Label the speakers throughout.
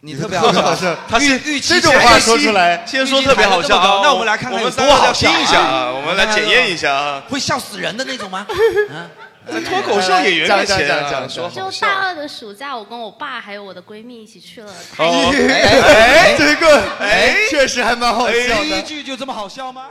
Speaker 1: 你特别好笑
Speaker 2: 是
Speaker 1: 他是
Speaker 2: 预
Speaker 1: 预期
Speaker 2: 这种话说出来，
Speaker 1: 先说特别好笑啊那我们来看看有多好笑啊
Speaker 3: 听一下啊，我们来检验一下啊。
Speaker 1: 会笑死人的那种吗？啊，
Speaker 3: 在脱口秀演员面前啊，说
Speaker 4: 就大二的暑假，我跟我爸还有我的闺蜜一起去了泰国。
Speaker 3: 哦
Speaker 2: 哎，这个哎，确实还蛮好笑
Speaker 1: 第一
Speaker 2: 的。
Speaker 1: 句就这么好笑吗？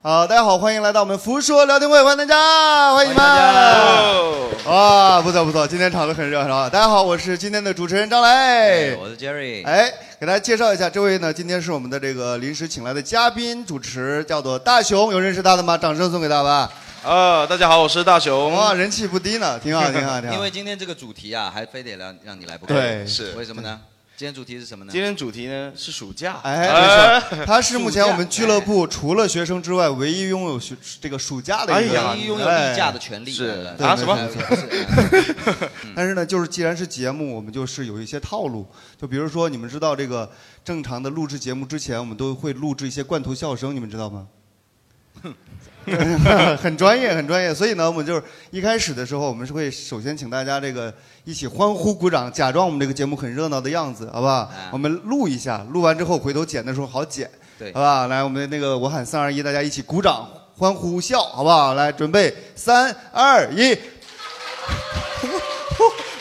Speaker 2: 好，大家好，欢迎来到我们福说聊天会，欢迎大家，欢迎你们。
Speaker 3: 哦
Speaker 2: 啊，不错不错，今天场子很热闹啊。大家好，我是今天的主持人张磊。
Speaker 1: 我是 Jerry。
Speaker 2: 哎，给大家介绍一下，这位呢，今天是我们的这个临时请来的嘉宾主持，叫做大熊，有认识他的吗？掌声送给他吧。
Speaker 3: 啊，大家好，我是大熊。
Speaker 2: 哇，人气不低呢，挺好，挺好，挺
Speaker 1: 因
Speaker 2: 好
Speaker 1: 为。今天这个主题啊，还非得让让你来不可。
Speaker 2: 对
Speaker 3: 是
Speaker 1: 为什么呢？今天主题是什么呢？
Speaker 3: 今天主题呢是暑 假。
Speaker 2: 哎，没错，他是目前我们俱乐部除了学生之外唯一拥有学这个暑假的一个
Speaker 3: 哎呀
Speaker 2: 人，
Speaker 1: 你拥有
Speaker 2: 哎
Speaker 1: 例假的权利。
Speaker 3: 是
Speaker 1: 来来
Speaker 3: 啊
Speaker 1: 来
Speaker 3: 什么
Speaker 1: 来不是哎
Speaker 2: 但是呢，就是既然是节目，我们就是有一些套路，就比如说你们知道这个正常的录制节目之前，我们都会录制一些罐头笑声，你们 知道吗？很专业，很专业。所以呢，我们就是一开始的时候，我们是会首先请大家这个一起欢呼鼓掌，假装我们这个节目很热闹的样子，好不好？
Speaker 1: 哎
Speaker 2: 我们录一下，录完之后回头剪的时候好剪，
Speaker 1: 对
Speaker 2: 好吧？来，我们那个我喊三二一，大家一起鼓掌欢呼笑，好不好？来，准备三二一。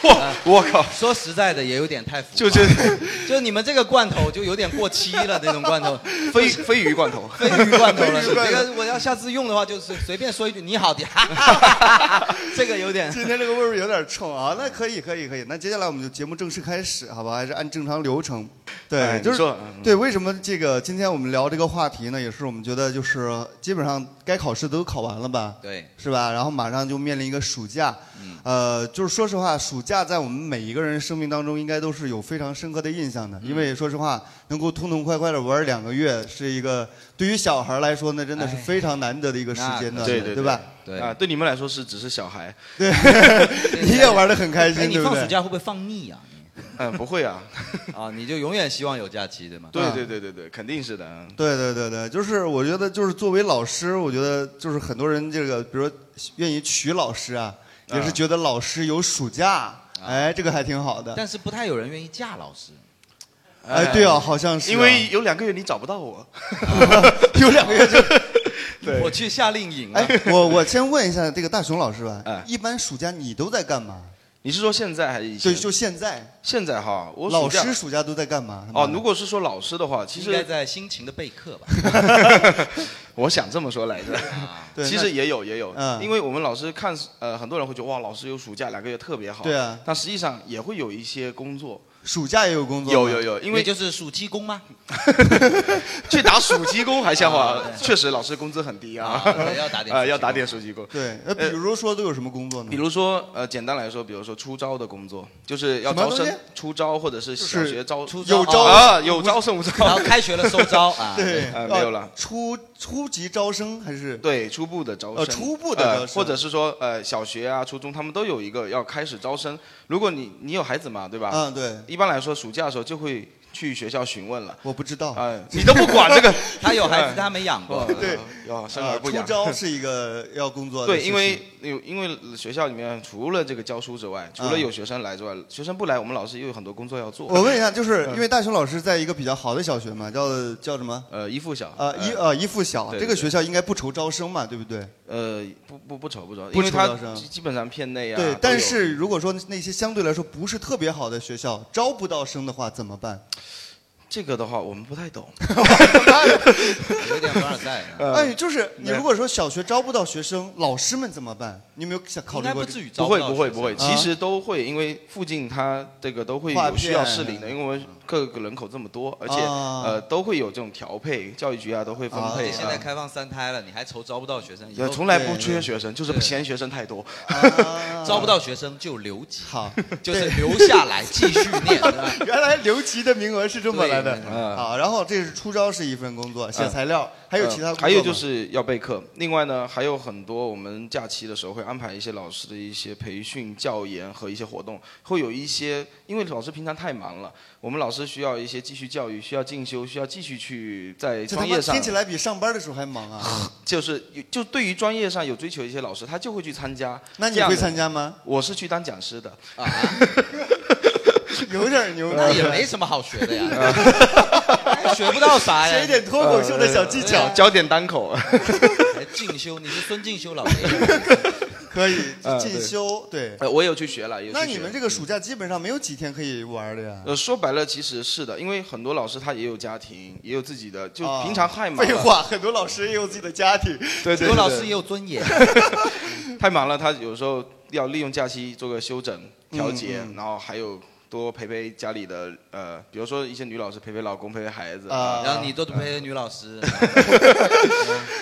Speaker 3: 哇， 我靠，
Speaker 1: 说实在的，也有点太浮夸
Speaker 3: 就这
Speaker 1: 就你们这个罐头就有点过期了，那种罐头。
Speaker 3: 飞 飞鱼罐 头。
Speaker 1: 鲱鱼罐头了，
Speaker 2: 鲱鱼罐
Speaker 1: 这个
Speaker 2: 头
Speaker 1: 我要下次用的话，就是随便说一句“你 好”，哈哈哈这个有 点。
Speaker 2: 今天这个味儿有点冲啊，那可以可以可以，那接下来我们就节目正式开始，好吧？还是按正常流程。对，
Speaker 3: 哎
Speaker 2: 就
Speaker 3: 你
Speaker 2: 是
Speaker 3: 说嗯
Speaker 2: 对，为什么这个今天我们聊这个话题呢？也是我们觉得就是基本上该考试都考完了吧？
Speaker 1: 对，
Speaker 2: 是吧？然后马上就面临一个暑假，
Speaker 3: 嗯
Speaker 2: 呃，就是说实话，暑假在我们每一个人生命当中，应该都是有非常深刻的印象的。
Speaker 3: 嗯
Speaker 2: 因为说实话，能够痛痛快快的玩两个月，是一个对于小孩来说，那真的是
Speaker 1: 哎
Speaker 2: 非常难得的一个时
Speaker 1: 那
Speaker 2: 间
Speaker 1: 可
Speaker 2: 段，
Speaker 3: 哎是对对
Speaker 2: 对吧？
Speaker 1: 对
Speaker 3: 啊，对你们来说是只是小孩，
Speaker 2: 你也玩的很开
Speaker 1: 哎，
Speaker 2: 心，
Speaker 1: 你
Speaker 2: 对不
Speaker 1: 放
Speaker 2: 对
Speaker 1: 暑？假会不会放腻啊？你
Speaker 3: 嗯，不会啊。
Speaker 1: 啊，你就永远希望有假期，对吗？
Speaker 3: 对
Speaker 2: 嗯
Speaker 3: 对对对对，肯定是的。啊
Speaker 2: 对对对对，就是我觉得就是作为老师，我觉得就是很多人这个，比如说愿意娶老师啊，也是
Speaker 3: 啊
Speaker 2: 觉得老师有暑假，哎，这个还挺好的。
Speaker 1: 但是不太有人愿意嫁老师。
Speaker 2: 哎，对哦，好像是啊、
Speaker 3: 因为有两个月你找不到 我。
Speaker 2: 有两个 月就，
Speaker 3: 对
Speaker 1: 我去夏令营
Speaker 2: 哎
Speaker 1: 了。，
Speaker 2: 我我先问一下这个大熊老师吧，
Speaker 3: 啊哎
Speaker 2: 一般暑假你都在干嘛？
Speaker 3: 你是说现在还是以前
Speaker 2: 对，？就现在，
Speaker 3: 现在哈，我
Speaker 2: 老
Speaker 3: 暑假
Speaker 2: 师暑假都在干嘛？
Speaker 3: 哦，如果是说老师的话，其
Speaker 1: 应该
Speaker 3: 实
Speaker 1: 在辛勤的备课吧。
Speaker 3: 我想这么说来着。
Speaker 1: 啊，
Speaker 2: 对
Speaker 3: 其
Speaker 2: 那
Speaker 3: 实也有也有，
Speaker 2: 嗯
Speaker 3: 因为我们老师看呃，很多人会觉得哇，老师有暑假两个月特别好。
Speaker 2: 对啊
Speaker 3: 但实际上也会有一些工作，
Speaker 2: 暑假也有工作吗，
Speaker 3: 有有有，因为
Speaker 1: 也就是暑期工吗？
Speaker 3: 去打暑期工还像话
Speaker 1: 啊，
Speaker 3: 确实老师工资很低
Speaker 1: 啊
Speaker 3: 啊，，
Speaker 1: 对要打点暑期工
Speaker 3: 啊要打点暑期工。
Speaker 2: 对，呃，比如说都有什么工作呢？
Speaker 3: 比如说，呃，简单来说，比如说出招的工作，就是要
Speaker 2: 什么
Speaker 3: 招
Speaker 2: 东
Speaker 3: 生
Speaker 2: 西、
Speaker 3: 出招或者是小
Speaker 2: 是
Speaker 3: 学招、
Speaker 1: 出
Speaker 2: 有招
Speaker 3: 啊，有招生无招，
Speaker 1: 然后开学了收 招啊。
Speaker 2: 对，哦
Speaker 3: 呃没有了
Speaker 2: 初初级招生还是
Speaker 3: 对，初步的招生，
Speaker 2: 呃初步的招生
Speaker 3: 呃或者是说呃小学啊、初中，他们都有一个要开始招生。如果你你有孩子嘛，对吧？
Speaker 2: 嗯，对，
Speaker 3: 一般来说，暑假的时候就会去学校询问了。
Speaker 2: 我不知道。
Speaker 3: 哎、你都不管 这个，
Speaker 1: 他有孩
Speaker 3: 哎
Speaker 1: 子，他没养 过。
Speaker 2: 哦对，
Speaker 3: 要哦生
Speaker 2: 啊
Speaker 3: 而不
Speaker 2: 出
Speaker 3: 养。
Speaker 2: 招是一个要工作的
Speaker 3: 对，
Speaker 2: 事情嗯
Speaker 3: 因为有因为学校里面除了这个教书之外，除了有学生来之外，学生不来，我们老师又有很多工作要做。
Speaker 2: 我问一下，
Speaker 3: 嗯
Speaker 2: 就是因为大雄老师在一个比较好的小学嘛，叫叫什么？
Speaker 3: 呃，一附小
Speaker 2: 呃，一呃一附小，
Speaker 3: 对
Speaker 2: 这
Speaker 3: 对
Speaker 2: 个学校应该不愁招生嘛，对不对？
Speaker 3: 呃不不不愁不愁，
Speaker 2: 不
Speaker 3: 因为
Speaker 2: 愁
Speaker 3: 他
Speaker 2: 招生
Speaker 3: 基基本上片内啊。
Speaker 2: 对
Speaker 3: 都，
Speaker 2: 但
Speaker 3: 有
Speaker 2: 是如果说那些相对来说不是特别好的学校招不到生的话，怎么办？
Speaker 3: 这个的话，我们不太 懂。
Speaker 1: 有点凡尔赛啊。
Speaker 3: 呃
Speaker 2: 哎，就是你如果说小学招不到学生，老师们怎么办？你有没有想考
Speaker 1: 应
Speaker 2: 虑
Speaker 1: 该
Speaker 2: 过
Speaker 1: 不
Speaker 2: 这
Speaker 1: 至
Speaker 2: 个？
Speaker 1: 于招
Speaker 3: 不会
Speaker 1: 到
Speaker 3: 不
Speaker 1: 学
Speaker 3: 会
Speaker 1: 生
Speaker 3: 不会，
Speaker 2: 啊
Speaker 3: 其实都会，因为附近它这个都会
Speaker 2: 划
Speaker 3: 有需
Speaker 2: 片
Speaker 3: 要适龄的，因为我
Speaker 1: 嗯
Speaker 3: 们各个人口这么多，而且
Speaker 2: 啊
Speaker 3: 呃都会有这种调配，教育局啊都会分
Speaker 2: 啊
Speaker 3: 配。
Speaker 1: 现在
Speaker 3: 啊
Speaker 1: 开放三胎了，你还愁招不到学生？以
Speaker 3: 呃
Speaker 1: 后
Speaker 3: 从来
Speaker 2: 对
Speaker 3: 不缺
Speaker 2: 对
Speaker 3: 学生，就是
Speaker 1: 对
Speaker 3: 嫌学生太多。
Speaker 2: 啊
Speaker 1: 招不到学生就留级，
Speaker 2: 好，
Speaker 1: 就是留下来继续 念。对吧
Speaker 2: 原来留级的名额是这么来的
Speaker 1: 对
Speaker 3: 对对
Speaker 2: 好，然后这是出招是一份工作，写
Speaker 3: 嗯
Speaker 2: 材料，还有其他
Speaker 3: 呃
Speaker 2: 工作吗
Speaker 3: 还有就是要备课。另外呢，还有很多我们假期的时候会安排一些老师的一些培训、教研和一些活动，会有一些，因为老师平常太忙了，我们老师需要一些继续教育，需要进修，需要继续去
Speaker 1: 哎
Speaker 3: 在
Speaker 2: 这他
Speaker 3: 专
Speaker 2: 妈
Speaker 3: 业上
Speaker 2: 听。起来比上班的时候还 忙啊！
Speaker 3: 就是有就对于专业上有追求一些老师，他就会去参加。
Speaker 2: 那你
Speaker 3: 这样的
Speaker 2: 会参 加吗？
Speaker 3: 我是去当讲师的。啊
Speaker 2: 有点牛，啊
Speaker 1: 那也没什么好学的呀， 学不到啥 呀。
Speaker 2: 学一点脱口秀的小技巧
Speaker 3: 呃教点单 口。
Speaker 1: 还进哎修，你是孙进修老爷爷。
Speaker 2: 可以
Speaker 3: 呃
Speaker 2: 进
Speaker 3: 对
Speaker 2: 修。对，
Speaker 3: 呃，我有去学了，有去学
Speaker 2: 那你们这个暑假基本上没有几天可以玩的呀。
Speaker 3: 呃，说白了，其实是的，因为很多老师他也有家庭，也有自己的，就
Speaker 1: 嗯
Speaker 2: 啊
Speaker 3: 平常太忙
Speaker 2: 废
Speaker 3: 了，
Speaker 2: 话，很多老师也有自己的家庭。
Speaker 3: 对对
Speaker 1: 刘
Speaker 3: 对
Speaker 1: 老师也有尊严，
Speaker 3: 太忙了，他有时候要利用假期做个休整、
Speaker 2: 嗯
Speaker 3: 调节，然后还有多陪陪家里的呃，比如说一些女老师陪陪老公、陪陪孩子
Speaker 2: 啊
Speaker 1: 然后你都陪女老 师，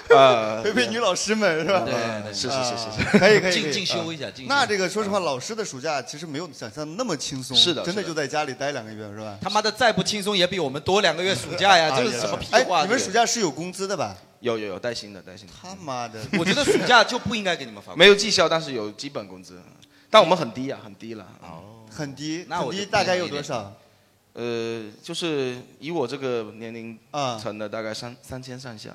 Speaker 1: 嗯
Speaker 3: 呃，
Speaker 2: 陪陪女老师们是吧？啊
Speaker 1: 对对啊
Speaker 3: 是是是是是，
Speaker 2: 是，可以可以
Speaker 1: 进
Speaker 2: 可以啊
Speaker 1: 进修一下，进修。嗯
Speaker 2: 那这个说实话，老师的暑假其实没有想象那么轻松，
Speaker 3: 是的
Speaker 2: 真的
Speaker 3: 是的
Speaker 2: 就在家里待两个月是吧？
Speaker 1: 他妈的再不轻松也比我们多两个月暑假呀，这是什么屁话？
Speaker 2: 哎，你们
Speaker 1: 这
Speaker 2: 暑
Speaker 1: 个
Speaker 2: 假是有工资的吧？
Speaker 3: 有有有带薪的带薪的，
Speaker 2: 他妈的，
Speaker 1: 我觉得暑假就不应该给你们发工资。
Speaker 3: 没有绩效，但是有基本工资，但我们很低啊，很低了。
Speaker 2: 很低，
Speaker 1: 那
Speaker 2: 很
Speaker 1: 我就
Speaker 2: 低，
Speaker 1: 不
Speaker 2: 大概
Speaker 1: 愿意
Speaker 2: 有多
Speaker 1: 了
Speaker 2: 少？
Speaker 3: 呃，就是以我这个年龄
Speaker 2: 啊
Speaker 3: 层的，大概三三千上下。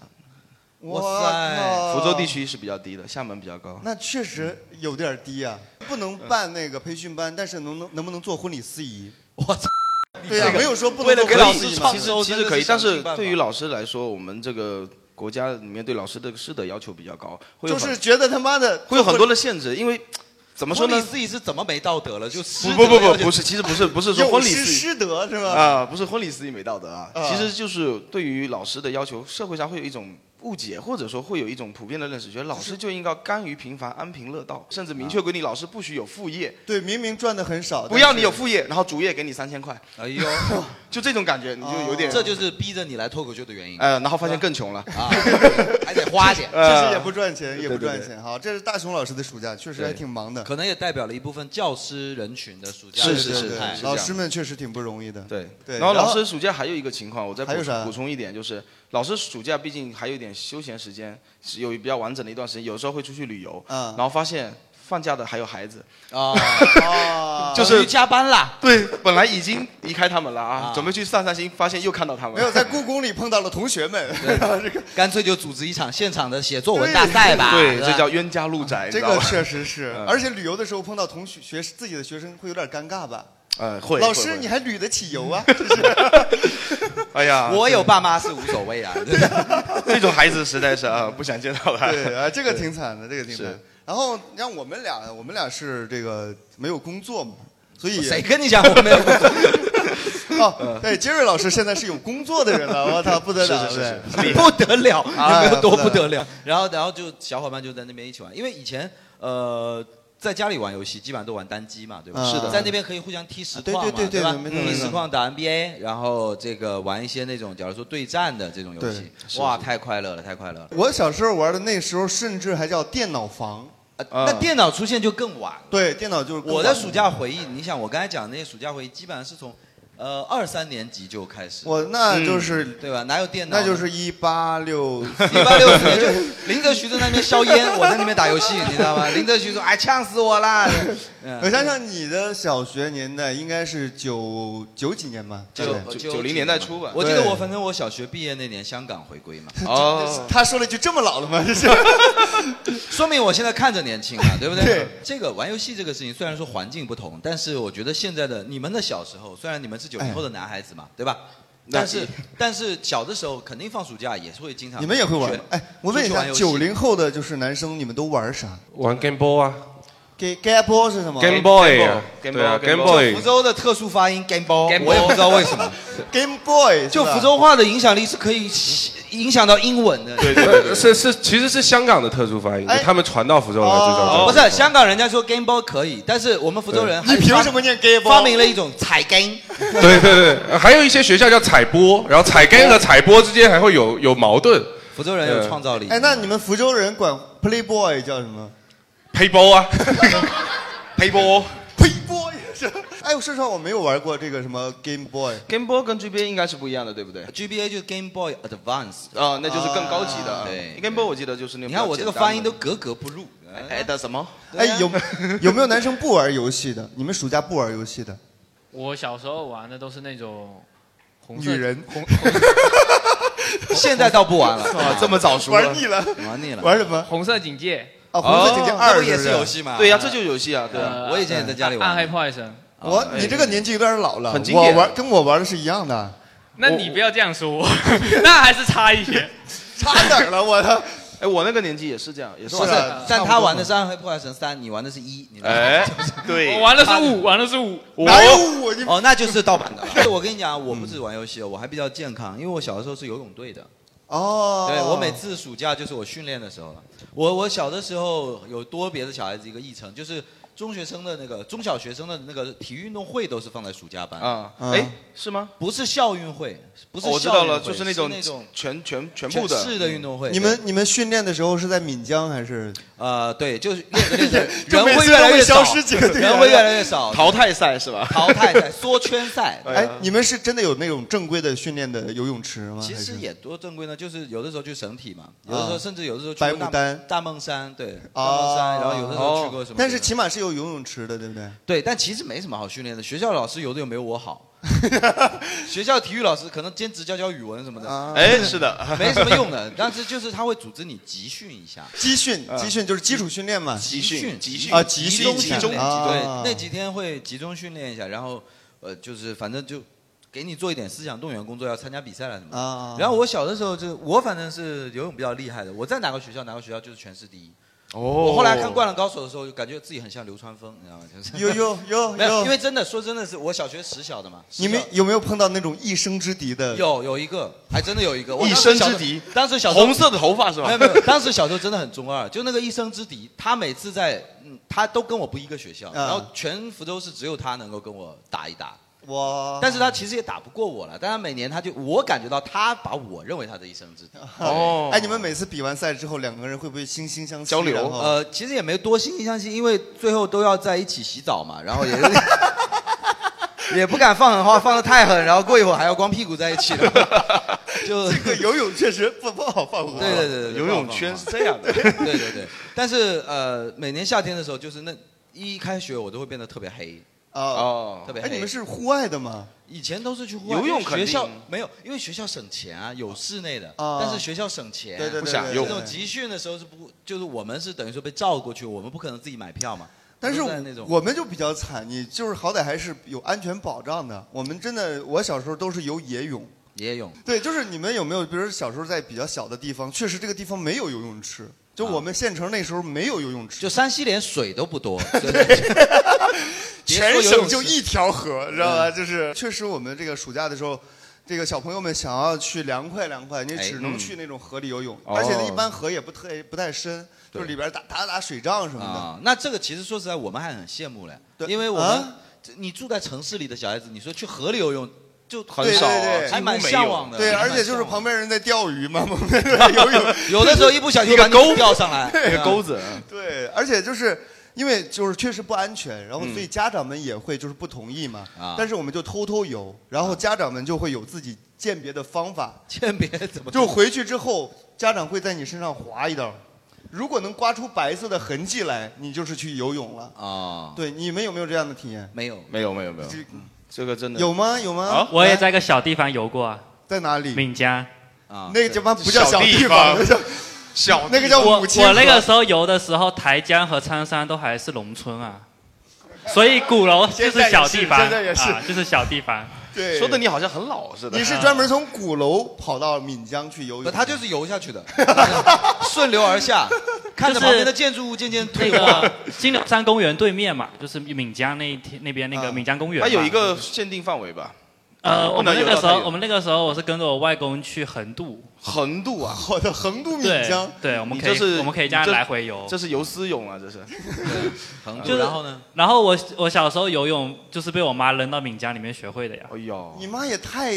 Speaker 1: 哇塞
Speaker 2: 靠
Speaker 3: 福州地区是比较低的，厦门比较高。
Speaker 2: 那确实有点低啊，不能办那个培训班，但是能能能不能做婚礼司仪？
Speaker 1: 我操！
Speaker 2: 对呀、没有说
Speaker 1: 嗯
Speaker 2: 不
Speaker 1: 为
Speaker 2: 能
Speaker 1: 了给
Speaker 2: 做婚
Speaker 1: 老
Speaker 2: 礼
Speaker 1: 师
Speaker 2: 司仪
Speaker 1: 创
Speaker 2: 嘛
Speaker 3: 其
Speaker 1: 造。周
Speaker 3: 实其
Speaker 1: 真
Speaker 3: 实
Speaker 1: 的
Speaker 3: 可以
Speaker 1: 是，想
Speaker 3: 但是
Speaker 1: 尽办
Speaker 3: 对
Speaker 1: 法
Speaker 3: 于老师来说，我们这个国家里面对老师这个师的要求比较高，会有
Speaker 2: 就
Speaker 3: 很
Speaker 2: 是觉得他妈的
Speaker 3: 会有很多的限制，因为怎么
Speaker 1: 我
Speaker 3: 说
Speaker 1: 说你
Speaker 3: 呢？
Speaker 1: 自己是怎么没道德了？就
Speaker 3: 不不不不，不
Speaker 1: 是
Speaker 3: 是，其实不是不是说
Speaker 2: 有
Speaker 3: 婚礼
Speaker 2: 失
Speaker 3: 司仪
Speaker 2: 师德是吧？
Speaker 3: 啊，不是婚礼司仪没道德啊，
Speaker 2: 啊
Speaker 3: 其实就是对于老师的要求，社会上会有一种。误解，或者说会有一种普遍的认识，觉得老师就应该甘于平凡、安贫乐道，甚至明确规定老师不许有副业，
Speaker 2: 对，明明赚的很少，
Speaker 3: 不要
Speaker 2: 啊但是
Speaker 3: 你有副业，然后主业给你三千块，
Speaker 1: 哎呦，哦
Speaker 3: 就这种感觉，你就有点
Speaker 1: 这就是逼着你来脱口秀的原因
Speaker 3: 呃，然后发现更穷了，
Speaker 1: 啊，还得花 钱。
Speaker 2: 确实也
Speaker 3: 呃
Speaker 2: 不赚钱，也不
Speaker 3: 对对
Speaker 2: 赚
Speaker 3: 对
Speaker 2: 钱。好，这是大熊老师的暑假，确实还挺忙的。
Speaker 1: 可能也代表了一部分教师人群的暑假
Speaker 3: 是
Speaker 1: 的
Speaker 3: 是
Speaker 2: 对
Speaker 1: 心
Speaker 2: 对
Speaker 3: 是
Speaker 1: 态
Speaker 2: 对，
Speaker 3: 是这样
Speaker 2: 老师们确实挺不容易的。
Speaker 3: 对
Speaker 2: 对
Speaker 3: 然后
Speaker 2: 然
Speaker 3: 老
Speaker 2: 后
Speaker 3: 师暑假还有一个情况，我再
Speaker 2: 还有
Speaker 3: 补
Speaker 2: 啥
Speaker 3: 充补充一点，就是老师暑假毕竟还有一点休闲时间，是有比较完整的一段时间，有时候会出去旅游，
Speaker 2: 嗯
Speaker 3: 然后发现放假的还有孩子，
Speaker 1: 啊，
Speaker 2: 啊，
Speaker 3: 就
Speaker 1: 等于
Speaker 3: 是
Speaker 1: 加班啦。
Speaker 3: 对，本来已经离开他们了
Speaker 1: 啊
Speaker 3: 啊，准备去散散心，发现又看到他们，
Speaker 2: 没有在故宫里碰到了同学们， 这 个
Speaker 1: 干脆就组织一场现场的写作文大赛吧。
Speaker 3: 对，
Speaker 1: 是吧
Speaker 3: 这叫冤家路窄，你
Speaker 2: 这
Speaker 3: 知道
Speaker 2: 个
Speaker 3: 吧
Speaker 2: 确实是
Speaker 3: 嗯，
Speaker 2: 而且旅游的时候碰到同学学自己的学生会有点尴尬吧？
Speaker 3: 呃会
Speaker 2: 老
Speaker 3: 会
Speaker 2: 师
Speaker 3: 会
Speaker 2: 你还旅得起游啊？
Speaker 3: 哎呀，
Speaker 1: 我有爸妈是无所 谓啊。
Speaker 3: 这种孩子实在是啊，不想见到他，
Speaker 2: 对啊，这个挺惨的，这个挺惨
Speaker 3: 是。
Speaker 2: 然后让我们俩，我们俩是这个没有工作嘛，所以
Speaker 1: 谁跟你讲我没有？
Speaker 2: 哦，对，杰瑞老师现在是有工作的人了，我操，不得了，
Speaker 3: 是是是
Speaker 2: 对
Speaker 1: 不得 了，
Speaker 2: 哎
Speaker 1: 有没有多
Speaker 2: 不
Speaker 1: 不
Speaker 2: 得
Speaker 1: 得了？然后，然后就小伙伴就在那边一起玩，因为以前呃。在家里玩游戏，基本上都玩单机嘛，对吧？
Speaker 2: 嗯是的
Speaker 1: 在那边可以互相踢实
Speaker 2: 对
Speaker 1: 况嘛，
Speaker 2: 对对对
Speaker 1: 吧
Speaker 2: 没？错没
Speaker 1: 踢
Speaker 2: 错
Speaker 1: 实况打 NBA，然后这个玩一些那种，假如说对战的这种游戏，哇，太快乐了，太快乐了。
Speaker 2: 我小时候玩的那时候，甚至还叫电脑房，
Speaker 1: 呃
Speaker 3: 嗯
Speaker 1: 那电脑出现就更晚了。
Speaker 2: 对，电脑就是
Speaker 1: 我的暑，假回忆，你想我刚才讲的那些暑假回忆，基本上是从呃二三年级就开始，
Speaker 2: 我那就是、
Speaker 1: 嗯对吧？哪有电脑呢？
Speaker 2: 那就是一八六，
Speaker 1: 一八六十年就林则徐在那边消烟，我在那边打游戏，你知道 吗？林则徐说：“哎，呛死我 啦！”
Speaker 2: 我想想你的小学年代应该是九九几年吧？对不对
Speaker 3: 九九零年代初吧
Speaker 1: 我记得我反正我小学毕业那年香港回归 嘛，
Speaker 3: 哦，
Speaker 2: 他说了一句这么老 了吗？这是
Speaker 1: 说明我现在看着年轻啊，对不对？
Speaker 2: 对
Speaker 1: 这个玩游戏这个事情，虽然说环境不同，但是我觉得现在的你们的小时候，虽然你们是九零后的男孩子嘛，对吧？
Speaker 3: 那
Speaker 1: 但是 但是小的时候肯定放暑假也是会经常
Speaker 2: 你们也会玩
Speaker 1: 学
Speaker 2: 吗？哎，我问一
Speaker 1: 出去玩
Speaker 2: 下，
Speaker 1: 游戏
Speaker 2: 九零后的就是男生，你们都玩啥
Speaker 5: 玩 Game Boy 啊
Speaker 2: ？Gay Gay Boy 是什么
Speaker 5: ，Game
Speaker 3: Game Boy，
Speaker 5: Boy 啊
Speaker 3: Game
Speaker 5: 对啊
Speaker 3: Boy，Game
Speaker 5: ，Game
Speaker 3: Boy
Speaker 5: Boy
Speaker 1: 福州的特殊发音 Game Boy，
Speaker 3: Game
Speaker 1: 我也不知道为什么。
Speaker 2: Game Boy，
Speaker 1: 就是
Speaker 2: 吧
Speaker 1: 福州话的影响力是可以影响到英文的。
Speaker 3: 对对对
Speaker 5: 呃是是，其实是香港的特殊发音
Speaker 2: 哎，
Speaker 5: 他们传到
Speaker 6: 哦
Speaker 5: 福州来制造
Speaker 1: 哦不
Speaker 5: 的。
Speaker 1: 是香港人家说 Game Boy 可以，但是我们福州人还
Speaker 2: 你凭什么念 Gay Boy？
Speaker 1: 发明了一种彩 Game？
Speaker 5: 对对对，呃还有一些学校叫采播，然后采根和采播之间还会有有矛盾。
Speaker 1: 福州人有创造力。
Speaker 2: 哎，那你们福州人管 Playboy 叫什么
Speaker 5: 配包啊，
Speaker 3: 陪播
Speaker 2: ？Playboy 是吧？哎，我说实话，我没有玩过这个什么 Game Boy。
Speaker 3: Game Boy 跟 GBA 应该是不一样的，对不对？
Speaker 1: GBA 就是 Game Boy Advance。啊
Speaker 3: 啊，那就是更高级的。
Speaker 1: 对
Speaker 3: ，Game Boy 我记得就是那
Speaker 1: 你
Speaker 3: 种比较
Speaker 1: 看我这个
Speaker 3: 简单的
Speaker 1: 发音都格格不入。
Speaker 3: 哎的什么？
Speaker 2: 哎，有有没有男生不玩游戏的？你们暑假不玩游戏的？
Speaker 7: 我小时候玩的都是那种红色
Speaker 1: 女人
Speaker 7: 红，
Speaker 1: 现在倒不玩了
Speaker 7: 啊这么早熟了玩腻了
Speaker 1: 玩腻了，
Speaker 2: 玩什么？
Speaker 7: 红色警戒
Speaker 2: 啊
Speaker 1: 红色警戒哦二那不也是是不是游戏吗
Speaker 3: 对呀、这就是游戏啊，对啊，
Speaker 7: 呃
Speaker 1: 我以前也在家里玩哦哎
Speaker 7: 暗暗黑破坏神。
Speaker 2: 我你这个年纪有点老了，
Speaker 7: 很经
Speaker 2: 我
Speaker 7: 典
Speaker 2: 玩跟我玩的是一样的，
Speaker 7: 那你不要这样说 我，那还是差一 些。
Speaker 2: 差哪儿了？我的，
Speaker 3: 哎，我那个年纪也是这样，也
Speaker 1: 不
Speaker 3: 是啊
Speaker 1: 是啊
Speaker 3: 玩的，
Speaker 1: 但他玩的是《暗黑破坏神三》，你玩的是一，你知道吗
Speaker 3: 哎
Speaker 1: 就是
Speaker 3: 对
Speaker 7: 我玩的是五，玩的是五。
Speaker 1: 哪有我哦，那就是盗版的 了。我跟你讲，我不止玩游戏，我还比较健康，因为我小的时候是游泳队的。
Speaker 2: 哦
Speaker 1: 对我每次暑假就是我训练的时候了。我我小的时候有多别的小孩子一个议程，就是中学生的那个中小学生的那个体育运动会都是放在暑假班
Speaker 3: 啊哎是吗？
Speaker 1: 不是校运会，不是
Speaker 3: 哦我知
Speaker 1: 校
Speaker 3: 道
Speaker 1: 运
Speaker 3: 了，
Speaker 1: 会
Speaker 3: 就是那
Speaker 1: 是
Speaker 3: 种
Speaker 1: 那种
Speaker 3: 全全全
Speaker 1: 全
Speaker 3: 部的
Speaker 1: 市的运动会。
Speaker 2: 你们你们训练的时候是在岷江还是？，
Speaker 1: 呃，对，就是练着练着
Speaker 2: 就每
Speaker 1: 人会
Speaker 2: 次
Speaker 1: 越
Speaker 2: 都
Speaker 1: 来
Speaker 2: 会
Speaker 1: 越
Speaker 2: 消
Speaker 1: 少，
Speaker 2: 失几个队员
Speaker 1: 人会越来越少。
Speaker 3: 淘汰赛是吧？
Speaker 1: 淘汰赛、缩圈赛，
Speaker 2: 哎，你们是真的有那种正规的训练的游泳池吗？
Speaker 1: 其
Speaker 2: 还是
Speaker 1: 实也多正规呢，就是有的时候去省体嘛，有的时候甚至有的时候去
Speaker 2: 白
Speaker 1: 过大
Speaker 2: 牡丹
Speaker 1: 大梦山，对，大
Speaker 2: 哦
Speaker 1: 梦山，然后有的时候去过什么，
Speaker 2: 但是起码是有游泳池的，对不对？
Speaker 1: 对，但其实没什么好训练的，学校老师游的又没有我 好。学校体育老师可能兼职教教语文什么
Speaker 2: 啊
Speaker 1: 的，
Speaker 3: 哎是的
Speaker 1: 没什么用的。 但是就是他会组织你集训一下，
Speaker 2: 集训，
Speaker 1: 啊
Speaker 2: 集训就是基础训练嘛。
Speaker 1: 集训，集训
Speaker 2: 啊，集训
Speaker 1: 中训练
Speaker 2: 啊
Speaker 1: 对，那几天会集中训练一下，然后呃，就是反正就给你做一点思想动员工作，要参加比赛了什么的。
Speaker 2: 啊
Speaker 1: 然后我小的时候就我反正是游泳比较厉害的，我在哪个学校哪个学校就是全市第一。
Speaker 3: 哦
Speaker 1: 我后来看《灌篮高手》的时候，就感觉自己很像流川枫，你知道吗？就是
Speaker 2: 哟哟哟
Speaker 1: 没有，
Speaker 2: 哟
Speaker 1: 因为真的说真的是我小学时小的嘛，
Speaker 2: 你们有没有碰到那种一生之敌的？
Speaker 1: 有有一个，还真的有一个，我
Speaker 2: 一
Speaker 1: 当时
Speaker 2: 生
Speaker 1: 小
Speaker 2: 之
Speaker 1: 时候
Speaker 2: 敌
Speaker 1: 当时小时候
Speaker 2: 红色的头发是吧
Speaker 1: 没有没有，当时小时候真的很中二，就那个一生之敌，他每次在，嗯，他都跟我不一个学校，
Speaker 2: 啊
Speaker 1: 然后全福州市只有他能够跟我打一打。
Speaker 2: 哇！
Speaker 1: 但是他其实也打不过我了，但他每年他就我感觉到他把我认为他的一生之 敌。哦
Speaker 2: 哎，你们每次比完赛之后，两个人会不会惺惺相惜然后
Speaker 1: 呃，其实也没多惺惺相惜，因 为最后都要在一起洗澡嘛，然后也 也不敢放狠话，放的太狠，然后过一会儿还要光屁股在一起了， 就
Speaker 2: 这个游泳确实不不好放过。
Speaker 1: 对对对对，
Speaker 3: 游泳圈是这样 的
Speaker 1: 对对 对，但是呃，每年夏天的时候，就是那一开学我都会变得特别黑。
Speaker 2: 啊
Speaker 1: 哦，特别
Speaker 2: 哎，
Speaker 1: 黑。
Speaker 2: 你们是户外的吗？
Speaker 1: 以前都是去户外
Speaker 2: 游泳
Speaker 1: 因为
Speaker 2: 肯定
Speaker 1: 学校没有，因为学校省钱啊，有室内的，
Speaker 2: 啊
Speaker 1: 但是学校省钱，
Speaker 2: 对对对不想对对用
Speaker 1: 这种集训的时候是不，就是我们是等于说被照过去，我们不可能自己买票嘛。
Speaker 2: 但是
Speaker 1: 都在那种
Speaker 2: 我们就比较惨，你就是好歹还是有安全保障的。我们真的，我小时候都是游野泳。
Speaker 1: 野泳，
Speaker 2: 对，就是你们有没有，比如说小时候在比较小的地方，确实这个地方没有游泳池，就我们县城那时候没有游泳池，
Speaker 1: 啊就山西连水都不多， 对
Speaker 2: 全省就一条河，
Speaker 1: 嗯
Speaker 2: 知道吧？就是确实我们这个暑假的时候。这个小朋友们想要去凉快凉快，你
Speaker 1: 哎
Speaker 2: 只能
Speaker 1: 嗯
Speaker 2: 去那种河里游泳，
Speaker 1: 哦
Speaker 2: 而且呢，一般河也不特不太深，就是里边打打打水仗什么的。
Speaker 1: 啊、那这个其实说实在，我们还很羡慕嘞，因为我们、
Speaker 2: 啊
Speaker 1: 这你住在城市里的小孩子，你说去河里游泳就啊
Speaker 2: 对对对，
Speaker 1: 还蛮向往的。
Speaker 2: 对，
Speaker 1: 还
Speaker 2: 而
Speaker 1: 蛮
Speaker 2: 且就是
Speaker 1: 向往，
Speaker 2: 旁边人在钓鱼嘛，旁边人在游泳
Speaker 1: 有的时候一不小心把你钓上来 嗯
Speaker 2: 对
Speaker 1: 一个钩子
Speaker 2: 对，而且就是。因为就是确实不安全，然后所以家长们也会就是不同意嘛。
Speaker 1: 嗯啊
Speaker 2: 但是我们就偷偷游，然后家长们就会有自己鉴别的方法，
Speaker 1: 鉴别怎么
Speaker 2: 就回去之后，家长会在你身上划一道，如果能刮出白色的痕迹来，你就是去游泳了。
Speaker 1: 啊，
Speaker 2: 对，你们有没有这样的体验？
Speaker 1: 没有，
Speaker 3: 没有没有没有，啊这个真的
Speaker 2: 有吗？有吗？
Speaker 8: 我也在一个小地方游过啊，
Speaker 2: 在哪里？
Speaker 8: 闽江
Speaker 1: 啊
Speaker 2: 那个地方不叫小地方那叫
Speaker 8: 小
Speaker 2: 那个叫
Speaker 8: 我
Speaker 2: 母亲河
Speaker 8: 我那个时候游的时候，台江和苍山都还是农村啊，所以鼓楼就是小地方，
Speaker 2: 现在也是现在也
Speaker 8: 啊，就是小地方。
Speaker 2: 对，
Speaker 3: 说的你好像很老似的。
Speaker 2: 你是专门从鼓楼跑到闽江去游泳？
Speaker 1: 他就是游下去的，顺流而 下，看着旁边的建筑物渐渐
Speaker 8: 那
Speaker 1: 退化。
Speaker 8: 个金柳山公园对面嘛，就是闽江那一天那边那
Speaker 2: 啊
Speaker 8: 个闽江公园嘛。
Speaker 3: 它有一个限定范围吧？
Speaker 8: 呃，我
Speaker 3: 不
Speaker 8: 们
Speaker 3: 能
Speaker 8: 那
Speaker 3: 游
Speaker 8: 个
Speaker 3: 到
Speaker 8: 时
Speaker 3: 太
Speaker 8: 候
Speaker 3: 远
Speaker 8: 我们那个时候我是跟着我外公去横渡，
Speaker 3: 横渡啊，
Speaker 2: 我的横渡
Speaker 8: 对对，我们
Speaker 3: 你
Speaker 8: 可以、
Speaker 3: 这是
Speaker 8: 我们可以这样来回游
Speaker 3: 这。是游私泳啊，这是。
Speaker 1: 横
Speaker 8: 就是？？然后我我小时候游泳就是被我妈扔到闽江里面学会的呀。
Speaker 3: 哎呦，
Speaker 2: 你妈也太……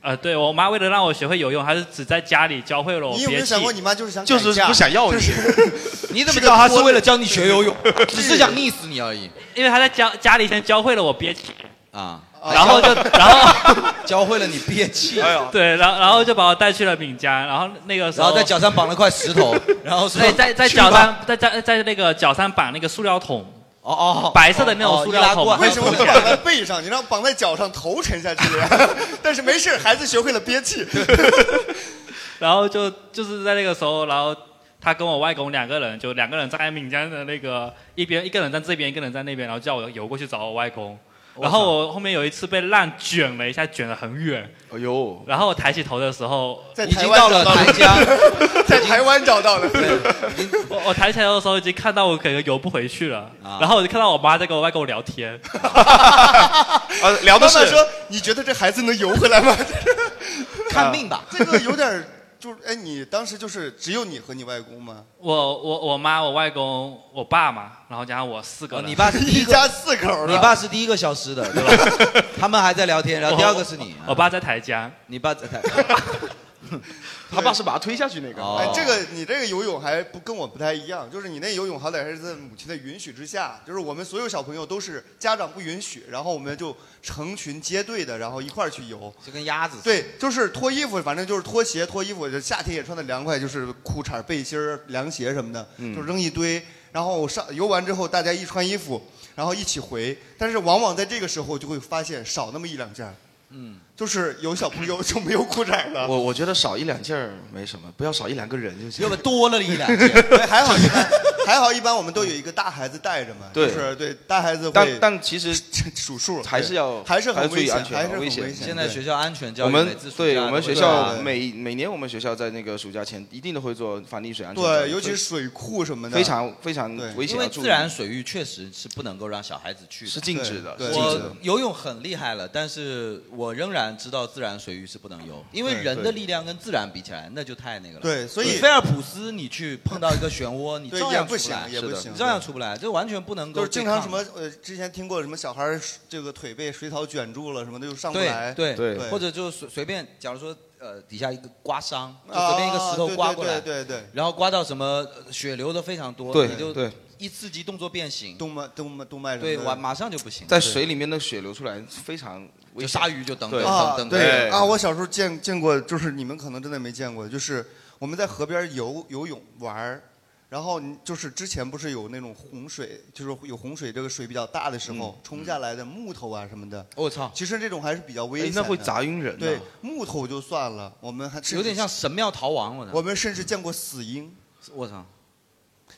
Speaker 8: 呃，对我妈为了让我学会游泳，还是只在家里教会了我
Speaker 2: 你
Speaker 8: 哦憋气。
Speaker 2: 有没有想过你妈就是想
Speaker 8: 就是
Speaker 2: 改嫁
Speaker 8: 不想要你
Speaker 2: 就是
Speaker 1: 你怎么知
Speaker 2: 个
Speaker 1: 道他是
Speaker 2: 托
Speaker 1: 为了教你学游泳， 只是想溺死你而已
Speaker 8: 因为她在教家里先教会了我憋气，
Speaker 1: 啊？
Speaker 8: 然后就然后
Speaker 1: 教会了你憋气，
Speaker 8: 对，然后然后就把我带去了闽江，然后那个时
Speaker 1: 然
Speaker 8: 候
Speaker 1: 后在脚 上绑了块石头，然后说
Speaker 8: 对，在在
Speaker 1: 去吧
Speaker 8: 脚上在在在那个脚上绑那个塑料桶。
Speaker 1: 哦哦
Speaker 8: 白色的那种塑料桶嘛，
Speaker 2: 为 什么
Speaker 8: 会
Speaker 2: 会绑在背上？你让绑在脚上，头沉下去了呀。 但是没事，孩子学会了憋气。
Speaker 8: 然后就就是在那个时候，然后他跟我外公两个人，就两个人在闽江的那个一边，一个人在这边，一个人在那边，然后叫我游过去找我外公。然后我后面有一次被浪卷了一下，卷得很远。
Speaker 3: 哎呦！
Speaker 8: 然后我抬起头的时候，
Speaker 2: 在台湾找的， 在台湾找到的。
Speaker 8: 我我抬起头的时候已经看到我可能游不回去了。然后我就看到我妈在跟我外公聊天，
Speaker 3: 啊，聊的是
Speaker 2: 妈妈说：“你觉得这孩子能游回来吗？”
Speaker 1: 看病吧，
Speaker 2: 这个有点儿就是哎，你当时就是只有你和你外公吗？
Speaker 8: 我我我妈、我外公、我爸嘛，然后加上我四个人。
Speaker 1: 哦你爸是第
Speaker 2: 一
Speaker 1: 一
Speaker 2: 家
Speaker 1: 个，
Speaker 2: 四口儿的，
Speaker 1: 你爸是第一个消失的，对 吧？他们还在聊天，然后第二个是你，啊
Speaker 8: 我爸在台江，
Speaker 1: 你 爸在。
Speaker 3: 他爸是把他推下去那个。
Speaker 1: 哦
Speaker 2: 哎，这个你这个游泳还不跟我不太一样，就是你那游泳好歹还是在母亲的允许之下，就是我们所有小朋友都是家长不允许，然后我们就成群结队的，然后一块儿去游。
Speaker 1: 就跟鸭子似的。
Speaker 2: 对，就是脱衣服，反正就是脱鞋、脱衣服，就夏天也穿的凉快，就是裤衩、背心儿、凉鞋什么的，就扔一堆。然后上游完之后，大家一穿衣服，然后一起回。但是往往在这个时候就会发现少那么一两件，嗯，就是有小朋友就没有裤衩了。
Speaker 3: 我我觉得少一两件儿没什么，不要少一两个人就行
Speaker 1: 要。不多了一两 件，
Speaker 2: 对，还好一 般，还好一般我们都有一个大孩子带着嘛，
Speaker 3: 对
Speaker 2: 就是对大孩子
Speaker 3: 但
Speaker 2: 会
Speaker 3: 但其实
Speaker 2: 数数，
Speaker 3: 还是要
Speaker 2: 还是很
Speaker 3: 还是注
Speaker 2: 危
Speaker 3: 意
Speaker 2: 险，
Speaker 3: 安全
Speaker 2: 还是
Speaker 3: 很
Speaker 2: 很
Speaker 3: 危
Speaker 2: 危
Speaker 3: 险
Speaker 2: 险。
Speaker 1: 现在学校安全教育
Speaker 3: 我们
Speaker 1: 每次暑假
Speaker 3: 对
Speaker 1: 都
Speaker 3: 我
Speaker 1: 会啊
Speaker 3: 们学
Speaker 1: 做
Speaker 3: 校
Speaker 2: 对
Speaker 3: 每每年我们学校在那个暑假前一定都会做反溺水安全教育，
Speaker 2: 对，尤其是水库什么的，
Speaker 3: 非常非常
Speaker 2: 对
Speaker 3: 危险，
Speaker 1: 因
Speaker 3: 要
Speaker 1: 为
Speaker 3: 注
Speaker 1: 自
Speaker 3: 意
Speaker 1: 然水域确实是不能够让小孩子去
Speaker 3: 是
Speaker 1: 的。
Speaker 3: 禁止的，
Speaker 2: 对
Speaker 3: 是禁止的
Speaker 1: 我。游泳很厉害了，但是我仍然知道自然水域是不能游，因为
Speaker 2: 对
Speaker 1: 人的
Speaker 2: 对
Speaker 1: 力量跟自然比起来，那就太那个了。
Speaker 2: 对，所
Speaker 1: 你
Speaker 2: 以
Speaker 1: 菲尔普斯你去碰到一个漩涡，你
Speaker 2: 对
Speaker 1: 照
Speaker 2: 也
Speaker 1: 样
Speaker 2: 不
Speaker 1: 出不
Speaker 2: 行
Speaker 1: 来，
Speaker 2: 也不
Speaker 3: 是的
Speaker 2: 行，
Speaker 1: 你照样出不来，这完全不能够
Speaker 2: 就
Speaker 1: 对抗。
Speaker 2: 是经常什么呃，之前听过什么小孩儿这个腿被水草卷住了什么的，就上不来。
Speaker 1: 对对
Speaker 3: 对
Speaker 1: 或者就随随便，假如说呃底下一个刮伤，就
Speaker 2: 啊，
Speaker 1: 随便一个石头刮过来，
Speaker 2: 对对对对
Speaker 1: 然后刮到什么呃血流的非常多，
Speaker 3: 对
Speaker 1: 你就
Speaker 3: 对
Speaker 1: 一刺激动作变形
Speaker 2: 对，，动脉动脉动脉什么
Speaker 1: 对，
Speaker 2: 的。
Speaker 1: 完马上就不行，
Speaker 3: 在水里面的血流出来非常危
Speaker 1: 就
Speaker 3: 险
Speaker 1: 鲨。鱼就等等
Speaker 3: 对哎
Speaker 2: 啊，
Speaker 1: 等等等，
Speaker 2: 对
Speaker 3: 对
Speaker 2: 啊，我小时候见见过，就是你们可能真的没见过，就是我们在河边游游泳玩儿，然后你就是之前不是有那种洪水，就是有洪水，这个水比较大的时候、
Speaker 3: 嗯
Speaker 2: 冲下来的木头啊什么的，
Speaker 1: 我操，
Speaker 2: 其实这种还是比较危
Speaker 3: 哦哎
Speaker 2: 险，的。
Speaker 3: 那会砸晕人的。
Speaker 2: 对，木头就算了，我们还甚至
Speaker 1: 有点像，神庙逃亡，我操，
Speaker 2: 我们甚至见过死鹰，
Speaker 1: 我操，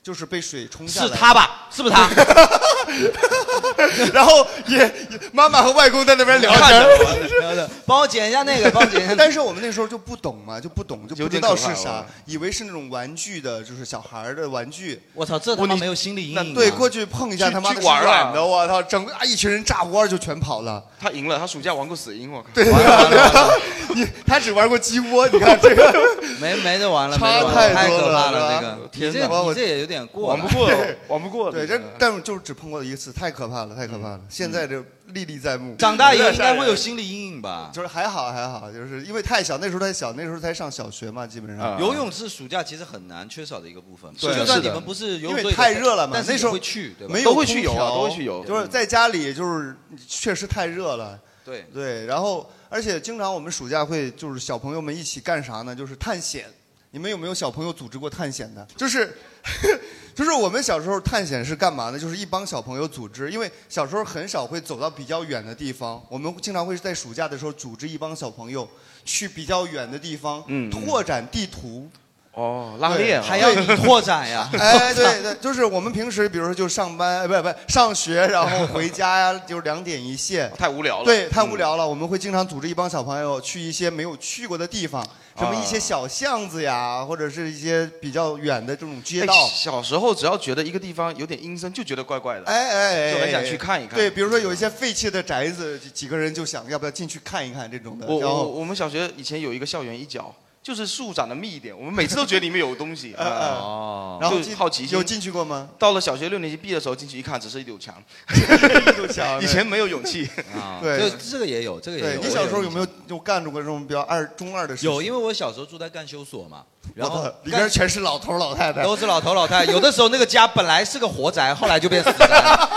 Speaker 2: 就是被水冲下
Speaker 1: 是
Speaker 2: 来，
Speaker 1: 他吧？是不是他？
Speaker 2: 然后也也妈妈和外公在 那边聊天儿。
Speaker 1: 等等帮我剪一下 那个，帮我剪一下那个。
Speaker 2: 但是我们那时候就不懂嘛，就不懂，就不知道是
Speaker 3: 有点可怕
Speaker 2: 啥
Speaker 3: 哦，
Speaker 2: 以为是那种玩具的，就是小孩儿的玩具。
Speaker 1: 我操，这他妈没有心理阴影啊。
Speaker 2: 对，过去碰一下，
Speaker 3: 去
Speaker 2: 他妈的
Speaker 3: 去玩儿
Speaker 2: 是
Speaker 3: 了
Speaker 2: 软的，我操，整个啊一群人炸窝儿就全跑了。
Speaker 3: 他赢了，他暑假玩过死鹰，我靠。
Speaker 1: 完了完了完了
Speaker 2: 你他只玩过鸡窝，你看这个，
Speaker 1: 没没得玩了，
Speaker 2: 差
Speaker 1: 没得玩
Speaker 2: 太
Speaker 1: 了太
Speaker 2: 多
Speaker 1: 可怕
Speaker 2: 了
Speaker 1: 了。
Speaker 2: 是吧
Speaker 1: 这个，你
Speaker 2: 天哪
Speaker 1: 这你这也有点过
Speaker 3: 玩
Speaker 1: 了
Speaker 3: 不。过，玩不过的。
Speaker 2: 对，这但就是只碰过一次，太可怕了，太可怕了，现在这历历在目。
Speaker 1: 嗯长大以后应该会有心理阴影吧？
Speaker 2: 就是还好还好，就是因为太小，那时候太小，那时候才上小学嘛，基本上
Speaker 3: 啊。
Speaker 1: 游泳是暑假其实很难缺少的一个部分，
Speaker 2: 对
Speaker 1: 就是算你
Speaker 2: 的
Speaker 1: 们不是游
Speaker 2: 因
Speaker 1: 泳
Speaker 2: 为
Speaker 1: 队的
Speaker 2: 太热了嘛
Speaker 1: 但是
Speaker 2: 那时候
Speaker 1: 也会去对吧？
Speaker 2: 没有
Speaker 3: 都会去游啊
Speaker 2: 空调
Speaker 3: 都会去游
Speaker 2: 就是在家里，就是确实太热了。
Speaker 1: 对，
Speaker 2: 对，然后而且经常我们暑假会就是小朋友们一起干啥呢？就是探险。你们有没有小朋友组织过探险的？就是 就是我们小时候探险是干嘛呢？就是一帮小朋友组织，因为小时候很少会走到比较远的地方，我们经常会在暑假的时候组织一帮小朋友去比较远的地方，
Speaker 3: 嗯嗯
Speaker 2: 拓展地图。。
Speaker 3: 哦，拉练啊
Speaker 1: 还要你拓展呀
Speaker 2: 哎，对 对，就是我们平时比如说就上班，哎，不不上学，然后回家呀，就是两点 一线。
Speaker 3: 太无聊了。嗯
Speaker 2: 对，太无聊了。我们会经常组织一帮小朋友去一些没有去过的地方，什么
Speaker 3: 啊
Speaker 2: 一些小巷子呀，或者是一些比较远的这种街
Speaker 3: 哎
Speaker 2: 道。
Speaker 3: 小时候只要觉得一个地方有点阴森，就觉得怪怪的。
Speaker 2: 哎哎哎，
Speaker 3: 就很想去看一嗯看
Speaker 2: 对，比如说有一些废弃的宅子，几几个人就想要不要进去看一看这种的。
Speaker 3: 我
Speaker 2: 然
Speaker 3: 我
Speaker 2: 后，
Speaker 3: 我们小学以前有一个校园一角，就是树长得密一点，我们每次都觉得里面有东西。
Speaker 2: 呃
Speaker 3: 啊
Speaker 2: 呃，
Speaker 1: 哦，
Speaker 2: 然后
Speaker 3: 就
Speaker 2: 进
Speaker 3: 好奇心
Speaker 2: 有进去过吗？
Speaker 3: 到了小学六年级毕业的时候进去一看，只是一堵 墙，
Speaker 2: 就想
Speaker 3: 以前没有勇气。
Speaker 1: 啊
Speaker 2: 对
Speaker 1: 这这个也有，这个也
Speaker 2: 对
Speaker 1: 有。
Speaker 2: 你小时候有没
Speaker 1: 有？
Speaker 2: 有就干过这种比较二中二的事情？
Speaker 1: 有，因为我小时候住在干休所嘛，然后
Speaker 2: 我操里边全是老头儿老太太，
Speaker 1: 都是老头老太太，有的时候那个家本来是个活宅，后来就变死宅了，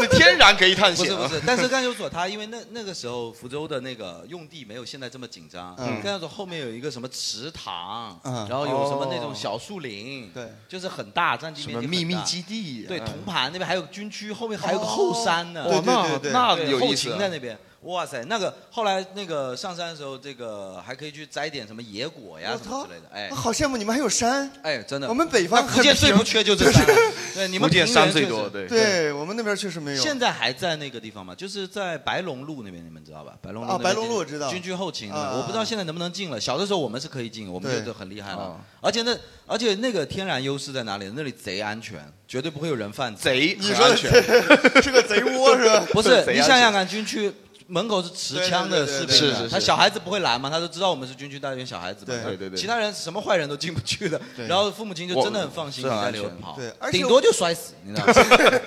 Speaker 3: 你天然可以探险
Speaker 1: 不
Speaker 3: 啊
Speaker 1: 是不是，但是干休所它因为那那个时候福州的那个用地没有现在这么紧张，
Speaker 2: 嗯
Speaker 1: 干休所后面有一个什么池塘，
Speaker 2: 嗯
Speaker 1: 然后有什么那种
Speaker 2: 哦
Speaker 1: 小树林，
Speaker 2: 对，
Speaker 1: 就是很大，占地面积
Speaker 2: 什么
Speaker 1: 很大
Speaker 2: 秘密基地
Speaker 1: 对，
Speaker 2: 嗯
Speaker 1: 铜盘那边还有军区，后面还有个后山呢，
Speaker 2: 哦对对对对
Speaker 1: 那
Speaker 2: 对
Speaker 1: 后
Speaker 2: 有意思啊
Speaker 1: 勤在那边。哇塞，那个后来那个上山的时候，这个还可以去摘点什么野果呀
Speaker 2: 我
Speaker 1: 什么
Speaker 2: 操
Speaker 1: 之类的，哎
Speaker 2: 我，好羡慕你们还有山。
Speaker 1: 哎，真的，
Speaker 2: 我们北方
Speaker 1: 那
Speaker 2: 很
Speaker 1: 福建最
Speaker 2: 平
Speaker 1: 不缺就这山了，对，你们
Speaker 3: 福建
Speaker 1: 平原
Speaker 3: 山最
Speaker 1: 确实
Speaker 3: 多对
Speaker 2: 对我们那边确实没有。
Speaker 1: 现在还在那个地方吗？就是在白龙路那边，你们知道吧？白龙路
Speaker 2: 啊
Speaker 1: 那边
Speaker 2: 白龙路我知道
Speaker 1: 军区后勤
Speaker 2: 啊
Speaker 1: 的，我不知道现在能不能进了。小的时候我们是可以进，我们
Speaker 2: 对
Speaker 1: 觉得很厉害
Speaker 2: 哦
Speaker 1: 了。而且那而且那个天然优势在哪里？那里贼安全，绝对不会有人犯
Speaker 3: 贼
Speaker 2: 你说的 是是个贼窝是吧
Speaker 1: 不是，
Speaker 2: 贼安全
Speaker 1: 你想想看，军区。门口是持枪的
Speaker 2: 对
Speaker 1: 士
Speaker 2: 对对
Speaker 1: 兵
Speaker 2: 对
Speaker 1: 的，
Speaker 2: 是是是
Speaker 1: 他小孩子不会拦嘛，他都知道我们是军区大院小孩子嘛，
Speaker 2: 对对对对
Speaker 1: 其他人什么坏人都进不去的，
Speaker 2: 对
Speaker 1: 然后父母亲就真的很放心你
Speaker 2: 我
Speaker 1: 在里面跑，
Speaker 2: 对，而且
Speaker 1: 顶多就摔死，你知道吗？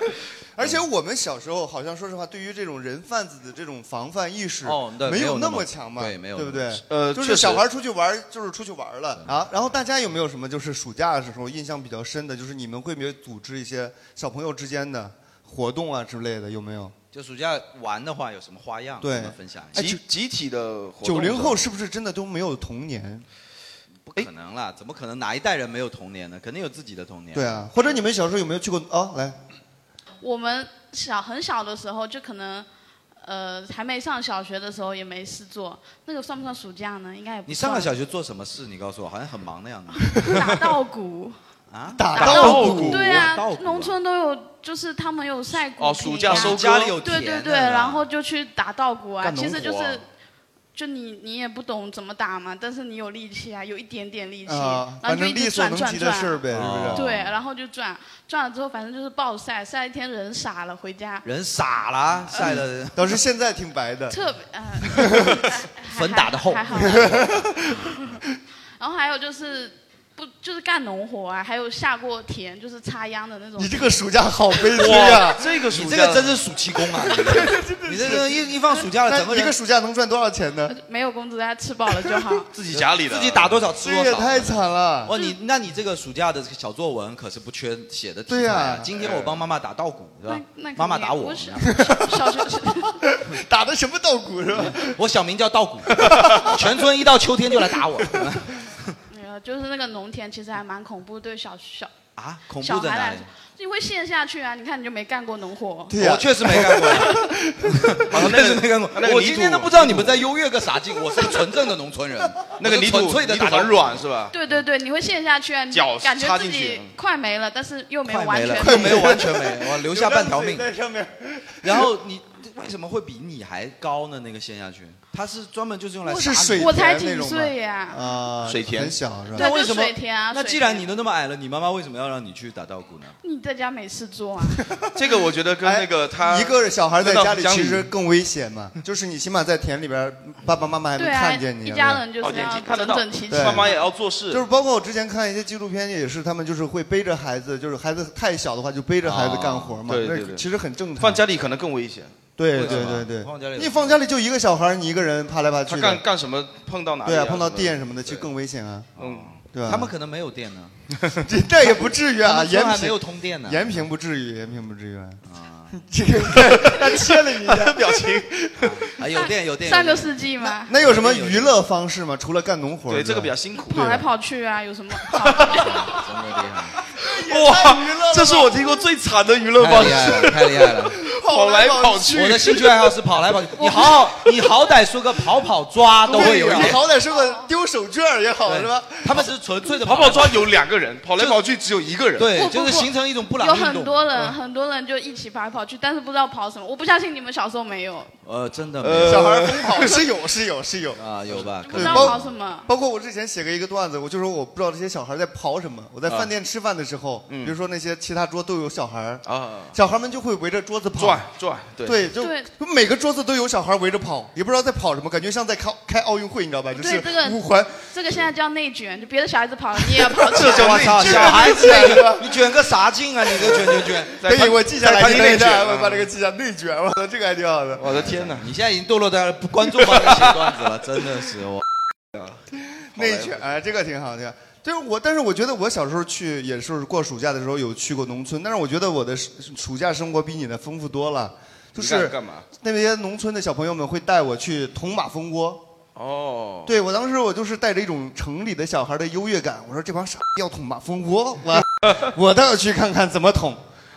Speaker 2: 而且我们小时候好像说实话，对于这种人贩子的这种防范意识，
Speaker 1: 哦对
Speaker 2: 没
Speaker 1: 没有
Speaker 2: 那
Speaker 1: 那么
Speaker 2: 强嘛，
Speaker 1: 对没有
Speaker 2: 对不
Speaker 1: 那么
Speaker 2: 对？
Speaker 3: 呃
Speaker 2: 就是
Speaker 3: 确实
Speaker 2: 小孩出去玩，就是出去玩了啊。然后大家有没有什么就是暑假的时候印象比较深的，就是你们会不会组织一些小朋友之间的活动啊之类的？有没有？
Speaker 1: 就暑假玩的话有什么花样？
Speaker 2: 对
Speaker 1: 我们分享一下。
Speaker 3: 集集体的活动
Speaker 2: 九零后是不是真的都没有童年？
Speaker 1: 不可能啦，怎么可能哪一代人没有童年呢？肯定有自己的童年。
Speaker 2: 对啊，或者你们小时候有没有去过啊？来，
Speaker 9: 我们小很小的时候，就可能呃还没上小学的时候也没事做，那个算不算暑假呢？应该也不
Speaker 1: 你上
Speaker 9: 算
Speaker 1: 了小学做什么事？你告诉我，好像很忙的样子。
Speaker 9: 打稻谷。
Speaker 1: 啊，
Speaker 2: 打
Speaker 9: 对啊
Speaker 1: 稻，谷
Speaker 9: 农村都有，就是他们有晒谷、啊
Speaker 1: 哦暑假收割家里有
Speaker 9: 对对
Speaker 1: 田
Speaker 9: 对，
Speaker 1: 的啊
Speaker 9: 然后就去打稻谷啊，
Speaker 1: 干农
Speaker 9: 其
Speaker 1: 活
Speaker 9: 实就是。就你，你也不懂怎么打嘛，但是你有力气啊，有一点点力气，
Speaker 2: 啊
Speaker 9: 然后就一
Speaker 2: 反正力
Speaker 9: 直
Speaker 2: 所
Speaker 9: 转
Speaker 2: 能
Speaker 9: 转
Speaker 2: 及的
Speaker 9: 转，
Speaker 2: 事儿呗是不是
Speaker 9: 对，然后就转，转了之后反正就是暴晒，晒一天人傻了，回家
Speaker 1: 人傻啦，晒 的
Speaker 2: 倒是现在挺白的，
Speaker 9: 特别呃，
Speaker 1: 粉打的厚。
Speaker 9: 还 好然后还有就是不就是干农活啊，还有下过田，就是插秧的那种。
Speaker 2: 你这个暑假好悲催 啊！
Speaker 3: 这个
Speaker 1: 你这个真是暑期工啊！ 你这个一一放暑假了，整个
Speaker 2: 那一
Speaker 1: 人
Speaker 2: 个暑假能赚多少钱呢？
Speaker 9: 没有工资，大家吃饱了就 好。
Speaker 3: 自己家里的
Speaker 1: 自己打多少吃多
Speaker 2: 这也
Speaker 1: 少。
Speaker 2: 太惨了。
Speaker 1: 哦，你那你这个暑假的小作文可是不缺写的题材
Speaker 2: 对
Speaker 1: 啊
Speaker 2: 呀！
Speaker 1: 今天我帮妈妈打稻谷，是吧
Speaker 9: 那那？
Speaker 1: 妈妈打我
Speaker 9: 肯，定小学生
Speaker 2: 打的什么稻谷是吧？
Speaker 1: 我小名叫稻谷，全村一到秋天就来打我。
Speaker 9: 没有，就是那个农田其实还蛮恐怖，对小小
Speaker 1: 啊，恐
Speaker 9: 小
Speaker 1: 怖在
Speaker 9: 孩
Speaker 1: 哪
Speaker 9: 来
Speaker 1: 里
Speaker 9: 说？，你会陷下去啊！你看你就没干过农活，
Speaker 2: 对呀
Speaker 1: 我确实没干过，我确实没干过
Speaker 3: 那个。泥
Speaker 1: 我今天
Speaker 3: 土
Speaker 1: 都不知道你们在优越个啥劲，我是个纯正的农村人，
Speaker 3: 那个
Speaker 1: 我是
Speaker 3: 泥土
Speaker 1: 纯粹的
Speaker 3: 泥土
Speaker 1: 打稻
Speaker 3: 很
Speaker 1: 谷
Speaker 3: 软是吧？
Speaker 9: 对对对，你会陷下去啊！你
Speaker 3: 脚
Speaker 9: 感觉
Speaker 3: 插
Speaker 9: 自
Speaker 3: 进去
Speaker 9: 己快没了，但是又没
Speaker 1: 快
Speaker 9: 有完
Speaker 1: 没了，
Speaker 9: 全
Speaker 1: 快没有完全没，我留下半条 命
Speaker 2: 有张嘴。在上面。
Speaker 1: 然后你为什么会比你还高呢？那个陷下去，它是专门就是用来
Speaker 2: 我
Speaker 1: 杀
Speaker 2: 是水
Speaker 1: 你
Speaker 9: 我才
Speaker 2: 田那
Speaker 9: 几
Speaker 2: 种吧
Speaker 9: 岁呀、
Speaker 2: 啊，
Speaker 3: 水田
Speaker 2: 很小是吧？
Speaker 9: 对
Speaker 1: 那为什么
Speaker 9: 就水田啊
Speaker 1: 那
Speaker 9: 水
Speaker 1: 既然你都那么矮了，你妈妈为什么要让你去打稻谷呢？
Speaker 9: 你在家没事 做啊？
Speaker 3: 这个我觉得跟那个
Speaker 1: 啊
Speaker 3: 他
Speaker 2: 哎一个小孩在家里
Speaker 3: 跟那
Speaker 2: 其
Speaker 3: 江
Speaker 2: 实
Speaker 3: 里
Speaker 2: 更危险嘛，就是你起码在田里边，爸爸妈妈还能
Speaker 9: 对啊，
Speaker 2: 看见你。
Speaker 9: 一
Speaker 2: 对
Speaker 9: 家人就
Speaker 3: 哦
Speaker 9: 是
Speaker 3: 眼
Speaker 9: 要
Speaker 3: 睛看得
Speaker 9: 整
Speaker 3: 到
Speaker 9: 整齐齐。
Speaker 2: 对
Speaker 3: 妈妈也要做事，
Speaker 2: 就是包括我之前看一些纪录片，也是他们就是会背着孩子，就是孩子太小的话就背着孩子干活
Speaker 3: 哦
Speaker 2: 嘛，
Speaker 3: 对对对
Speaker 2: 那其实很正常。
Speaker 3: 放家里可能更危险。
Speaker 2: 对
Speaker 1: 为什
Speaker 2: 对对
Speaker 1: 么
Speaker 2: 对，
Speaker 1: 放家里
Speaker 2: 你放家里就一个小孩，你一个人爬来爬
Speaker 3: 他
Speaker 2: 去
Speaker 3: 干
Speaker 2: 的，
Speaker 3: 干什么碰到哪里？
Speaker 2: 对
Speaker 3: 啊，
Speaker 2: 啊，碰到电什
Speaker 3: 么
Speaker 2: 么的就更危险啊，
Speaker 3: 的。嗯，
Speaker 2: 对吧？
Speaker 1: 他们可能没有电呢，
Speaker 2: 这这也不至于
Speaker 1: 他
Speaker 2: 啊，
Speaker 1: 们村
Speaker 2: 延
Speaker 1: 还
Speaker 2: 平
Speaker 1: 没有通电呢。
Speaker 2: 延平不至于，延平不至于啊。 这个他切了你 一下。
Speaker 3: 表情。
Speaker 1: 啊，有电有电。
Speaker 9: 上
Speaker 1: 有
Speaker 9: 个
Speaker 1: 电
Speaker 9: 世纪嘛，
Speaker 2: 那有什么娱乐方式吗？除了干农活儿之外？
Speaker 3: 对，这个比较辛苦。
Speaker 9: 跑来跑去啊，有 什么 好？
Speaker 1: 真的 厉害，
Speaker 3: 哇，这是我听过最惨的娱乐
Speaker 1: 太
Speaker 3: 方
Speaker 1: 厉害
Speaker 3: 式，
Speaker 1: 了，太厉害了。
Speaker 3: 跑来跑
Speaker 1: 我
Speaker 3: 去
Speaker 1: 的。兴趣爱好是跑来 跑去。你好好，你好歹说个跑跑抓都会有一
Speaker 2: 你
Speaker 1: 点。
Speaker 2: 好歹说个丢手绢儿也好是吧？
Speaker 1: 他们只是纯粹的
Speaker 3: 跑跑抓有两个人，跑来跑去只有一个人。，
Speaker 1: 对，
Speaker 9: 不
Speaker 1: 就
Speaker 9: 不
Speaker 1: 是
Speaker 9: 不
Speaker 1: 形成一种布朗
Speaker 9: 有
Speaker 1: 运动。
Speaker 9: 很多人，
Speaker 2: 嗯
Speaker 9: 很多人就一起跑来跑去，但是不知道跑什么。我不相信你们小时候没
Speaker 2: 嗯
Speaker 9: 有，
Speaker 1: 呃，真的没有
Speaker 2: 小孩儿疯跑是有是有是有。
Speaker 1: 啊，有吧？
Speaker 9: 不
Speaker 1: 可
Speaker 9: 知
Speaker 1: 能
Speaker 9: 道
Speaker 2: 包
Speaker 9: 跑什么。
Speaker 2: 包括我之前写过一个段子，我就说我不知道这些小孩在跑什么。我
Speaker 1: 嗯
Speaker 2: 在饭店吃饭的时候，比如说那些其他桌都有小孩儿，
Speaker 3: 啊，
Speaker 2: 小孩们就会围着桌子跑，
Speaker 3: 转转，对，
Speaker 2: 对，就
Speaker 9: 对
Speaker 2: 就每个桌子都有小孩围着跑，也不知道在跑什么，感觉像在开开奥运会，你知道吧？就是
Speaker 9: 这个
Speaker 2: 五环，
Speaker 9: 这个现在叫内卷，就别的小孩子跑，你也要 跑起
Speaker 2: 这叫
Speaker 1: 我
Speaker 2: 内
Speaker 1: 操，
Speaker 2: 卷
Speaker 1: 小孩子
Speaker 2: 这个，
Speaker 1: 你卷个啥劲啊？你这卷卷卷！
Speaker 3: 在
Speaker 2: 可以，
Speaker 3: 餐
Speaker 2: 我记下
Speaker 3: 在
Speaker 2: 来，
Speaker 3: 餐
Speaker 2: 你
Speaker 3: 厅
Speaker 2: 等一
Speaker 3: 内卷
Speaker 2: 下，
Speaker 3: 啊
Speaker 2: 我把这个记下。内卷，我操，这个还挺好的。
Speaker 3: 我的天哪！
Speaker 1: 你现在已经堕落到不 观众帮你写段子了，真的是我。
Speaker 2: 内卷，哎，这个挺好的。但是我但是我觉得我小时候去也是过暑假的时候有去过农村，但是我觉得我的暑暑假生活比你的丰富多了， 就
Speaker 3: 你
Speaker 2: 是
Speaker 3: 干干嘛？
Speaker 2: 那些农村的小朋友们会带我去铜马蜂窝。
Speaker 3: 哦，
Speaker 2: 对我当时我就是带着一种城里的小孩的优越感，我说这帮傻逼要捅马蜂窝，我 我倒要去看看怎么捅。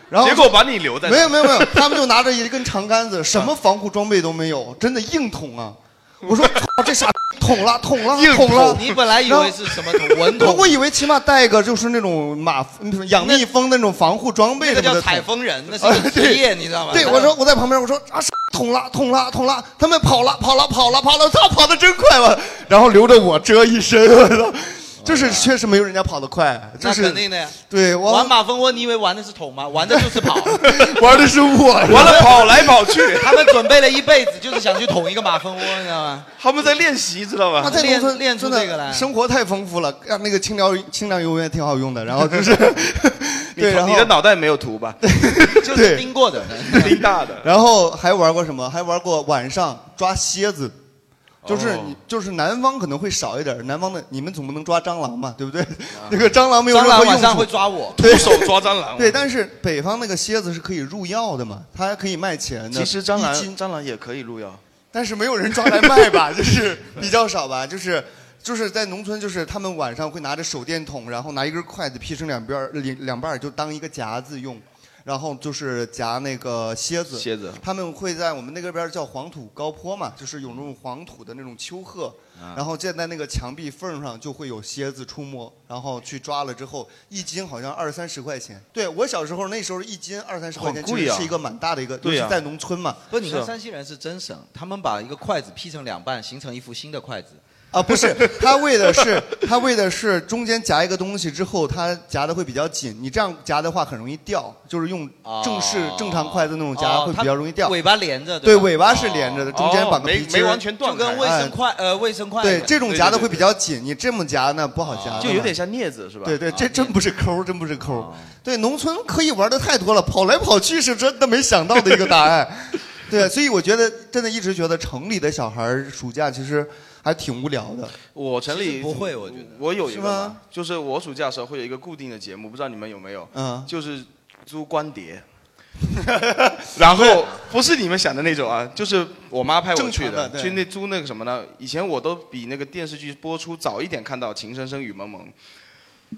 Speaker 2: 然后
Speaker 3: 结果把你留在那
Speaker 2: 没有没有没有，他们就拿着一根长杆子，什么防护装备都没有，真的硬 捅啊！我说操这傻逼捅了捅了
Speaker 1: 硬
Speaker 2: 捅了
Speaker 1: 捅，你本来以为是什么捅蚊
Speaker 2: 然后
Speaker 1: 捅
Speaker 2: 我以为起码带个就是那种马养蜜蜂那种防护装备
Speaker 1: 那个
Speaker 2: 什么
Speaker 1: 叫
Speaker 2: 的
Speaker 1: 采
Speaker 2: 捅。
Speaker 1: 风人，那是个职业，你知道吗？
Speaker 2: 对，我说我在旁边，我说啊，是捅了，捅了，捅了，他们跑了，跑了，跑了，跑了，操，跑的真快我，然后留着我遮一身，我操，就是确实没有人家跑得快，就
Speaker 1: 那
Speaker 2: 是
Speaker 1: 肯定的呀。
Speaker 2: 对，我
Speaker 1: 玩马蜂窝，你以为玩的是捅吗？玩的就是跑，
Speaker 2: 玩的是我，
Speaker 3: 完了跑来跑去，
Speaker 1: 他们准备了一辈子，就是想去捅一个马蜂窝，你知道吗？
Speaker 3: 他们在练习，知道吗？
Speaker 2: 他在农村
Speaker 1: 练练出
Speaker 2: 真的
Speaker 1: 这个来
Speaker 2: 生活太丰富了，让那个清凉清凉油烟挺好用的，然后就是
Speaker 3: 你
Speaker 2: 对，然后
Speaker 3: 你的脑袋没有图吧？
Speaker 1: 就是盯过的。
Speaker 3: 丁大的，
Speaker 2: 然后还玩过什么？还玩过晚上抓蝎子，就是
Speaker 3: 哦
Speaker 2: 你、就是南方可能会少一点，南方的你们总不能抓蟑螂嘛，对不对？那个蟑螂没有
Speaker 1: 蟑
Speaker 2: 任
Speaker 1: 螂
Speaker 2: 何
Speaker 1: 晚
Speaker 2: 用
Speaker 1: 上会
Speaker 2: 处。
Speaker 1: 抓我，
Speaker 3: 徒手抓蟑螂。啊
Speaker 2: 对，但是北方那个蝎子是可以入药的嘛，它还可以卖钱的。
Speaker 3: 其实蟑螂
Speaker 2: 一斤
Speaker 3: 蟑螂也可以入药。
Speaker 2: 但是没有人抓来卖吧， 就是比较少吧，就是就是在农村，就是他们晚上会拿着手电筒，然后拿一根筷子劈成两边儿两两半儿就当一个夹子用，然后就是夹那个蝎子。
Speaker 3: 蝎子
Speaker 2: 他们会在我们那个边儿叫黄土高坡嘛，就是有那种黄土的那种丘壑，
Speaker 3: 啊
Speaker 2: 然后建在那个墙壁缝上就会有蝎子出没，然后去抓了之后，一斤好像二三十块钱。对我小时候那时候一斤二三十块钱，
Speaker 3: 很
Speaker 2: 其
Speaker 3: 贵
Speaker 2: 实
Speaker 3: 啊
Speaker 2: 是一个啊蛮大的一个，尤
Speaker 3: 对
Speaker 2: 其
Speaker 3: 啊
Speaker 2: 在农村嘛。
Speaker 1: 不，你看
Speaker 3: 是啊
Speaker 1: 山西人是真省，他们把一个筷子劈成两半，形成一副新的筷子。
Speaker 2: 啊，不是，他为的是 他为的是中间夹一个东西之后，它夹的会比较紧。你这样夹的话很容易掉，就是用
Speaker 1: 哦
Speaker 2: 正式、正常筷子那种夹
Speaker 1: 哦
Speaker 2: 会比
Speaker 1: 它
Speaker 2: 较容易掉。
Speaker 1: 尾巴连着，
Speaker 2: 对
Speaker 1: 吧
Speaker 2: 尾巴是连着的，中间绑个
Speaker 3: 哦没
Speaker 2: 皮
Speaker 3: 没
Speaker 2: 筋儿。哎
Speaker 3: 完全断
Speaker 1: 就跟
Speaker 3: 开，
Speaker 1: 卫生筷呃卫生筷一
Speaker 2: 对，
Speaker 1: 样
Speaker 2: 这种
Speaker 3: 对
Speaker 2: 夹的
Speaker 3: 对
Speaker 2: 会
Speaker 3: 对
Speaker 2: 比较紧，你这么夹呢不好夹，
Speaker 3: 哦就有点。像镊子是吧？啊
Speaker 2: 对对，这
Speaker 1: 啊
Speaker 2: 真不是抠，真不是抠。对，农村可以玩的太多了，跑来跑去是真的没想到的一个答案。对，所以我觉得真的一直觉得城里的小孩儿暑假其实还挺无聊的。
Speaker 3: 我城
Speaker 1: 其
Speaker 3: 里
Speaker 1: 实不会我觉得
Speaker 3: 我有一个
Speaker 2: 是
Speaker 3: 嘛
Speaker 2: 吗，
Speaker 3: 就是我暑假的时候会有一个固定的节目，不知道你们有没有？
Speaker 2: 嗯
Speaker 3: 就是租光 碟。然后不是你们想的那种啊，就是我妈派我去
Speaker 2: 正常的对
Speaker 3: 去那租那个什么呢？以前我都比那个电视剧播出早一点看到《情深深雨蒙蒙》，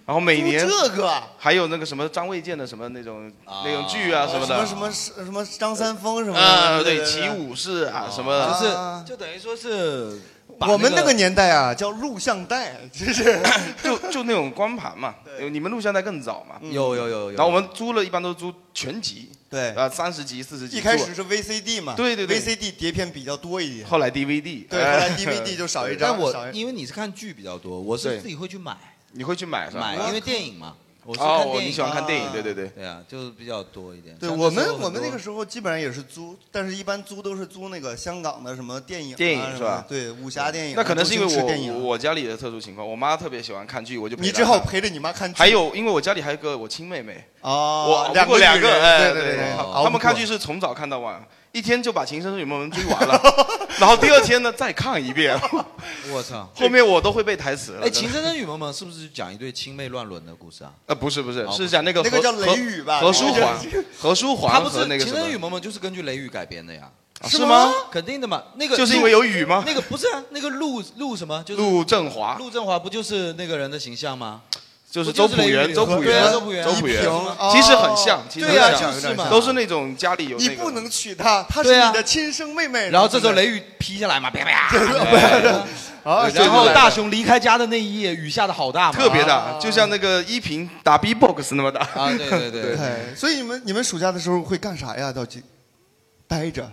Speaker 3: 然后每年
Speaker 2: 这个啊。
Speaker 3: 还有那个什么张卫健的什么那种
Speaker 1: 啊
Speaker 3: 那种剧啊什么
Speaker 2: 什
Speaker 3: 的，
Speaker 2: 么什么什么张三丰什么的
Speaker 3: 啊对，齐。武士啊什么
Speaker 1: 就
Speaker 3: 的，
Speaker 1: 是
Speaker 2: 啊
Speaker 1: 就等于说是把
Speaker 2: 我们那个年代啊，叫录像带，就是
Speaker 3: 就就那种光盘嘛。你们录像带更早嘛？
Speaker 1: 有有有有，
Speaker 3: 然后我们租了一般都租全集，
Speaker 2: 嗯对
Speaker 3: 啊，三十集、四十集。
Speaker 2: 一开始
Speaker 3: 租
Speaker 2: 是 VCD 嘛，
Speaker 3: 对对对
Speaker 2: ，VCD 碟片比较多一点，
Speaker 3: 后来 DVD，
Speaker 2: 对，后
Speaker 3: 哎
Speaker 2: 来 DVD 就少一张，
Speaker 1: 但
Speaker 2: 少
Speaker 1: 我
Speaker 2: 一
Speaker 1: 因为你是看剧比较多，我是
Speaker 3: 对
Speaker 1: 自己会去买
Speaker 3: 你会去买是吧？
Speaker 1: 买，因为电影嘛，我是看
Speaker 3: 哦，
Speaker 1: 电
Speaker 3: 你
Speaker 1: 影
Speaker 3: 喜欢
Speaker 1: 嘛。
Speaker 3: 看电影，
Speaker 2: 啊
Speaker 3: 对对对。
Speaker 1: 对啊，就是比较多一点。
Speaker 2: 对
Speaker 1: 像
Speaker 2: 我
Speaker 1: 那时
Speaker 2: 们
Speaker 1: 候很
Speaker 2: 我们那
Speaker 1: 多
Speaker 2: 个时候基本上也是租，但是一般租都是租那个香港的什么电影啊
Speaker 3: 电影
Speaker 2: 什么
Speaker 3: 是吧
Speaker 2: 对，武侠电影啊。
Speaker 3: 那可能是因为
Speaker 2: 周星驰电影
Speaker 3: 我
Speaker 2: 啊
Speaker 3: 我家里的特殊情况，我妈特别喜欢看剧，我就陪
Speaker 2: 你
Speaker 3: 她
Speaker 2: 只好
Speaker 3: 看
Speaker 2: 陪着你妈看剧。
Speaker 3: 还有，因为我家里还有一个我亲妹妹，我
Speaker 2: 哦，
Speaker 3: 熬
Speaker 2: 两
Speaker 3: 不过
Speaker 2: 个
Speaker 3: 两
Speaker 2: 女
Speaker 3: 个，
Speaker 2: 人
Speaker 3: 哎，
Speaker 2: 对
Speaker 3: 对
Speaker 2: 对，
Speaker 3: 他
Speaker 2: 熬
Speaker 3: 他
Speaker 2: 不
Speaker 3: 们看
Speaker 2: 过
Speaker 3: 剧是从早看到晚，一天就把《情深深雨蒙蒙》追完 了，然后第二天呢再看一遍，
Speaker 1: 我操！
Speaker 3: 后面我都会背台词了。
Speaker 1: 哎，《
Speaker 3: 真
Speaker 1: 情
Speaker 3: 的
Speaker 1: 深深雨蒙蒙》是不是讲一对青妹乱伦的故事啊？
Speaker 3: 呃不是不是
Speaker 1: 哦，
Speaker 3: 是讲那个
Speaker 2: 那个
Speaker 3: 何
Speaker 2: 叫雷雨吧
Speaker 3: 何何
Speaker 2: 那
Speaker 3: 书
Speaker 2: 个叫
Speaker 3: 桓，何书
Speaker 1: 他
Speaker 3: 桓
Speaker 1: 不是
Speaker 3: 和那
Speaker 1: 《
Speaker 3: 个
Speaker 1: 情
Speaker 3: 什
Speaker 1: 深深雨
Speaker 3: 么
Speaker 1: 蒙蒙》就是根据《雷雨》改编的呀？
Speaker 3: 啊是吗？
Speaker 1: 肯定的嘛，那个
Speaker 3: 就是因为有雨吗？
Speaker 1: 那个不是啊，那个陆陆什么就是
Speaker 3: 陆振华
Speaker 1: 陆振华不就是那个人的形象吗？
Speaker 3: 就是周朴园，周朴
Speaker 1: 对啊
Speaker 3: 园，
Speaker 1: 周朴园
Speaker 3: 周
Speaker 1: 一
Speaker 3: 朴园
Speaker 1: 平，
Speaker 2: 哦
Speaker 3: 其实很像，其实
Speaker 2: 对
Speaker 3: 很
Speaker 2: 呀、
Speaker 1: 啊
Speaker 3: 像，
Speaker 2: 就是嘛，
Speaker 3: 都是那种家里有那
Speaker 2: 你
Speaker 3: 个
Speaker 2: 不能娶她，她是
Speaker 1: 对啊
Speaker 2: 你的亲生妹妹。
Speaker 1: 然后这时候雷雨劈下来嘛，啪啪。
Speaker 3: 哎
Speaker 2: 啊，
Speaker 1: 然后大雄离开家的那一夜，雨下的好大嘛，
Speaker 3: 特别大，就像那个依萍打 B-box 那么大。
Speaker 1: 啊！对对对，
Speaker 2: 对，所以你们你们暑假的时候会干啥呀？到底待着，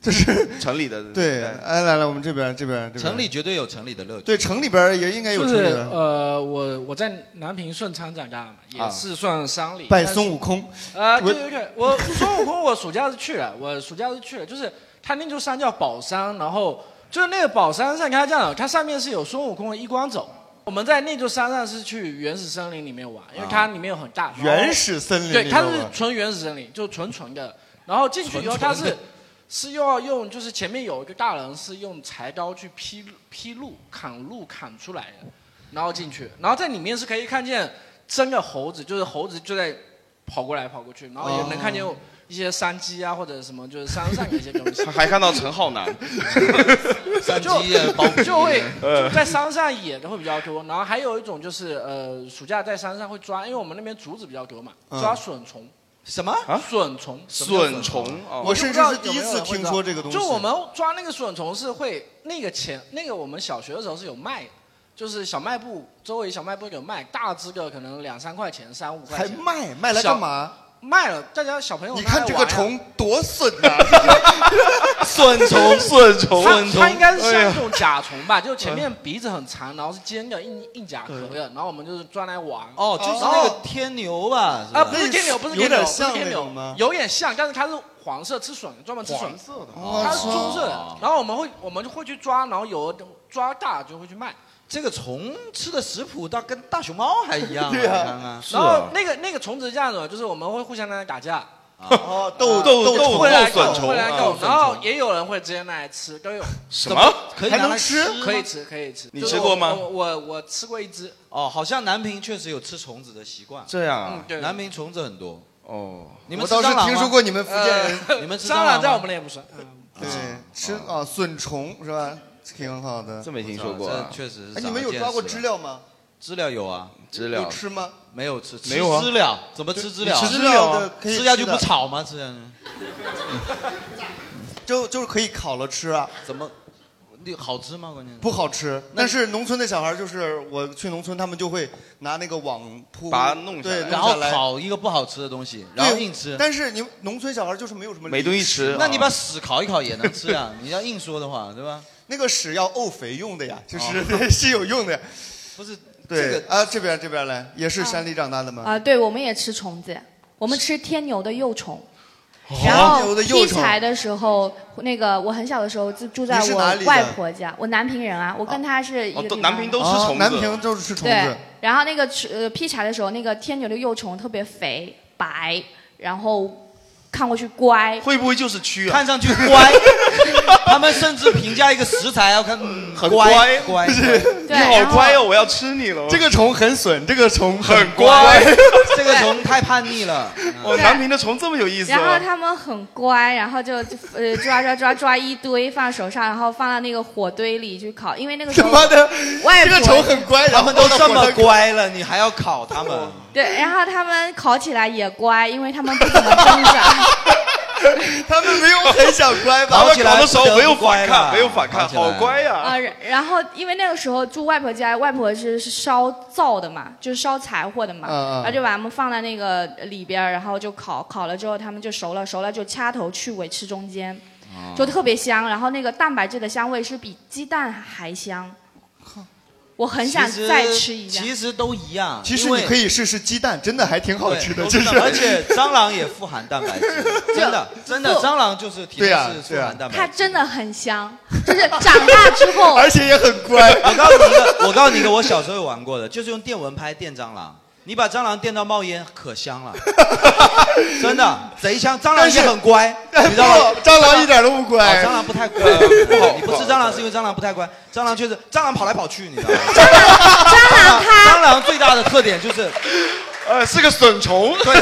Speaker 2: 就是
Speaker 3: 城里的
Speaker 2: 对，哎，来来，我们这边这边这边，
Speaker 1: 哦城里绝对有城里的乐趣。
Speaker 2: 对城里边儿也应该有
Speaker 10: 就
Speaker 2: 城
Speaker 10: 是
Speaker 2: 里边儿。
Speaker 10: 呃，我我在南平顺昌长大嘛，也是算山里。
Speaker 2: 啊拜
Speaker 10: 但是
Speaker 2: 孙悟空，
Speaker 10: 啊，
Speaker 2: 我
Speaker 10: 对对对，我孙悟空，我暑假是去了，我暑假是去了，就是他那座山叫宝山，然后就是那个宝山上，它这样，它上面是有孙悟空的衣冠冢。我们在那座山上是去原始森林里面玩，因为它里面有很大。然后
Speaker 2: 啊原始森林里
Speaker 10: 对，
Speaker 2: 边
Speaker 10: 它
Speaker 2: 儿
Speaker 10: 是
Speaker 2: 吧。
Speaker 10: 纯原始森林，就纯纯的。然后进去以后，它是是又要用，就是前面有一个大人是用柴刀去劈劈路、砍路砍出来的。然后进去，然后在里面是可以看见真的猴子，就是猴子就在跑过来跑过去，然后也能看见
Speaker 3: 哦
Speaker 10: 一些山鸡啊，或者什么就是山上的一些东西。
Speaker 3: 还看到陈 浩南，
Speaker 10: 山
Speaker 3: 鸡啊包皮啊
Speaker 10: 就 会
Speaker 3: 呃
Speaker 10: 就在山上野的会比较多，然后还有一种就是呃，暑假在山上会抓，因为我们那边竹子比较多嘛，
Speaker 2: 嗯
Speaker 10: 抓笋虫。
Speaker 1: 什么
Speaker 10: 笋虫？什么叫
Speaker 3: 笋虫哦
Speaker 10: 我
Speaker 2: 啊我
Speaker 10: 就不
Speaker 2: 甚
Speaker 10: 知
Speaker 2: 至
Speaker 10: 道
Speaker 2: 是第一次听说这个东西。
Speaker 10: 有没有人会抓就我们抓那个笋虫是会那个钱，那个我们小学的时候是有卖的，就是小卖部周围小卖部有卖，大只的可能两三块钱、三五块
Speaker 2: 还
Speaker 10: 钱。
Speaker 2: 卖卖来干嘛？
Speaker 10: 卖了，大家小朋友
Speaker 2: 你
Speaker 10: 拿来
Speaker 2: 看这个
Speaker 10: 玩呀
Speaker 2: 虫多损啊呐、
Speaker 1: 笋虫
Speaker 3: 笋虫
Speaker 10: 它
Speaker 3: 笋
Speaker 10: 它
Speaker 3: 虫
Speaker 10: 应该是像
Speaker 3: 哎呀
Speaker 10: 那种甲虫吧，就前
Speaker 2: 哎
Speaker 10: 面鼻子很长，然后是尖的硬硬甲壳的，然后我们就是专来玩。
Speaker 1: 哦，就是那个天牛吧？是吧
Speaker 10: 啊，不是天牛，不是天牛，
Speaker 1: 有点
Speaker 10: 不是
Speaker 1: 像
Speaker 10: 天
Speaker 1: 那
Speaker 10: 牛
Speaker 1: 种吗
Speaker 10: 有点像，但是它是黄色，吃笋，专门吃笋。
Speaker 1: 黄色的
Speaker 10: 哦它是棕色的
Speaker 1: 哦。
Speaker 10: 然后我们会，我们就会去抓，然后有的抓大就会去卖。
Speaker 1: 这个虫吃的食谱大跟大熊猫还一样啊，
Speaker 10: 对啊
Speaker 1: 你看看
Speaker 10: 然后那个那个虫子是这样子的，就是我们会互相在那打架。
Speaker 2: 哦，斗
Speaker 10: 斗斗
Speaker 2: 斗虫
Speaker 10: 会来
Speaker 2: 斗
Speaker 10: 斗
Speaker 2: 笋虫
Speaker 10: 会来
Speaker 2: 啊
Speaker 10: 斗
Speaker 2: 斗，笋
Speaker 10: 然后也有人会直接拿来吃，都有。
Speaker 1: 什么可以拿来还能吃
Speaker 10: 可以吃，可以吃。
Speaker 1: 你
Speaker 10: 就是
Speaker 1: 吃过
Speaker 10: 我
Speaker 1: 吗
Speaker 10: 我我我吃过一 只。
Speaker 1: 哦，好像南平确实有吃虫子的习惯。
Speaker 3: 这样啊
Speaker 10: 嗯对
Speaker 1: 南平虫子很多。
Speaker 3: 哦，
Speaker 1: 你们
Speaker 2: 我倒是
Speaker 1: 吃蟑螂吗
Speaker 2: 听说过你们福建人
Speaker 10: 呃
Speaker 1: 你们吃
Speaker 10: 蟑螂
Speaker 1: 吗
Speaker 10: 在我们那也不算。
Speaker 2: 嗯
Speaker 1: 嗯
Speaker 2: 对，吃啊笋虫是吧？挺好的。
Speaker 3: 这没听说过啊
Speaker 1: 这确实是
Speaker 2: 哎，
Speaker 1: 长
Speaker 2: 你们有
Speaker 1: 见
Speaker 2: 抓过
Speaker 1: 识
Speaker 2: 知
Speaker 1: 了
Speaker 2: 了吗？
Speaker 1: 知了有啊，
Speaker 3: 知了
Speaker 2: 有吃吗？
Speaker 1: 没有吃，
Speaker 3: 没有啊啊
Speaker 1: 吃知了怎么吃知了？
Speaker 2: 你吃知了的可以
Speaker 1: 吃下去
Speaker 2: 吃的
Speaker 1: 不吵吗？吃下去
Speaker 2: 就就是可以烤了吃啊，
Speaker 1: 怎么？你好吃吗？关键是
Speaker 2: 不好吃。但是农村的小孩儿就是我去农村，他们就会拿那个网铺，
Speaker 3: 把它弄下来
Speaker 2: 对，
Speaker 1: 然
Speaker 2: 下
Speaker 1: 后
Speaker 2: 来
Speaker 1: 烤一个不好吃的东西，
Speaker 2: 对
Speaker 1: 然后硬吃。
Speaker 2: 但是你农村小孩就是没有什么
Speaker 3: 没东西吃
Speaker 2: 啊
Speaker 1: 那你把屎烤一烤也能吃啊？ 你要硬说的话，对吧？
Speaker 2: 那个屎要沤肥用的呀，就是
Speaker 3: 哦
Speaker 2: 是有用的呀。
Speaker 1: 不是
Speaker 2: 对
Speaker 1: 这个
Speaker 2: 啊，这边这边来，也是山里长大的吗？
Speaker 11: 啊，对，我们也吃虫子，我们吃天牛的幼虫。
Speaker 2: 哦
Speaker 11: 然
Speaker 2: 天牛
Speaker 11: 后
Speaker 2: 的幼
Speaker 11: 劈
Speaker 2: 虫
Speaker 11: 柴的时候，那个我很小的时候就住在
Speaker 2: 你是
Speaker 11: 我
Speaker 2: 哪里的
Speaker 11: 外婆家，我南平人啊，我跟她是一个
Speaker 3: 哦
Speaker 11: 地
Speaker 3: 都
Speaker 11: 方的、
Speaker 3: 南平都吃虫子
Speaker 2: 南平就是吃虫
Speaker 11: 对
Speaker 2: 子，，
Speaker 11: 然后那个吃呃劈柴的时候，那个天牛的幼虫特别肥白，然后看过去乖，
Speaker 3: 会不会就是蛆啊？
Speaker 1: 看上去乖，他们甚至评价一个食材要看嗯
Speaker 3: 很
Speaker 1: 乖
Speaker 3: 乖
Speaker 1: 乖，
Speaker 3: 你好乖哦，我要吃你了。
Speaker 2: 这个虫很损，这个虫很
Speaker 3: 乖，
Speaker 1: 这个虫太叛逆了。嗯
Speaker 3: 哦，南平的虫这么有意思
Speaker 11: 然后
Speaker 3: 哦。
Speaker 11: 他们很乖，然后就就呃抓抓抓抓一堆放手上，然后放到那个火堆里去烤，因为那个时
Speaker 2: 他
Speaker 11: 候
Speaker 2: 妈的，
Speaker 11: 外
Speaker 2: 这
Speaker 11: 婆
Speaker 2: 个虫很乖，
Speaker 1: 他
Speaker 2: 然后
Speaker 1: 们都这么
Speaker 2: 乖，
Speaker 1: 乖了，你还要考他们？
Speaker 11: 对，然后他们烤起来也乖，因为他们不怎么挣扎。
Speaker 2: 他们没有很想乖 吧？
Speaker 1: 搞
Speaker 3: 他们
Speaker 1: 起
Speaker 3: 搞
Speaker 1: 来
Speaker 3: 的时
Speaker 1: 不
Speaker 3: 候
Speaker 1: 得
Speaker 3: 没有
Speaker 1: 不乖
Speaker 3: 反抗，
Speaker 1: 了
Speaker 3: 没有反抗，
Speaker 1: 搞起来
Speaker 3: 好乖呀！
Speaker 11: 啊，然然后因为那个时候住外婆家，外婆是是烧灶的嘛，就是烧柴火的嘛，
Speaker 2: 嗯嗯
Speaker 11: 然后就把他们放在那个里边儿，然后就烤，烤了之后他们就熟了，熟了就掐头去尾吃中间，
Speaker 2: 哦
Speaker 1: 哦
Speaker 11: 就特别香。然后那个蛋白质的香味是比鸡蛋还香， 我很想
Speaker 1: 其实
Speaker 11: 再吃一下。
Speaker 1: 其实都一样，
Speaker 2: 其实
Speaker 1: 因
Speaker 2: 你
Speaker 1: 为
Speaker 2: 可以试试鸡蛋，真的还挺好吃的，
Speaker 1: 对
Speaker 2: 就
Speaker 1: 都知道而
Speaker 2: 是。
Speaker 1: 且蟑螂也富含蛋白质，真的真的，
Speaker 11: 不
Speaker 1: 蟑螂就是体内
Speaker 2: 对啊
Speaker 1: 是富
Speaker 2: 对啊
Speaker 1: 含蛋白质。
Speaker 11: 它真的很香，就是长大之 后，
Speaker 2: 而且也很乖，
Speaker 1: 我告诉你一个，我告诉你一个，我小时候有玩过的，就是用电蚊拍电蟑螂。你把蟑螂电到冒烟，可香了，真的贼香。蟑螂也很乖， 你知道吗？
Speaker 2: 哎不蟑螂一点都不
Speaker 1: 哦
Speaker 2: 乖
Speaker 1: 蟑。螂不太 乖，你不吃蟑螂是因为蟑螂不太乖。蟑螂确实，蟑螂跑来跑去，你知道吗？
Speaker 11: 蟑螂它
Speaker 1: 蟑螂最大的特点就是，
Speaker 3: 呃，是个笋虫。
Speaker 1: 对，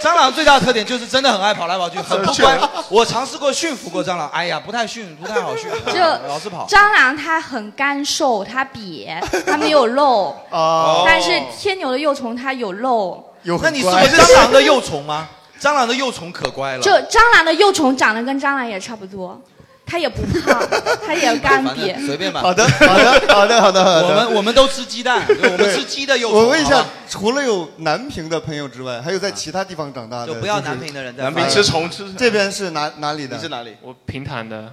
Speaker 1: 蟑螂最大的特点就是真的很爱跑来跑去，很不乖。我尝试过驯服过蟑螂，哎呀，不太驯，不太好驯服，
Speaker 11: 就
Speaker 1: 老是跑。
Speaker 11: 蟑螂它很干瘦，它瘪，它没有肉。
Speaker 2: 哦，
Speaker 11: 但是天牛的幼虫它有肉，
Speaker 2: 有
Speaker 1: 那
Speaker 2: 很
Speaker 1: 你是
Speaker 2: 乖。
Speaker 1: 蟑螂的幼虫吗？蟑螂的幼虫可乖了，
Speaker 11: 就蟑螂的幼虫长得跟蟑螂也差不多，它也不胖，它也干
Speaker 1: 反正
Speaker 11: 瘪。
Speaker 1: 哎随便吧。
Speaker 2: 好的， 好的，好的，好的，好的。
Speaker 1: 我们我们都吃鸡 蛋，啊对我们吃鸡的幼虫。
Speaker 2: 我问一
Speaker 1: 好
Speaker 2: 下
Speaker 1: 吧，
Speaker 2: 除了有南平的朋友之外，还有在其他地方长大的？
Speaker 1: 就不要
Speaker 2: 是
Speaker 1: 南平的人在
Speaker 3: 南平
Speaker 1: 发
Speaker 3: 吃
Speaker 1: 言，
Speaker 3: 虫吃，
Speaker 2: 这边是哪哪里的？
Speaker 3: 你是哪里？
Speaker 7: 我平潭的，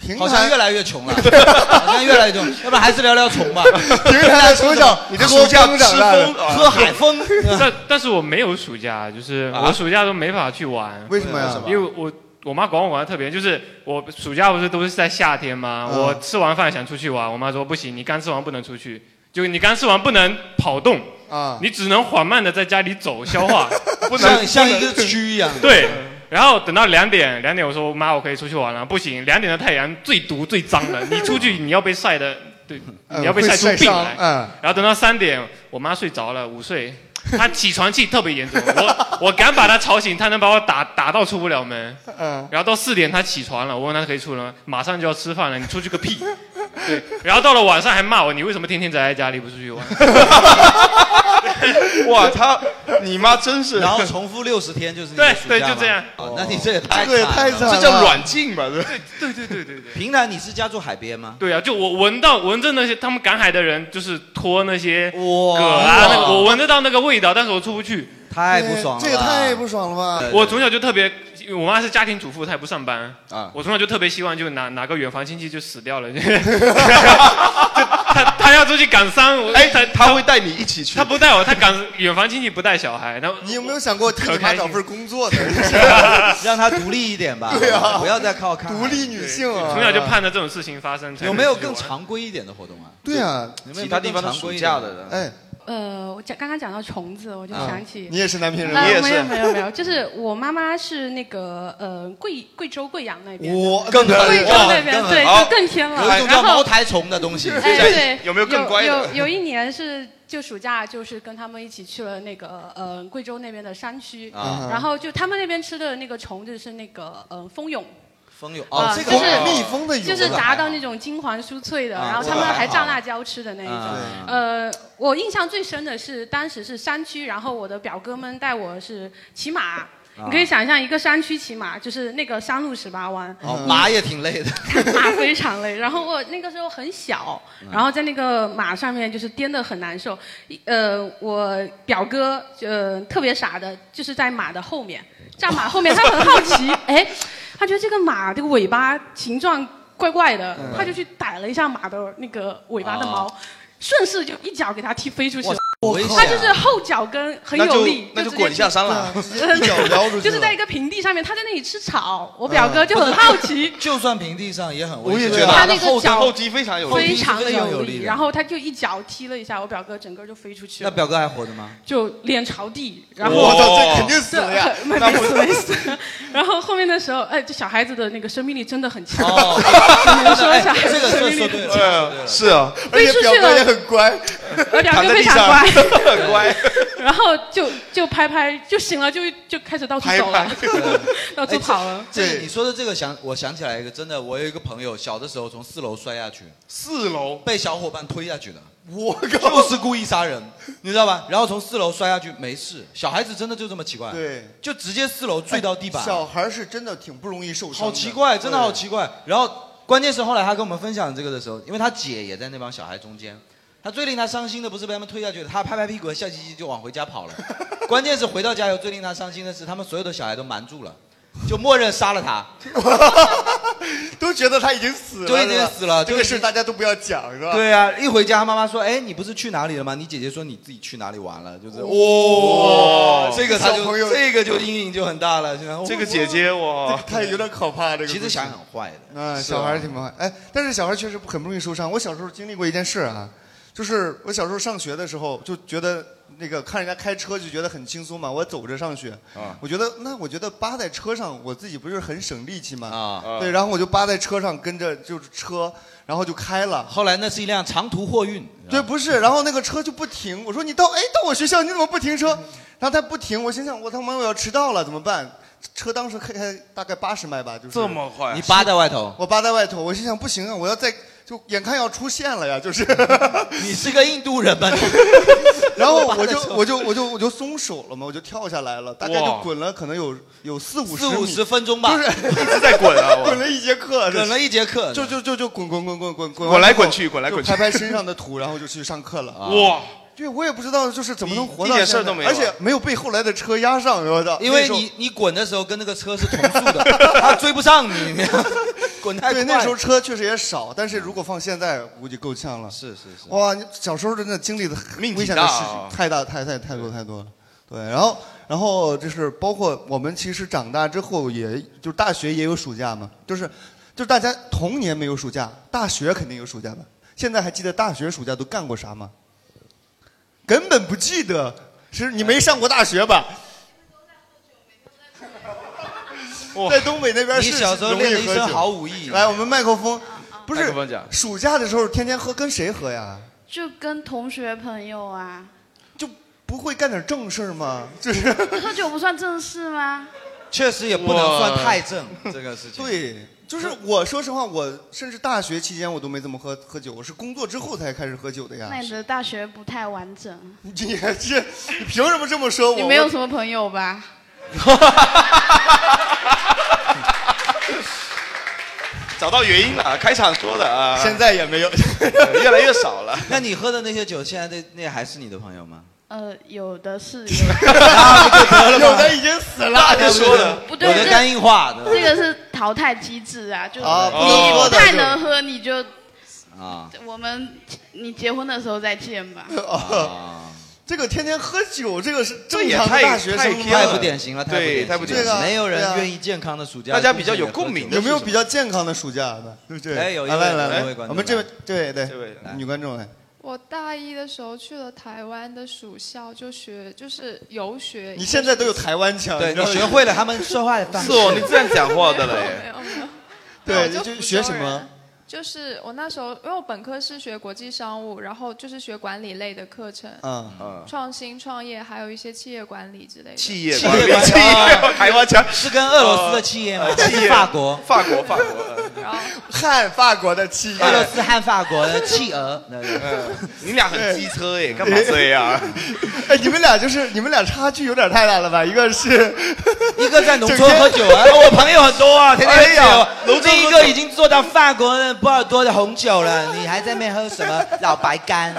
Speaker 2: 平
Speaker 1: 好像
Speaker 2: 潭
Speaker 1: 越来越 穷了，好像越来越穷，要不然还是聊聊虫吧。
Speaker 2: 平潭的从小
Speaker 3: 你这暑假
Speaker 2: 喝风
Speaker 3: 吃
Speaker 2: 长大
Speaker 3: 风
Speaker 2: 的，
Speaker 3: 啊
Speaker 1: 喝海风，
Speaker 7: 但但是我没有暑假，就是
Speaker 3: 啊
Speaker 7: 我暑假都没法去玩，
Speaker 2: 为什么
Speaker 1: 为
Speaker 2: 呀
Speaker 1: 什？么
Speaker 7: 因为我我妈管我玩的特别，就是我暑假不是都是在夏天吗？
Speaker 2: 嗯
Speaker 7: 我吃完饭想出去玩，我妈说不行，你刚吃完不能出去，就你刚吃完不能跑动，
Speaker 2: 啊，
Speaker 7: 你只能缓慢的在家里走消 化。
Speaker 3: 不能
Speaker 1: 像像一个蛆一 样。
Speaker 7: 对， 然后等到两点， 两点我说妈，我可以出去玩了，不行，两点的太阳最毒最脏了，你出去你要被晒的对，
Speaker 2: 呃
Speaker 7: 你要被晒出
Speaker 2: 会晒
Speaker 7: 病
Speaker 2: 伤
Speaker 7: 来。
Speaker 2: 嗯
Speaker 7: 然后等到三点，我妈睡着了，午睡，她起床气特别严重，我我敢把她吵醒，她能把我打打到出不了门。
Speaker 2: 嗯，
Speaker 7: 然后到四点她起床了，我问她可以出了吗？马上就要吃饭了，你出去个屁！对，然后到了晚上还骂我，你为什么天天宅在家里不出去玩？
Speaker 3: 哇，他你妈真是，
Speaker 1: 然后重复六十天就是你的
Speaker 7: 对
Speaker 1: 暑
Speaker 7: 对，
Speaker 1: 假
Speaker 7: 就
Speaker 1: 嘛
Speaker 7: 这样。
Speaker 1: 哦那你这也太
Speaker 7: 对太
Speaker 1: 惨
Speaker 7: 惨了
Speaker 1: 了，
Speaker 7: 这叫软
Speaker 3: 禁吧？对
Speaker 7: 对对对对对。
Speaker 1: 平南，你是家住海边吗？
Speaker 7: 对啊，就我闻到闻着那些他们赶海的人，就是拖那些
Speaker 1: 蛤
Speaker 7: 啊，那个我闻得到那个味道，但是我出不去，
Speaker 1: 哎太
Speaker 2: 这也太不爽了吧！
Speaker 7: 我从小就特别，我妈是家庭主妇，她也不上班
Speaker 1: 啊。
Speaker 7: 我从小就特别希望，就哪哪个远房亲戚就死掉了， 就就她她要出去赶丧，我哎，她
Speaker 3: 她会带你一起去，
Speaker 7: 她不带我，她赶远房亲戚不带小孩，然后
Speaker 2: 你有没有想过替你妈找份工作呢？
Speaker 1: 让她 独立一点吧，
Speaker 2: 对啊
Speaker 1: 不要再靠看。
Speaker 2: 独立女性啊，
Speaker 7: 从小就盼着这种事情发生。才
Speaker 1: 有没有
Speaker 7: 出去
Speaker 1: 更
Speaker 7: 玩
Speaker 1: 常规一点的活动啊？
Speaker 2: 对啊
Speaker 1: 有没有
Speaker 3: 其他地方都
Speaker 1: 更常规一
Speaker 3: 暑假
Speaker 1: 点
Speaker 3: 的
Speaker 2: 哎，
Speaker 12: 呃，我讲刚刚讲到虫子，我就
Speaker 2: 啊
Speaker 12: 想起、
Speaker 2: 你也是南平人
Speaker 12: 呃
Speaker 2: 你也是
Speaker 12: 没有没有没有，就是我妈妈是那个呃贵贵州贵阳那边的，
Speaker 1: 我更狠
Speaker 12: 贵州
Speaker 1: 哇
Speaker 12: 那边
Speaker 1: 更狠
Speaker 12: 对
Speaker 1: 好
Speaker 12: 就更偏了。
Speaker 1: 有一种叫
Speaker 12: 然后
Speaker 1: 茅台虫的东西，
Speaker 12: 哎对，有有有
Speaker 1: 一
Speaker 12: 一年是就暑假，就是跟他们一起去了那个呃贵州那边的山区，
Speaker 1: 啊
Speaker 12: 然后就他们那边吃的那个虫子是那个呃蜂蛹。
Speaker 1: 蜂蛹哦，
Speaker 12: 啊
Speaker 1: 这个
Speaker 12: 就是
Speaker 1: 蜜蜂的
Speaker 12: 就是炸到那种金黄酥脆的，
Speaker 1: 啊
Speaker 12: 然后
Speaker 1: 这
Speaker 12: 他
Speaker 1: 个
Speaker 12: 们
Speaker 1: 还
Speaker 12: 还
Speaker 1: 好
Speaker 12: 蘸辣椒吃的那一种
Speaker 1: 啊。
Speaker 12: 呃，我印象最深的是当时是山区，然后我的表哥们带我是骑马。你可以想象一个山区骑马，就是那个山路十八弯，
Speaker 1: 哦，
Speaker 12: 你
Speaker 1: 麻也挺累的，
Speaker 12: 马非常累。然后我那个时候很小，
Speaker 3: 嗯
Speaker 12: 然后在那个马上面就是颠得很难受。一呃，我表哥呃特别傻的，就是在马的后面，站马后面，他很好奇，哎，他觉得这个马这个尾巴形状怪怪的，
Speaker 1: 嗯
Speaker 12: 他就去逮了一下马的那个尾
Speaker 3: 啊
Speaker 12: 巴的毛。
Speaker 1: 哦
Speaker 12: 顺势就一脚给它踢飞出去
Speaker 1: 哇
Speaker 12: 了
Speaker 1: 好危，
Speaker 12: 他
Speaker 1: 险
Speaker 12: 就是后脚跟很有力，
Speaker 3: 啊那就那就
Speaker 12: 直接
Speaker 3: 滚下山了
Speaker 12: 踢
Speaker 3: 直接一脚撩出去了 嗯
Speaker 12: 就是在一个平地上面，他在那里吃草，我表哥就很好奇。奇，
Speaker 1: 嗯
Speaker 12: 啊
Speaker 1: 就算平地上也很危
Speaker 3: 我也
Speaker 1: 险，
Speaker 3: 觉得
Speaker 12: 他那个脚
Speaker 1: 后踢
Speaker 12: 非
Speaker 1: 是
Speaker 12: 常的
Speaker 1: 非常有
Speaker 12: 力，
Speaker 1: 的
Speaker 12: 然后他就一脚踢了一下，我表哥整个就飞出去
Speaker 1: 那
Speaker 12: 了，
Speaker 1: 表哥还活着吗？
Speaker 12: 就脸朝地，然后
Speaker 1: 哇我操这肯定死了呀
Speaker 12: 对 没
Speaker 1: 那
Speaker 12: 没
Speaker 1: 不
Speaker 12: 死没死。然后后面的时候，哎，这小孩子的那个生命力真的很强，
Speaker 1: 哦
Speaker 12: 只能
Speaker 3: 哎
Speaker 12: 说小孩
Speaker 1: 这
Speaker 12: 子
Speaker 1: 个
Speaker 12: 的
Speaker 1: 说
Speaker 12: 生命
Speaker 1: 说
Speaker 12: 力
Speaker 1: 对
Speaker 12: 很
Speaker 1: 了
Speaker 12: 强。
Speaker 1: 说对了，
Speaker 3: 是啊，
Speaker 1: 哎
Speaker 12: 而且表哥也很
Speaker 2: 乖，
Speaker 12: 我表哥非常乖，
Speaker 3: 躺在地上很乖。
Speaker 12: 然后就就拍拍就醒了，就就开始到处走了， 到处跑了。
Speaker 1: 哎这这个你说的这个想，我想起来一个，真的，我有一个朋友，小的时候从四楼摔下去，
Speaker 3: 四楼
Speaker 1: 被小伙伴推下去的，
Speaker 2: 我
Speaker 1: 靠，就是故意杀人，你知道吧？然后从四楼摔下去没事，小孩子真的就这么奇怪，
Speaker 2: 对，哎
Speaker 1: 就直接四楼坠到地板，
Speaker 2: 小孩是真的挺不容易受伤，
Speaker 1: 好奇怪，真的好。奇怪。然后关键是后来他跟我们分享这个的时候，因为他姐也在那帮小孩中间，他最令他伤心的不是被他们推下去的，他拍拍屁股笑嘻嘻就往回家 跑了。关键是回到家以后，最令他伤心的是他们所有的小孩都瞒住了，就默认杀了他，
Speaker 2: 都觉得他已经死了，
Speaker 1: 就已经死了
Speaker 2: 这
Speaker 1: 就
Speaker 2: 个
Speaker 1: 已经
Speaker 2: 事大家都不要讲，是吧？
Speaker 1: 对啊，一回家，妈妈说：“哎，你不是去哪里了吗？”你姐姐说：“你自己去哪里玩了？”就是
Speaker 2: 哇
Speaker 1: 哇，这个他
Speaker 2: 小朋友
Speaker 1: 就这个就阴影就很大了。现在
Speaker 2: 这个姐姐
Speaker 3: 哇，
Speaker 2: 她有点可怕。这个
Speaker 1: 其实
Speaker 2: 故事
Speaker 1: 想想很坏的，
Speaker 2: 啊，
Speaker 1: 是吧
Speaker 2: 小孩儿挺麻烦。哎，但是小孩儿确实很不容易受伤。我小时候经历过一件事啊，就是我小时候上学的时候就觉得那个看人家开车就觉得很轻松嘛，我走着上学。
Speaker 3: 啊
Speaker 2: 我觉得那我觉得扒在车上，我自己不是很省力气嘛。
Speaker 1: 啊
Speaker 2: 对，然后我就扒在车上跟着就是车，然后就开了。
Speaker 1: 后来那是一辆长 途货运。
Speaker 2: 对，不是，然后那个车就不停。我说你到哎到我学校你怎么不停车？然后他不停，我心想我他妈我要迟到了怎么办？车当时开开大概八十迈吧，就是
Speaker 3: 这么快
Speaker 1: 你扒在外头
Speaker 2: 我扒在外头，我心想不行啊，我要再就眼看要出现了呀， 就是
Speaker 1: 你是个印度 人吧？你
Speaker 2: 然后我就
Speaker 1: 我扒在外头
Speaker 2: 我就我就我就松手了嘛，我就跳下来了，大概就
Speaker 1: 哇
Speaker 2: 滚了可能有有四五十
Speaker 1: 四五
Speaker 2: 米
Speaker 1: 十分钟吧，
Speaker 2: 就是
Speaker 1: 一
Speaker 3: 直在滚啊我
Speaker 2: 滚了一节课，
Speaker 1: 滚了一节课
Speaker 2: 就就就就滚滚滚滚滚滚，
Speaker 3: 滚来滚去滚来滚去
Speaker 2: 就拍拍身上的土，然后就去上课了。
Speaker 3: 哇！
Speaker 2: 啊对，我也不知道，就是怎么能活
Speaker 1: 一
Speaker 2: 到
Speaker 1: 点
Speaker 2: 现在
Speaker 1: 事儿都没有啊
Speaker 2: 而且没有被后来的车压上，我操！
Speaker 1: 因为
Speaker 2: 那时候
Speaker 1: 你你滚的时候跟那个车是同速的， 他追不上你，滚太快。
Speaker 2: 对那时候车确实也少，但是如果放现在，估计够呛了。
Speaker 1: 是是是。
Speaker 2: 哇，你小时候真的经历的很
Speaker 3: 命挺
Speaker 2: 危险的
Speaker 3: 大
Speaker 2: 事
Speaker 3: 啊
Speaker 1: 哦
Speaker 2: 情太大太太太多太多了。对，然后然后就是包括我们其实长大之后也，就是大学也有暑假嘛，就是就是大家童年没有暑假，大学肯定有暑假吧？现在还记得大学暑假都干过啥吗？根本不记得，是你没上过大学吧？在东北那边
Speaker 1: 你
Speaker 2: 是
Speaker 1: 小时候
Speaker 2: 容易
Speaker 1: 练了一
Speaker 2: 喝
Speaker 1: 身
Speaker 2: 酒
Speaker 1: 好武艺
Speaker 2: 来，我们麦克风，不
Speaker 3: 哎
Speaker 2: 是暑假的时候天天喝，跟谁喝呀？
Speaker 9: 就跟同学朋友 啊，
Speaker 2: 不会干点正事儿吗？就是
Speaker 9: 喝酒不算正事吗？
Speaker 1: 确实也不能算太正这个事情。
Speaker 2: 对，就是我说实话，我甚至大学期间我都没怎么喝喝酒，我是工作之后才开始喝酒的呀
Speaker 9: 那。你的大学不太完整，
Speaker 2: 啊你这你凭什么这么说我？
Speaker 9: 你没有什么朋友吧？
Speaker 3: 找到原因了，开场说的啊。
Speaker 1: 现
Speaker 2: 在也 没有，
Speaker 3: 越来越少了。
Speaker 1: 那你喝的那些酒，现在那那还是你的朋友吗？
Speaker 9: 呃，有的是，
Speaker 1: 那不就得了吗
Speaker 9: 有
Speaker 1: 有的已经死了就说的
Speaker 9: 不对，
Speaker 1: 有的
Speaker 9: 这
Speaker 1: 肝硬化的
Speaker 9: 这个是淘汰机制啊，就是
Speaker 1: 啊不
Speaker 9: 你
Speaker 1: 能说
Speaker 9: 不
Speaker 1: 的
Speaker 9: 太
Speaker 1: 就
Speaker 9: 能喝，你就
Speaker 1: 啊，
Speaker 9: 我们你结婚的时候再见吧。
Speaker 1: 啊
Speaker 2: 这个天天喝酒，哦这个是
Speaker 1: 这
Speaker 2: 正
Speaker 1: 也
Speaker 2: 常的
Speaker 1: 太
Speaker 2: 大学生吗
Speaker 1: 太不典型了，
Speaker 2: 对
Speaker 1: 太不典型
Speaker 2: 对啊
Speaker 1: 了，没有
Speaker 2: 对啊
Speaker 1: 人愿意健康的暑假。
Speaker 2: 有没有比较健康的暑假的？对不对？
Speaker 1: 哎有一
Speaker 2: 啊
Speaker 1: 位
Speaker 2: 来来
Speaker 1: 有一位
Speaker 2: 来，
Speaker 1: 观众
Speaker 2: 我们这位对对
Speaker 1: 这位来
Speaker 2: 女观众来，
Speaker 13: 我大一的时候去了台湾的暑校，就学就是游学。
Speaker 2: 你现在都有台湾腔，
Speaker 1: 对
Speaker 2: 知道吗
Speaker 1: 你学会了他们说话的方式是哦你 这样讲话的 嘞
Speaker 13: 没有没有没有
Speaker 2: 对，
Speaker 13: 那我就
Speaker 2: 就学什
Speaker 13: 福州
Speaker 2: 么
Speaker 13: 人？就是我那时候，因为我本科是学国际商务，然后就是学管理类的课程，
Speaker 2: 嗯嗯
Speaker 13: 创新创业，还有一些企业管理之类的。
Speaker 3: 企业
Speaker 1: 企业管理
Speaker 3: 企业台湾强
Speaker 1: 是跟俄罗斯的企业吗
Speaker 3: 呃？企业
Speaker 1: 法国，
Speaker 3: 法国，法国。
Speaker 2: 汉法国的企 业，
Speaker 1: 俄罗斯和法国的企鹅。那个
Speaker 3: 哎你俩很机车耶，干嘛这样？
Speaker 2: 哎，你们俩就是你们俩差距有点太大了吧？一个是
Speaker 1: 一个在农村喝酒啊，我朋友很多
Speaker 3: 哎
Speaker 1: 啊，天天喝酒。第一个已经做到法国的波尔多的红酒了，你还在那边喝什么老白干？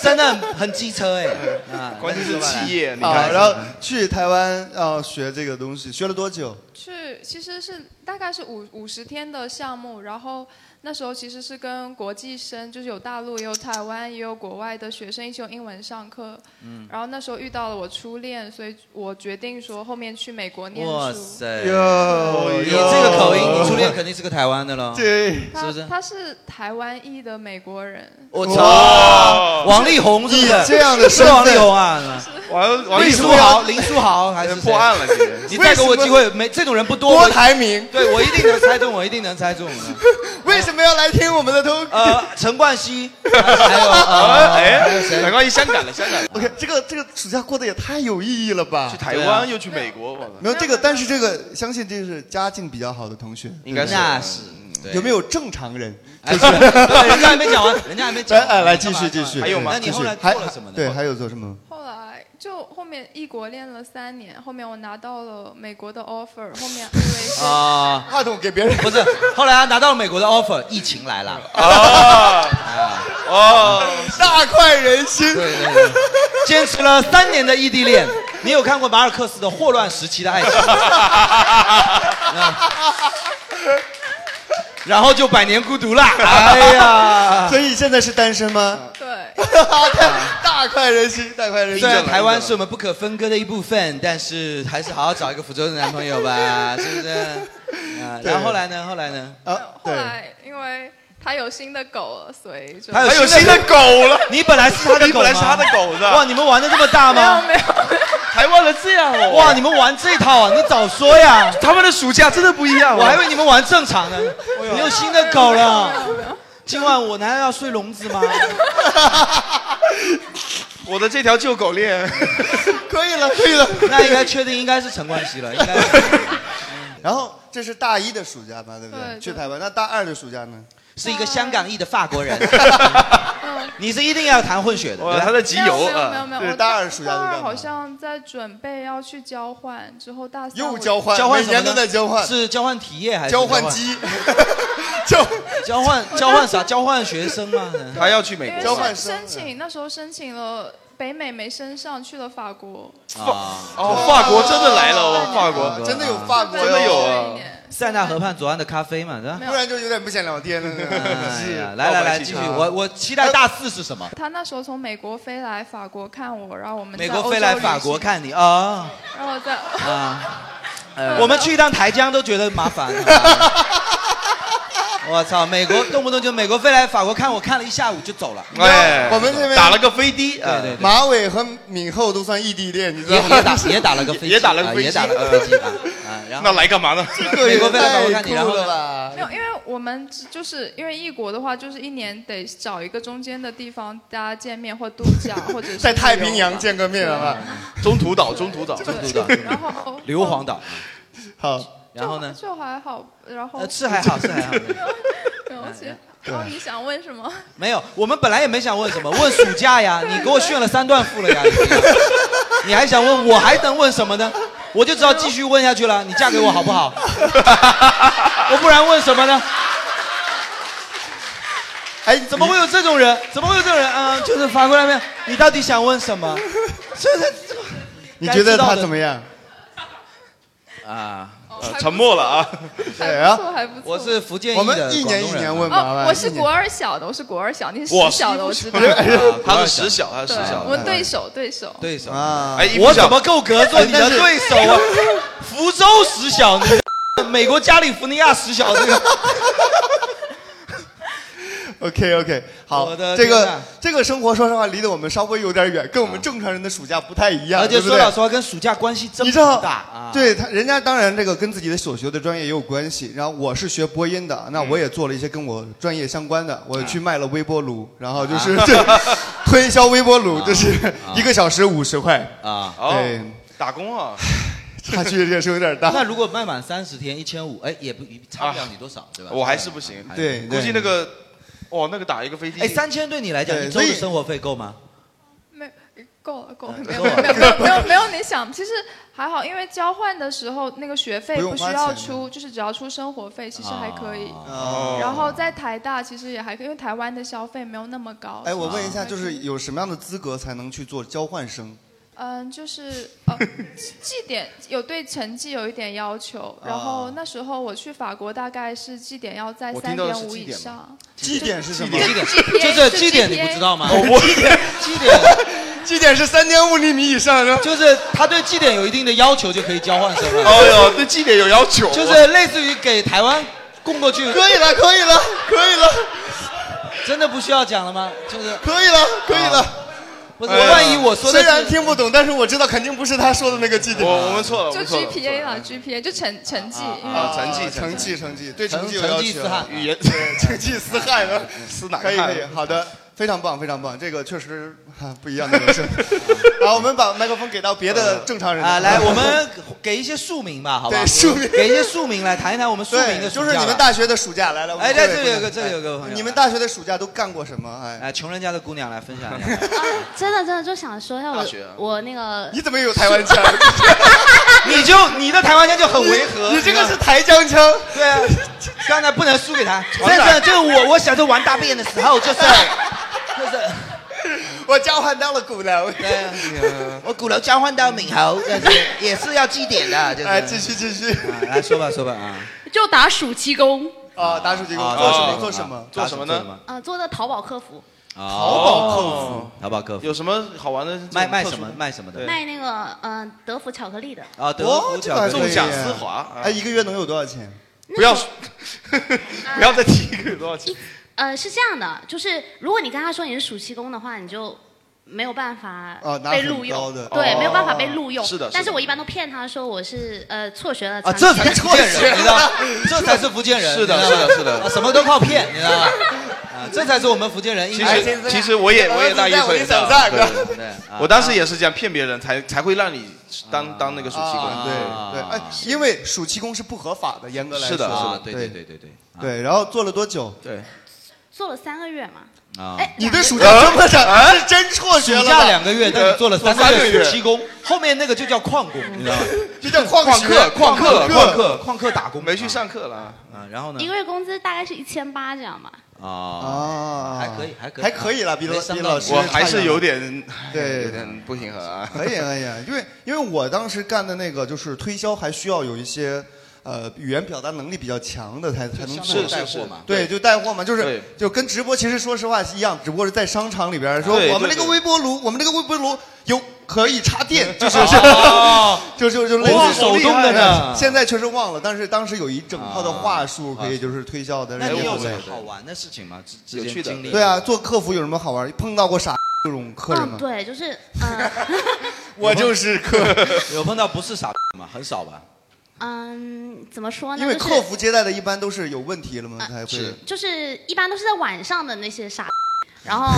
Speaker 1: 真的很很机车哎。啊，
Speaker 3: 关键是
Speaker 1: 那说吧来
Speaker 3: 企业哎
Speaker 2: 啊，然后去台湾要学这个东西，学了多久？
Speaker 13: 去其实是大概是五五十天的项目，然后那时候其实是跟国际生，就是有大陆也有台湾也有国外的学生一起用英文上课。
Speaker 1: 嗯
Speaker 13: 然后那时候遇到了我初恋，所以我决定说后面去美国念
Speaker 1: 哇
Speaker 13: 书。
Speaker 1: 塞，
Speaker 2: 哟
Speaker 1: 你这个口音，
Speaker 3: 哎
Speaker 1: 你初恋肯定是个台湾的了，
Speaker 2: 对
Speaker 1: 是不是
Speaker 13: 他？他是台湾裔的美国人，
Speaker 1: 我操，王力宏是不是？
Speaker 2: 你这样的
Speaker 1: 是
Speaker 2: 身份
Speaker 1: 王力宏啊？
Speaker 3: 王
Speaker 2: 王
Speaker 1: 林
Speaker 2: 力宏
Speaker 1: 书豪，林书豪还是谁
Speaker 2: 破案了今天
Speaker 1: 你再给我机会
Speaker 2: 为什，么
Speaker 1: 没这种人不多。
Speaker 2: 郭
Speaker 1: 我
Speaker 2: 台铭
Speaker 1: 对我一定能猜中，我一定能猜中的。
Speaker 2: 为什么要来听我们的通？
Speaker 1: 呃，陈冠希，还有呃，
Speaker 2: 哎
Speaker 1: 还有谁？
Speaker 3: 陈冠希香港的，香港的。
Speaker 2: OK，这个这个暑假过得也太有意义了吧？去
Speaker 3: 台湾又去美国，我操
Speaker 2: 没有这个，但是这个相信这是家境比较好的同学，
Speaker 3: 应该是
Speaker 2: 对吧
Speaker 3: 那是
Speaker 1: 对
Speaker 2: 有没有正常人？
Speaker 1: 哎对对人家还没讲完人家还没讲完
Speaker 2: 哎，哎来继
Speaker 1: 干嘛
Speaker 2: 续
Speaker 1: 干
Speaker 2: 继
Speaker 1: 嘛
Speaker 2: 续。哎
Speaker 1: 还有吗
Speaker 2: 继续
Speaker 1: 那你后来
Speaker 2: 还
Speaker 1: 做了什么呢
Speaker 2: 对，还有做什么？
Speaker 13: 后来就后面异国恋了三年，后面我拿到了美国的 offer，后面因为是
Speaker 1: 啊，
Speaker 2: 话筒给别人
Speaker 1: 不是。后来他拿到了美国的 offer，疫情来了。啊
Speaker 3: 哦，
Speaker 2: 啊大快人心。
Speaker 1: 对对对，坚持了三年的异地恋。你有看过马尔克斯的《霍乱时期的 爱情》然后就百年孤独啦。哎呀，
Speaker 2: 所以现在是单身吗？
Speaker 13: 对，
Speaker 2: 大快人心，大快人心。
Speaker 1: 虽然台湾是我们不可分割的一部分，但是还是好好找一个福州的男朋友吧，是不是？啊，
Speaker 2: 对
Speaker 1: 然后后来呢？后来呢？
Speaker 2: 啊，
Speaker 13: 呃后来因为他有新的狗了，所以就
Speaker 1: 他 你本来是他的狗吗，
Speaker 3: 你本来是他的狗的
Speaker 1: 哇，你们玩的这么大吗？
Speaker 13: 没有没有，
Speaker 1: 台湾人这样哦。哇，你们玩这套啊？你早说呀！他们的暑假真的不一样
Speaker 3: 哦
Speaker 1: 我还以为你们玩正常呢。你有新的狗了。今晚我难道要睡笼子吗？
Speaker 3: 我的这条旧 狗链。
Speaker 2: 可以了，可以了。
Speaker 1: 那应该确定应该是陈冠希了，应该是。
Speaker 2: 然后这是大一的暑假吧，对不
Speaker 1: 对对
Speaker 2: 去台湾。那大二的暑假呢？
Speaker 1: 是一个香港裔的法国人。你是一定要谈混血的。对吧
Speaker 3: 他在集
Speaker 13: 没有没有没有没有，我
Speaker 2: 大二暑
Speaker 13: 大
Speaker 2: 假
Speaker 13: 大
Speaker 2: 都干
Speaker 13: 二
Speaker 2: 嘛
Speaker 13: 好像在准备要去交换，之后大三我
Speaker 1: 交换什么呢
Speaker 2: 每年都在交换
Speaker 1: 是交换体液还是
Speaker 2: 交换 机？交
Speaker 1: 交换交换啥？交换学生啊吗？
Speaker 3: 他要去美
Speaker 13: 因为
Speaker 1: 交
Speaker 13: 申
Speaker 1: 换
Speaker 13: 申请那时候申请了北美没升上，去了法国。
Speaker 1: 啊
Speaker 3: 哦，法国真的来了哦，法国
Speaker 2: 啊真的有法国
Speaker 3: 真的有啊。
Speaker 1: 塞纳河畔左岸的咖啡嘛，是 吧？
Speaker 2: 突然就有点不想聊天了。
Speaker 1: 哎
Speaker 2: 是
Speaker 1: 呀，来来来，继续，我我期待大四是什么？
Speaker 13: 他那时候从美国飞来法国看我，然后我们在
Speaker 1: 美国
Speaker 13: 欧
Speaker 1: 飞
Speaker 13: 洲
Speaker 1: 来
Speaker 2: 哦
Speaker 13: 旅
Speaker 1: 法
Speaker 13: 行
Speaker 1: 国，看你啊
Speaker 13: 然后在
Speaker 1: 啊！
Speaker 13: 呃
Speaker 1: 我们去一趟台江都觉得麻烦。啊我操，美国动不动就美国飞来法国看我看了一下午就走了。
Speaker 2: 哎我们这边打了个嗯
Speaker 1: 飞的，对对对，
Speaker 2: 马尾和敏后都算异地恋，你知
Speaker 1: 也
Speaker 2: 道吗？
Speaker 1: 也 打也打了个飞机，
Speaker 2: 也打了个
Speaker 1: 啊
Speaker 2: 飞机
Speaker 1: 也打了个飞机啊 啊！然后
Speaker 5: 那来干嘛呢？
Speaker 1: 美国飞来法国看你，然后呢
Speaker 13: 没有，因为我们只就是因为异国的话，就是一年得找一个中间的地方大家见面或度假，或者是
Speaker 2: 在太平
Speaker 13: 旅游
Speaker 2: 洋
Speaker 13: 吧
Speaker 2: 见个面好啊吧？
Speaker 3: 中途岛，中途岛，
Speaker 13: 中
Speaker 1: 途岛
Speaker 13: 然 后
Speaker 1: 硫磺岛，
Speaker 2: 好，
Speaker 1: 然后呢？
Speaker 13: 就还好，然后
Speaker 1: 呃是还好是还好
Speaker 13: 没有没有其实
Speaker 1: 对
Speaker 13: 然后你想问什么？
Speaker 1: 没有，我们本来也没想问什么，问暑假呀，你给我炫了三段腹了呀，你 还想问，我还能问什么呢？我就只好继续问下去了，你嫁给我好不 好？我不然问什么呢？
Speaker 2: 哎，
Speaker 1: 怎么会有这种人？怎么会有这种人？嗯，就是反过来面，你到底想问什么？ 这这，
Speaker 2: 你觉得他怎
Speaker 1: 么？
Speaker 2: 么样？
Speaker 1: 啊，
Speaker 3: 沉默了啊。
Speaker 2: 对啊
Speaker 13: 还不错
Speaker 1: 哎我是福建
Speaker 2: 我们一年一年问吧，好吧
Speaker 13: 哦，我是
Speaker 2: 一年
Speaker 13: 国二小的，我是国二小，你是
Speaker 2: 我
Speaker 13: 十小的，我知道。
Speaker 1: 哎
Speaker 3: 他是十小，他是
Speaker 13: 对
Speaker 3: 十小，，
Speaker 13: 我们对手对手。
Speaker 1: 啊对手
Speaker 2: 啊
Speaker 3: 哎，一不
Speaker 1: 我
Speaker 3: 小
Speaker 1: 怎么够格做你的对手啊？福州十小，你的美国加利福尼亚十 小，这个
Speaker 2: OK OK，好，
Speaker 1: 我的
Speaker 2: 这
Speaker 1: 天啊
Speaker 2: 个
Speaker 1: 哪
Speaker 2: 这个生活说实话离得我们稍微有点远，跟我们正常人的暑假不太一样，
Speaker 1: 而且
Speaker 2: 对不
Speaker 1: 啊说
Speaker 2: 对
Speaker 1: 老实话，跟暑假关系真不大啊。
Speaker 2: 对他，人家当然这个跟自己的所学的专业也有关系。然后我是学播音的，那
Speaker 1: 嗯
Speaker 2: 我也做了一些跟我专业相
Speaker 1: 啊
Speaker 2: 关的，我去卖了微波炉，然后就是、
Speaker 3: 啊
Speaker 2: 推销微波炉，就是一个小时五十块
Speaker 1: 啊
Speaker 2: 对，
Speaker 3: 哦，打工啊，
Speaker 2: 差距也是有点大。
Speaker 1: 那如果卖满三十天一千五，哎，也不差不了你多少，对吧？
Speaker 3: 我还是不行。
Speaker 2: 对对
Speaker 3: 估计那个，哦，那个打一个飞的，
Speaker 1: 哎，三千对你来讲，一周的生活费够吗？
Speaker 13: 没够了，够了，
Speaker 1: 嗯
Speaker 13: 没有
Speaker 1: 够
Speaker 13: 没
Speaker 1: 了
Speaker 13: 有没有没有没有没有你想，其实还好，因为交换的时候那个学费
Speaker 2: 不用
Speaker 13: 不需
Speaker 2: 花
Speaker 13: 要
Speaker 2: 钱
Speaker 13: 出，就是只要出生活费，其实还可以。
Speaker 2: 哦
Speaker 13: 然后在台大其实也还可以，因为台湾的消费没有那么高。
Speaker 2: 哎，我问一下，就
Speaker 13: 还可
Speaker 2: 是
Speaker 13: 以
Speaker 2: 有什么样的资格才能去做交换生？
Speaker 13: 嗯，就是呃，绩点有对成绩有一点要求，然后
Speaker 2: 啊
Speaker 13: 那时候我去法国，大概是绩点要在
Speaker 2: 我
Speaker 13: 三
Speaker 2: 听到的
Speaker 13: 点
Speaker 2: 是
Speaker 13: 五以
Speaker 2: 绩点吗
Speaker 13: 上。
Speaker 2: 绩点是什么？
Speaker 1: 绩点
Speaker 13: GPA
Speaker 1: 就这
Speaker 13: 是
Speaker 1: 绩点你
Speaker 13: GPA
Speaker 1: 不知道吗？
Speaker 2: 哦我
Speaker 1: 绩点绩点
Speaker 2: 绩点是三点五厘米以上的，
Speaker 1: 就是他对绩点有一定的要求就可以交换生了。
Speaker 3: 哦哟，对绩点有要求啊，
Speaker 1: 就是类似于给台湾供过去。
Speaker 2: 可以了，可以了，可以了，
Speaker 1: 真的不需要讲了吗？就是
Speaker 2: 可以了，可以了。
Speaker 1: 不是，万一我说的
Speaker 2: 啊虽然
Speaker 1: 是
Speaker 2: 听不懂，但是我知道肯定不是他说的那个绩点。
Speaker 3: 我我们错了，
Speaker 13: 就嗯 GPA 啦，GPA 就成成绩，因为
Speaker 2: 啊，
Speaker 3: 成绩
Speaker 2: 成绩，成绩，对
Speaker 3: 成
Speaker 2: 成绩有要
Speaker 3: 成绩
Speaker 2: 求
Speaker 3: 四汉
Speaker 2: 语言对成绩四 汉的，
Speaker 3: 撕哪个
Speaker 2: 可以可
Speaker 3: 汉
Speaker 2: 以，好的，非常棒，非常棒，这个确实啊不一样的人 生。好，我们把麦克风给到别
Speaker 3: 呃
Speaker 2: 的正常人
Speaker 1: 啊，来，我们给一些庶民吧，好吧？
Speaker 2: 对庶民
Speaker 1: 给一些庶民来谈一谈我们庶民
Speaker 2: 对，
Speaker 1: 的暑假
Speaker 2: 就
Speaker 1: 吧
Speaker 2: 是你们大学的暑假来了。
Speaker 1: 哎，
Speaker 2: 对，
Speaker 1: 在这里有个，这里有个朋友，
Speaker 2: 哎
Speaker 1: 啊
Speaker 2: 你们大学的暑假都干过什么？哎，
Speaker 1: 哎，穷人家的姑娘来分享一下。
Speaker 4: 真的真的就想说一下我
Speaker 1: 大学啊
Speaker 4: 我那个
Speaker 2: 你怎么有台湾腔？
Speaker 1: 你就你的台湾腔就很违和，
Speaker 2: 你你这个是台江腔。
Speaker 1: 对啊，刚才不能输给 他。
Speaker 2: 完
Speaker 1: 真
Speaker 2: 蛋
Speaker 1: 的，就是我我小时候玩大便的时候，就是就是
Speaker 2: 我交换到了鼓 楼。
Speaker 1: 对啊，我鼓楼交换到闽 侯，但是也是要祭点的，就是。
Speaker 2: 哎，继续继续。
Speaker 1: 啊来说吧说吧啊。
Speaker 4: 就打暑 期工，
Speaker 2: 啊，打暑期工
Speaker 1: 啊
Speaker 2: 做什
Speaker 1: 打暑期
Speaker 2: 么？
Speaker 1: 工
Speaker 2: 哦做什么？
Speaker 1: 啊
Speaker 3: 做什么呢？
Speaker 4: 呃，做的淘宝客服，
Speaker 1: 淘
Speaker 3: 啊哦宝客服，
Speaker 1: 淘宝客服
Speaker 3: 有什么好玩的？
Speaker 1: 卖卖什么卖什么的
Speaker 4: 卖那个嗯、呃、德芙巧克力的。
Speaker 1: 啊，德
Speaker 2: 哦
Speaker 1: 芙，
Speaker 2: 这
Speaker 1: 巧
Speaker 2: 个还
Speaker 1: 克力
Speaker 2: 可以
Speaker 3: 纵享丝滑啊
Speaker 2: 哎，一个月能有多少钱？
Speaker 4: 不要
Speaker 3: 不要再提一个有多少钱。
Speaker 4: 呃，是这样的，就是如果你跟他说你是暑期工的话，你就没有办法
Speaker 2: 哦拿
Speaker 4: 被
Speaker 2: 很
Speaker 4: 录用，
Speaker 2: 高的
Speaker 4: 对、
Speaker 2: 哦
Speaker 4: 没有办法被录用。
Speaker 2: 是的是的
Speaker 4: 但是我一般都骗他说我是呃辍学了，
Speaker 1: 啊，
Speaker 4: 长期的
Speaker 1: 这才是 福建人，你知道吗？这才是福建人，
Speaker 3: 是的
Speaker 1: 你知道吗
Speaker 3: 是的是的
Speaker 1: 啊什么都靠骗，你知道吗？啊，这才是我们福建人应
Speaker 3: 哎其
Speaker 1: 该。啊
Speaker 3: 实其实我也我也大一岁，你知道吗对对
Speaker 1: 对啊
Speaker 3: 我当时也是这样骗别人才才会让你当当那个暑期工，
Speaker 2: 啊对对，哎，因为暑期工是不合法的，严格来说。
Speaker 3: 是的是的
Speaker 2: 啊
Speaker 3: 对
Speaker 2: 对
Speaker 1: 对对对
Speaker 2: 对，然后做了多久？
Speaker 3: 对，
Speaker 4: 做了三个月嘛。
Speaker 1: 啊
Speaker 4: 哎，
Speaker 2: 你对暑假这么
Speaker 3: 啊
Speaker 2: 长，是真辍学了
Speaker 1: 暑
Speaker 2: 吧？
Speaker 1: 假两个月，
Speaker 3: 呃
Speaker 1: 但你做了三
Speaker 2: 三
Speaker 1: 个
Speaker 2: 个月
Speaker 1: 暑期工，后面那个就叫旷工，你知道吗？
Speaker 2: 这叫旷
Speaker 1: 旷
Speaker 2: 学
Speaker 1: 课，旷课，旷
Speaker 2: 旷
Speaker 1: 课
Speaker 2: 课，
Speaker 1: 旷课打工，
Speaker 3: 没去上课了。
Speaker 1: 啊，然后呢
Speaker 4: 一？个月工资大概是一千八这样吧。
Speaker 1: 啊，还可以，还可以，啊
Speaker 2: 哦还可以了，比
Speaker 1: 没
Speaker 2: 老
Speaker 1: 伤
Speaker 2: 比
Speaker 1: 到
Speaker 2: 老
Speaker 1: 你
Speaker 2: 师
Speaker 3: 我还是有
Speaker 2: 差
Speaker 3: 点哎
Speaker 2: 对
Speaker 3: 有点不平衡啊。
Speaker 2: 可以可以，因为因为我当时干的那个就是推销，还需要有一些。呃，语言表达能力比较强的才才能
Speaker 1: 相
Speaker 2: 做
Speaker 1: 当于带货嘛
Speaker 2: 对，
Speaker 1: 对
Speaker 2: 就带货嘛，就是
Speaker 1: 对
Speaker 2: 就跟直播其实说实话是一样，只不过是在商场里边儿说
Speaker 1: 对
Speaker 2: 我们
Speaker 1: 对
Speaker 2: 这个
Speaker 1: 对
Speaker 2: 微波炉，我们这个微波炉有可以插啊 电，就是、
Speaker 1: 哦
Speaker 2: 就就就类
Speaker 1: 哇
Speaker 2: 似
Speaker 1: 手动的呢啊
Speaker 2: 现在确实忘了，但是当时有一整套的话术可以就是推销的
Speaker 1: 那
Speaker 2: 这
Speaker 1: 你
Speaker 2: 种
Speaker 1: 有
Speaker 2: 类
Speaker 1: 什么
Speaker 2: 的
Speaker 1: 好玩的事情吗？之之
Speaker 2: 有
Speaker 1: 间
Speaker 2: 趣的
Speaker 1: 经历
Speaker 2: 对啊，，做客服有什么好玩？碰到过傻这种客人吗？
Speaker 4: 嗯啊对，就是 呃
Speaker 2: 我就是客
Speaker 1: 有碰到不是傻吗？很少吧。
Speaker 4: 嗯，怎么说呢？
Speaker 2: 因为
Speaker 4: 就是啊
Speaker 2: 客服接待的一般都是有问题了嘛才会
Speaker 1: 是。
Speaker 4: 就是一般都是在晚上的那些傻，然后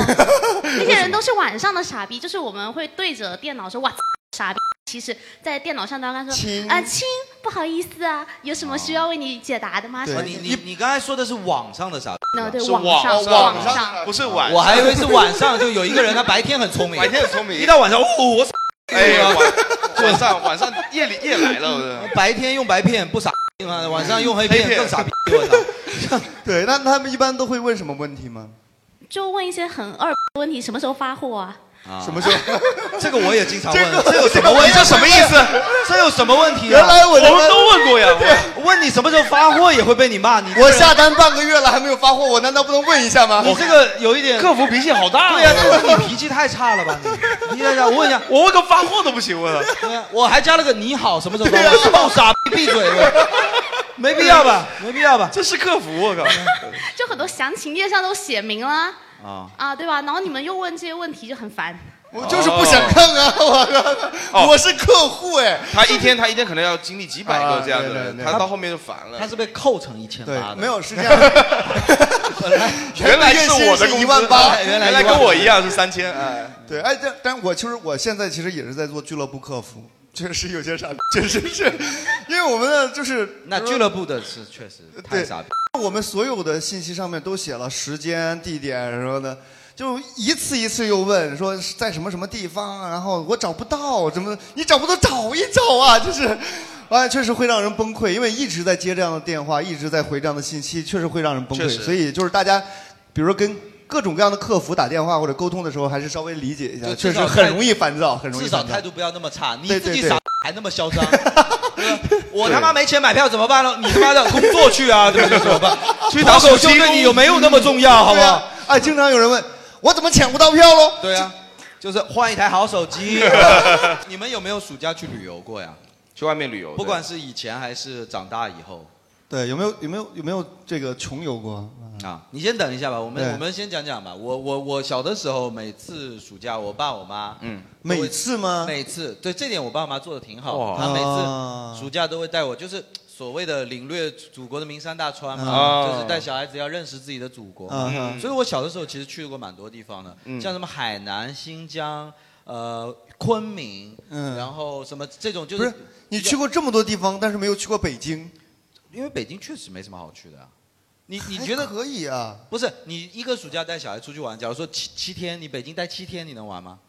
Speaker 4: 那些人都是晚上的傻逼，就是我们会对着电脑说哇傻逼。其实，在电脑上端跟他说啊亲，不好意思啊，有什么需要为你解答的吗？什么
Speaker 1: 哦
Speaker 4: 的
Speaker 1: 你你你刚才说的是网上的傻
Speaker 4: No，对
Speaker 1: 是
Speaker 4: 网
Speaker 1: 网
Speaker 4: 上
Speaker 1: 上
Speaker 4: 网上
Speaker 3: 不是哦晚上
Speaker 1: 我还以为是晚上，就有一个 人他白天很聪明，白
Speaker 3: 天很聪明，
Speaker 1: 一到晚上，哦，我
Speaker 3: 哎呀，晚晚上晚上夜里夜来了，我的
Speaker 1: 白天用白片不傻逼吗？晚上用黑
Speaker 3: 黑
Speaker 1: 片
Speaker 3: 片
Speaker 1: 更傻逼。
Speaker 2: 对，那他们一般都会问什么问题吗？
Speaker 4: 就问一些很二的问题，什么时候发货啊？
Speaker 2: 什么时候？
Speaker 1: 这个我也经常问，
Speaker 2: 这个
Speaker 1: 这有什么问题？啊这什么意思？这有什么问题啊？
Speaker 2: 原来我觉得
Speaker 1: 我们都问过呀。我问你什么时候发货也会被你骂，你这个
Speaker 2: 我下单半个月了还没有发货，我难道不能问一下吗？
Speaker 1: 你这个有一点
Speaker 2: 客
Speaker 1: 服
Speaker 3: 脾气好大
Speaker 1: 对呀、但是你脾气太差了吧？ 你，你等一下，我问一下，
Speaker 3: 我问个发货都不行，我
Speaker 1: 对呀、我还加了个你好，什么时候发货？臭傻逼，闭嘴！没必要 吧？ 没必要吧？
Speaker 3: 这是客服，我 靠！
Speaker 4: 就很多详情页上都写明了
Speaker 1: 啊，
Speaker 4: 啊，对吧？然后你们又问这些问题，就很烦。
Speaker 2: 我就是不
Speaker 1: 哦
Speaker 2: 想看啊！我
Speaker 3: 哦
Speaker 2: 我是客户哎，
Speaker 3: 他一天他一天可能要经历几百个这样的
Speaker 2: 啊对
Speaker 3: 人，
Speaker 2: 对对
Speaker 3: 他到后面就烦了。
Speaker 1: 他是被扣成一千八的，
Speaker 2: 没有是这样的。
Speaker 3: 原来是我的啊
Speaker 2: 一万八，
Speaker 3: 原来跟我一样是三千，哎，
Speaker 2: 对，哎，但但我其实我现在其实也是在做俱乐部客服，确实有些傻逼，确实是，因为我们的就是
Speaker 1: 那俱乐部的是确实太傻逼。
Speaker 2: 我们所有的信息上面都写了时间、地点什么的，就一次一次又问说是在什么什么地方，然后我找不到，怎么你找不到找一找啊？ 就是，哎，确实会让人崩溃，因为一直在接这样的电话，一直在回这样的信息，确实会让人崩
Speaker 3: 确
Speaker 2: 溃。
Speaker 3: 实
Speaker 2: 所以就是大家，比如说跟。各种各样的客服打电话或者沟通的时候，还是稍微理解一下，
Speaker 1: 就
Speaker 2: 确
Speaker 1: 至
Speaker 2: 实
Speaker 1: 少
Speaker 2: 很
Speaker 1: 态
Speaker 2: 容易烦躁，很容易
Speaker 1: 至
Speaker 2: 烦
Speaker 1: 少
Speaker 2: 躁。
Speaker 1: 态度不要那么差，你
Speaker 2: 对
Speaker 1: 自己
Speaker 2: 对对
Speaker 1: 傻还那么嚣张。我他妈没钱买票怎么办呢？你他妈的工作去啊，对不对？怎么办？
Speaker 2: 去
Speaker 1: 脱口秀对你有没有那么重要？好不好？
Speaker 2: 啊，经常有人问我怎么抢不到票喽？
Speaker 1: 对啊，就是换一台好手 机。 你们有没有暑假去旅游过呀？
Speaker 3: 去外面旅游，
Speaker 1: 不管是以前还是长大以后
Speaker 2: 对，有没有有没有有没有这个穷游过
Speaker 1: 啊？你先等一下吧，我们
Speaker 2: 对
Speaker 1: 我们先讲讲吧。我我我小的时候，每次暑假，我爸我妈，嗯，
Speaker 2: 每次吗？
Speaker 1: 每次，对这点我爸妈做的挺好
Speaker 2: 哇
Speaker 1: 的，他每
Speaker 2: 啊
Speaker 1: 次暑假都会带我，就是所谓的领略祖国的名山大川嘛
Speaker 3: 啊，
Speaker 1: 就是带小孩子要认识自己的祖国
Speaker 2: 啊
Speaker 1: 嘛
Speaker 3: 嗯。
Speaker 1: 所以我小的时候其实去过蛮多地方的，
Speaker 3: 嗯
Speaker 1: 像什么海南、新疆、呃昆明，然后什么这种就
Speaker 2: 嗯不是你去过这么多地方，但是没有去过北京，
Speaker 1: 因为北京确实没什么好去的啊。你你觉得
Speaker 2: 可以啊？
Speaker 1: 不是，你一个暑假带小孩出去玩，假如说七七天，你北京待七天，你能玩吗？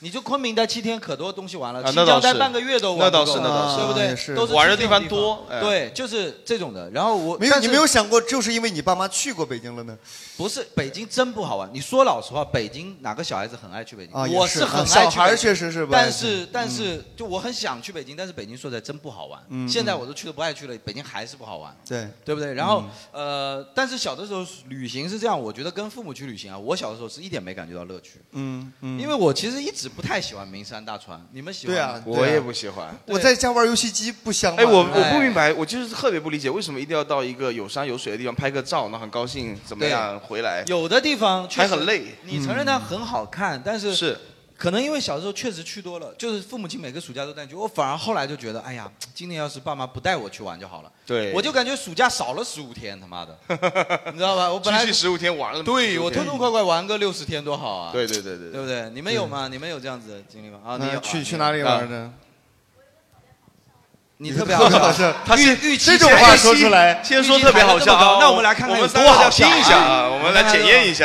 Speaker 1: 你就昆明待七天，可多东西玩了。
Speaker 3: 啊
Speaker 1: 新
Speaker 3: 那
Speaker 1: 疆
Speaker 3: 倒
Speaker 1: 待
Speaker 3: 是
Speaker 1: 半个月都玩不
Speaker 3: 那倒
Speaker 1: 够啊
Speaker 3: 是那倒是
Speaker 1: 对不
Speaker 2: 也
Speaker 1: 对？
Speaker 2: 是
Speaker 1: 都是
Speaker 3: 玩的
Speaker 1: 去
Speaker 3: 地
Speaker 1: 这种
Speaker 3: 方多哎
Speaker 1: 对，就是这种的。然后我
Speaker 2: 没有
Speaker 1: 但是
Speaker 2: 你没有想过，就是因为你爸妈去过北京了呢？
Speaker 1: 不是北京真不好玩。你说老实话，北京哪个小孩子很爱去北京？
Speaker 2: 啊也
Speaker 1: 我
Speaker 2: 是
Speaker 1: 很
Speaker 2: 啊
Speaker 1: 爱去北京
Speaker 2: 小孩确实是不爱
Speaker 1: 但
Speaker 2: 去
Speaker 1: 是
Speaker 2: 嗯
Speaker 1: 但是、就我很想去北京，但是北京说实在真不好玩。
Speaker 2: 嗯
Speaker 1: 现在我都去了不爱去了，北京还是不好玩。
Speaker 2: 对
Speaker 1: 对不对？然后、
Speaker 2: 嗯
Speaker 1: 呃，但是小的时候旅行是这样，我觉得跟父母去旅行啊，我小的时候是一点没感觉到乐趣，
Speaker 2: 嗯嗯，
Speaker 1: 因为我其实一直不太喜欢名山大川，你们喜欢
Speaker 2: 对
Speaker 1: 吗
Speaker 2: 啊？，
Speaker 3: 我
Speaker 2: 对啊
Speaker 3: 也不喜欢
Speaker 2: 我在家玩游戏机不香吗？
Speaker 3: 哎，我我不明白，我就是特别不理解，为什么一定要到一个有山有水的地方拍个照，然后很高兴怎么样回来？
Speaker 1: 有的地方确
Speaker 3: 还
Speaker 1: 实
Speaker 3: 很累嗯
Speaker 1: 你承认它很好看，但是
Speaker 3: 是
Speaker 1: 可能因为小时候确实去多了，就是父母亲每个暑假都带你去，我反而后来就觉得，哎呀，今年要是爸妈不带我去玩就好了。
Speaker 3: 对
Speaker 1: 我就感觉暑假少了十五天，他 妈的，你知道吧？我本来
Speaker 3: 继续15天玩了
Speaker 1: 对
Speaker 3: 15
Speaker 1: 我
Speaker 3: 天
Speaker 1: 痛痛快快玩个六十天多好啊！
Speaker 3: 对对对对对
Speaker 1: 对不对？你们有吗？你们有这样子的经历吗？啊，你有
Speaker 2: 那
Speaker 1: 啊
Speaker 2: 嗯去
Speaker 1: 你
Speaker 2: 去
Speaker 1: 有
Speaker 2: 哪里
Speaker 1: 啊
Speaker 2: 玩呢？
Speaker 1: 你特别好
Speaker 2: 特别好
Speaker 1: 笑
Speaker 2: 笑，
Speaker 1: 他是
Speaker 2: 预
Speaker 1: 预期
Speaker 2: 这种话说出来
Speaker 1: 预期预期
Speaker 2: 啊
Speaker 1: 抬得这么高那我们来看看有多好笑啊
Speaker 3: 下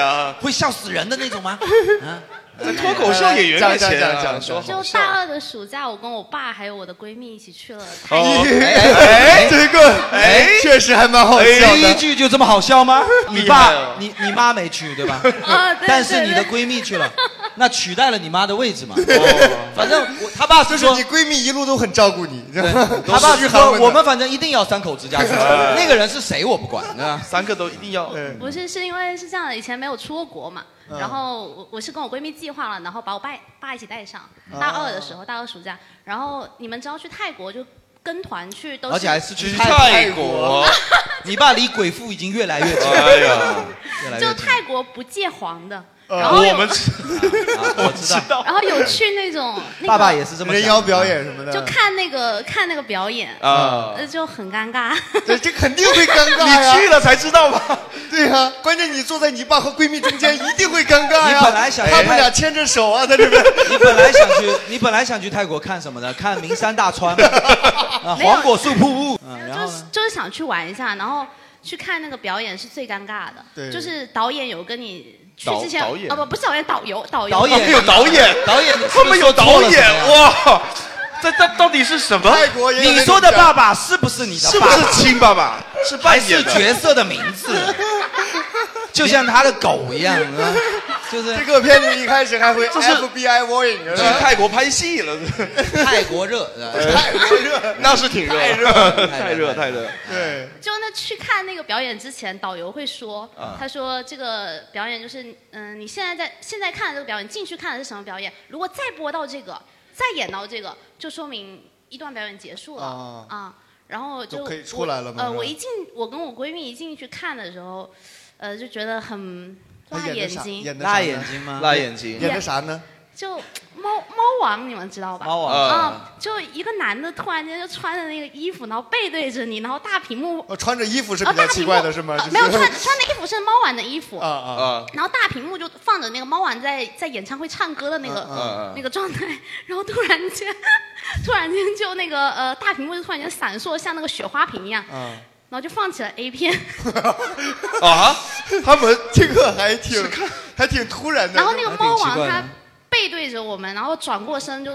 Speaker 3: 啊。
Speaker 1: 会笑死人的那 种吗？啊，
Speaker 3: 脱口秀演员面前啊说
Speaker 4: 就大二的暑假，我跟我爸还有我的闺蜜一起去了泰国。
Speaker 1: 哦
Speaker 2: 哎，这个哎确实还蛮好笑
Speaker 1: 哎第一
Speaker 2: 的。
Speaker 1: 句就这么好笑吗？你
Speaker 2: 厉害
Speaker 1: 爸
Speaker 2: 哦、
Speaker 1: 你你妈没去对吧？
Speaker 4: 啊对
Speaker 1: 但是你
Speaker 4: 对
Speaker 1: 的
Speaker 4: 对
Speaker 1: 闺蜜去了，那取代了你妈的位置嘛。反正我他爸
Speaker 2: 就是是
Speaker 1: 说
Speaker 2: 你，闺蜜一路都很照顾你，
Speaker 1: 对
Speaker 2: 他
Speaker 1: 他爸
Speaker 2: 嘘
Speaker 1: 是
Speaker 2: 寒
Speaker 1: 说
Speaker 2: 问
Speaker 1: 我
Speaker 2: 暖
Speaker 1: 们反正一定要三口之家。那个人是谁我不管，
Speaker 3: 三个都一定要。
Speaker 1: 嗯
Speaker 4: 不是，是因为是这样的，以前没有出过国嘛，
Speaker 3: 嗯
Speaker 4: 然后我我是跟我闺蜜计划了，然后把我爸爸一起带上，
Speaker 2: 哦
Speaker 4: 大二的时候，大二暑假，然后你们知道去泰国就跟团去，都是
Speaker 1: 而且还是去
Speaker 4: 去
Speaker 1: 泰国。 你爸离鬼父已经越来越近，
Speaker 3: 哎呀
Speaker 1: 越来越
Speaker 4: 就
Speaker 1: 近。
Speaker 4: 泰国不借黄的，
Speaker 1: 呃
Speaker 4: 然后有
Speaker 1: 我们知我知道，
Speaker 4: 然后有去那种那个
Speaker 1: 爸爸也是这么想的
Speaker 2: 人妖表
Speaker 1: 啊
Speaker 2: 演什么的，
Speaker 4: 就看那个看那个表演
Speaker 2: 啊
Speaker 4: 呃就很尴尬。
Speaker 2: 这这肯定会尴尬呀
Speaker 3: 你去了才知道吧？
Speaker 2: 对呀、关键你坐在你爸和闺蜜中间，一定会尴尬呀。
Speaker 1: 你本来想
Speaker 2: 他们俩牵着手啊，在这边。
Speaker 1: 你本来想去，你本来想去泰国看什么的？看名山大 川吗，啊，
Speaker 4: 没有
Speaker 1: 黄果树瀑布。嗯，然 后
Speaker 4: 就是就是想去玩一下，然后去看那个表演是最尴尬的。
Speaker 1: 对
Speaker 4: 就是导演有跟你去
Speaker 1: 导
Speaker 4: 之前，
Speaker 1: 导演
Speaker 4: 哦不不是导演，导游导游
Speaker 1: 导演有导演导演
Speaker 3: 他们有导演哇！这这到底是什么？
Speaker 1: 你说的爸爸是不是你的
Speaker 3: 是
Speaker 1: 爸
Speaker 3: 不
Speaker 1: 爸？
Speaker 3: 是亲爸爸？是扮演的
Speaker 1: 还是角色的名字，就像他的狗一样啊。就是
Speaker 2: 这个片子一开始还会 FBI warning，
Speaker 3: 去泰国拍戏了，
Speaker 1: 泰国热，
Speaker 2: 泰国热，
Speaker 3: 那是挺热，
Speaker 2: 太热了
Speaker 3: 太热，太热。
Speaker 2: 对，
Speaker 4: 就那去看那个表演之前，导游会说，
Speaker 3: 啊
Speaker 4: 他说这个表演就是，嗯、你现在在现在看的这个表演，进去看的是什么表演？如果再播到这个，再演到这个，就说明一段表演结束了
Speaker 2: 啊
Speaker 4: 啊然后就
Speaker 2: 就可以出来了吗
Speaker 4: 我呃，
Speaker 2: 是吧
Speaker 4: 我一进，我跟我闺蜜一进去看的时候，呃，就觉得很辣
Speaker 2: 演的啥
Speaker 4: 睛，
Speaker 2: 演的啥
Speaker 1: 辣
Speaker 2: 呢
Speaker 1: 眼睛吗？
Speaker 3: 辣眼睛
Speaker 2: 演的啥呢？
Speaker 4: 就猫猫王，你们知道吧？
Speaker 1: 猫王
Speaker 4: 啊、就一个男的突然间就穿着那个衣服，然后背对着你，然后大屏幕，
Speaker 2: 哦，穿着衣服是比较奇怪的是吗？
Speaker 4: 呃
Speaker 2: 就是
Speaker 4: 没有穿穿的衣服是猫王的衣服，
Speaker 2: 啊啊
Speaker 4: 然后大屏幕就放着那个猫王在在演唱会唱歌的那个、
Speaker 2: 嗯嗯嗯
Speaker 4: 那个状态，然后突然间 突然间就那个呃大屏幕就突然间闪烁，像那个雪花屏一样，
Speaker 2: 啊
Speaker 4: 然后就放起了 A 片，
Speaker 3: 啊！
Speaker 2: 他们这个还挺还挺突然的。
Speaker 4: 然后那个猫王他
Speaker 2: 他
Speaker 4: 背对着我们，然后转过身就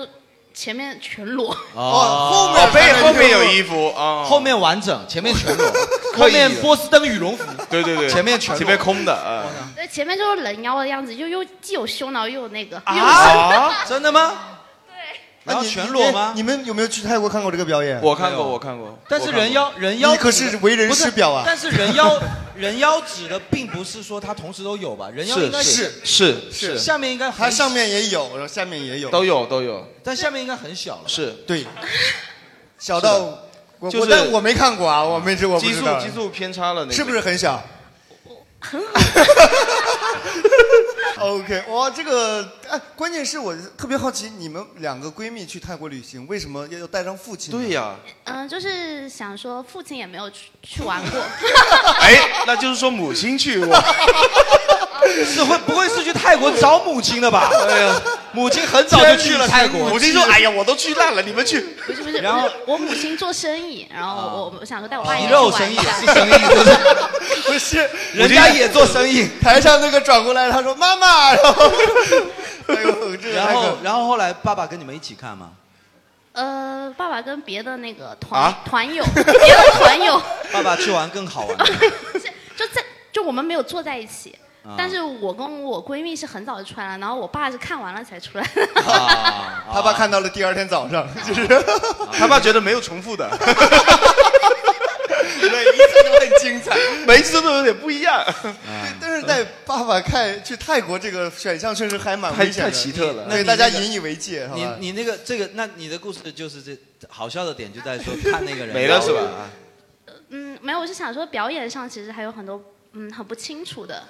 Speaker 4: 前面全裸。
Speaker 1: 哦，
Speaker 2: 后面
Speaker 1: 哦背
Speaker 2: 看着
Speaker 1: 后
Speaker 2: 就
Speaker 1: 面有
Speaker 3: 衣服啊，
Speaker 1: 后面完整，前面全裸，
Speaker 3: 刻
Speaker 1: 后
Speaker 3: 意的
Speaker 1: 面波司登羽绒服，
Speaker 3: 对对对，
Speaker 1: 前面全裸
Speaker 3: 前面空的啊。
Speaker 4: 对，前面就是人妖的样子，又又既有胸然后又有那个，又有
Speaker 1: 啊，真的吗？
Speaker 2: 然后
Speaker 1: 全裸吗
Speaker 2: 啊你们有没有去泰国看过这个表演？
Speaker 3: 我看过，我看过。
Speaker 1: 但是人妖人妖
Speaker 2: 啊你可是为人
Speaker 1: 不是
Speaker 2: 师表啊！
Speaker 1: 但是人 妖人妖指的并不是说他同时都有吧？人妖应该
Speaker 3: 是是是
Speaker 1: 下面应该
Speaker 2: 它
Speaker 1: 很
Speaker 2: 上面也有，然后下面也有，
Speaker 3: 都有都有，
Speaker 1: 但下面应该很小了。
Speaker 3: 是
Speaker 2: 对，小到我
Speaker 3: 就是
Speaker 2: 我但我没看过啊，我没知我不
Speaker 3: 基
Speaker 2: 知
Speaker 3: 数
Speaker 2: 道
Speaker 3: 基数偏差了，那个
Speaker 2: 是不是很小？很好。OK，哇，这个哎，关键是我特别好奇，你们两个闺蜜去泰国旅行，为什么要要带上父亲呢？
Speaker 3: 对呀、
Speaker 4: 嗯、就是想说父亲也没有去去玩 过，
Speaker 3: 哎，那就是说母亲去 过，
Speaker 1: 是会不会是去泰国找母亲的吧？哎呀，母亲很早就去了泰国。
Speaker 3: 母亲说：“哎呀，我都去烂了，你们去。
Speaker 4: 不是不是，
Speaker 1: 然后
Speaker 4: 不
Speaker 1: 啊
Speaker 4: 是我母亲做生意，然后我、我想说带我爸
Speaker 1: 皮
Speaker 4: 也去
Speaker 1: 肉
Speaker 4: 玩
Speaker 1: 生
Speaker 4: 一
Speaker 1: 意
Speaker 4: 下，
Speaker 1: 是生意，不 是
Speaker 2: 不是，
Speaker 1: 人家也做生意。
Speaker 2: 台上那个转过来，他说妈妈，然 后
Speaker 1: 然后然后后来爸爸跟你们一起看吗？
Speaker 4: 呃，爸爸跟别的那个团、
Speaker 1: 啊
Speaker 4: 团友，别的团友
Speaker 1: 爸爸去玩更好玩。
Speaker 4: 就在就我们没有坐在一起。
Speaker 1: 啊
Speaker 4: 但是我跟我闺蜜是很早就穿了，然后我爸是看完了才出来。
Speaker 2: 他爸看到了第二天早上，就是
Speaker 3: 啊 他爸觉得没有重复的，
Speaker 2: 每一次都很精彩。
Speaker 3: 每一次都有点不一样。啊
Speaker 2: 但是带爸爸看去泰国这个选项确实还蛮危险的，
Speaker 1: 那
Speaker 2: 对
Speaker 1: 你
Speaker 2: 大家
Speaker 1: 那个
Speaker 2: 引以为戒，好
Speaker 1: 你
Speaker 2: 吧？
Speaker 1: 你那个这个，那你的故事就是这好笑的点就在说看那个人
Speaker 3: 没了是吧？
Speaker 4: 嗯，没有，我是想说表演上其实还有很多嗯很不清楚的。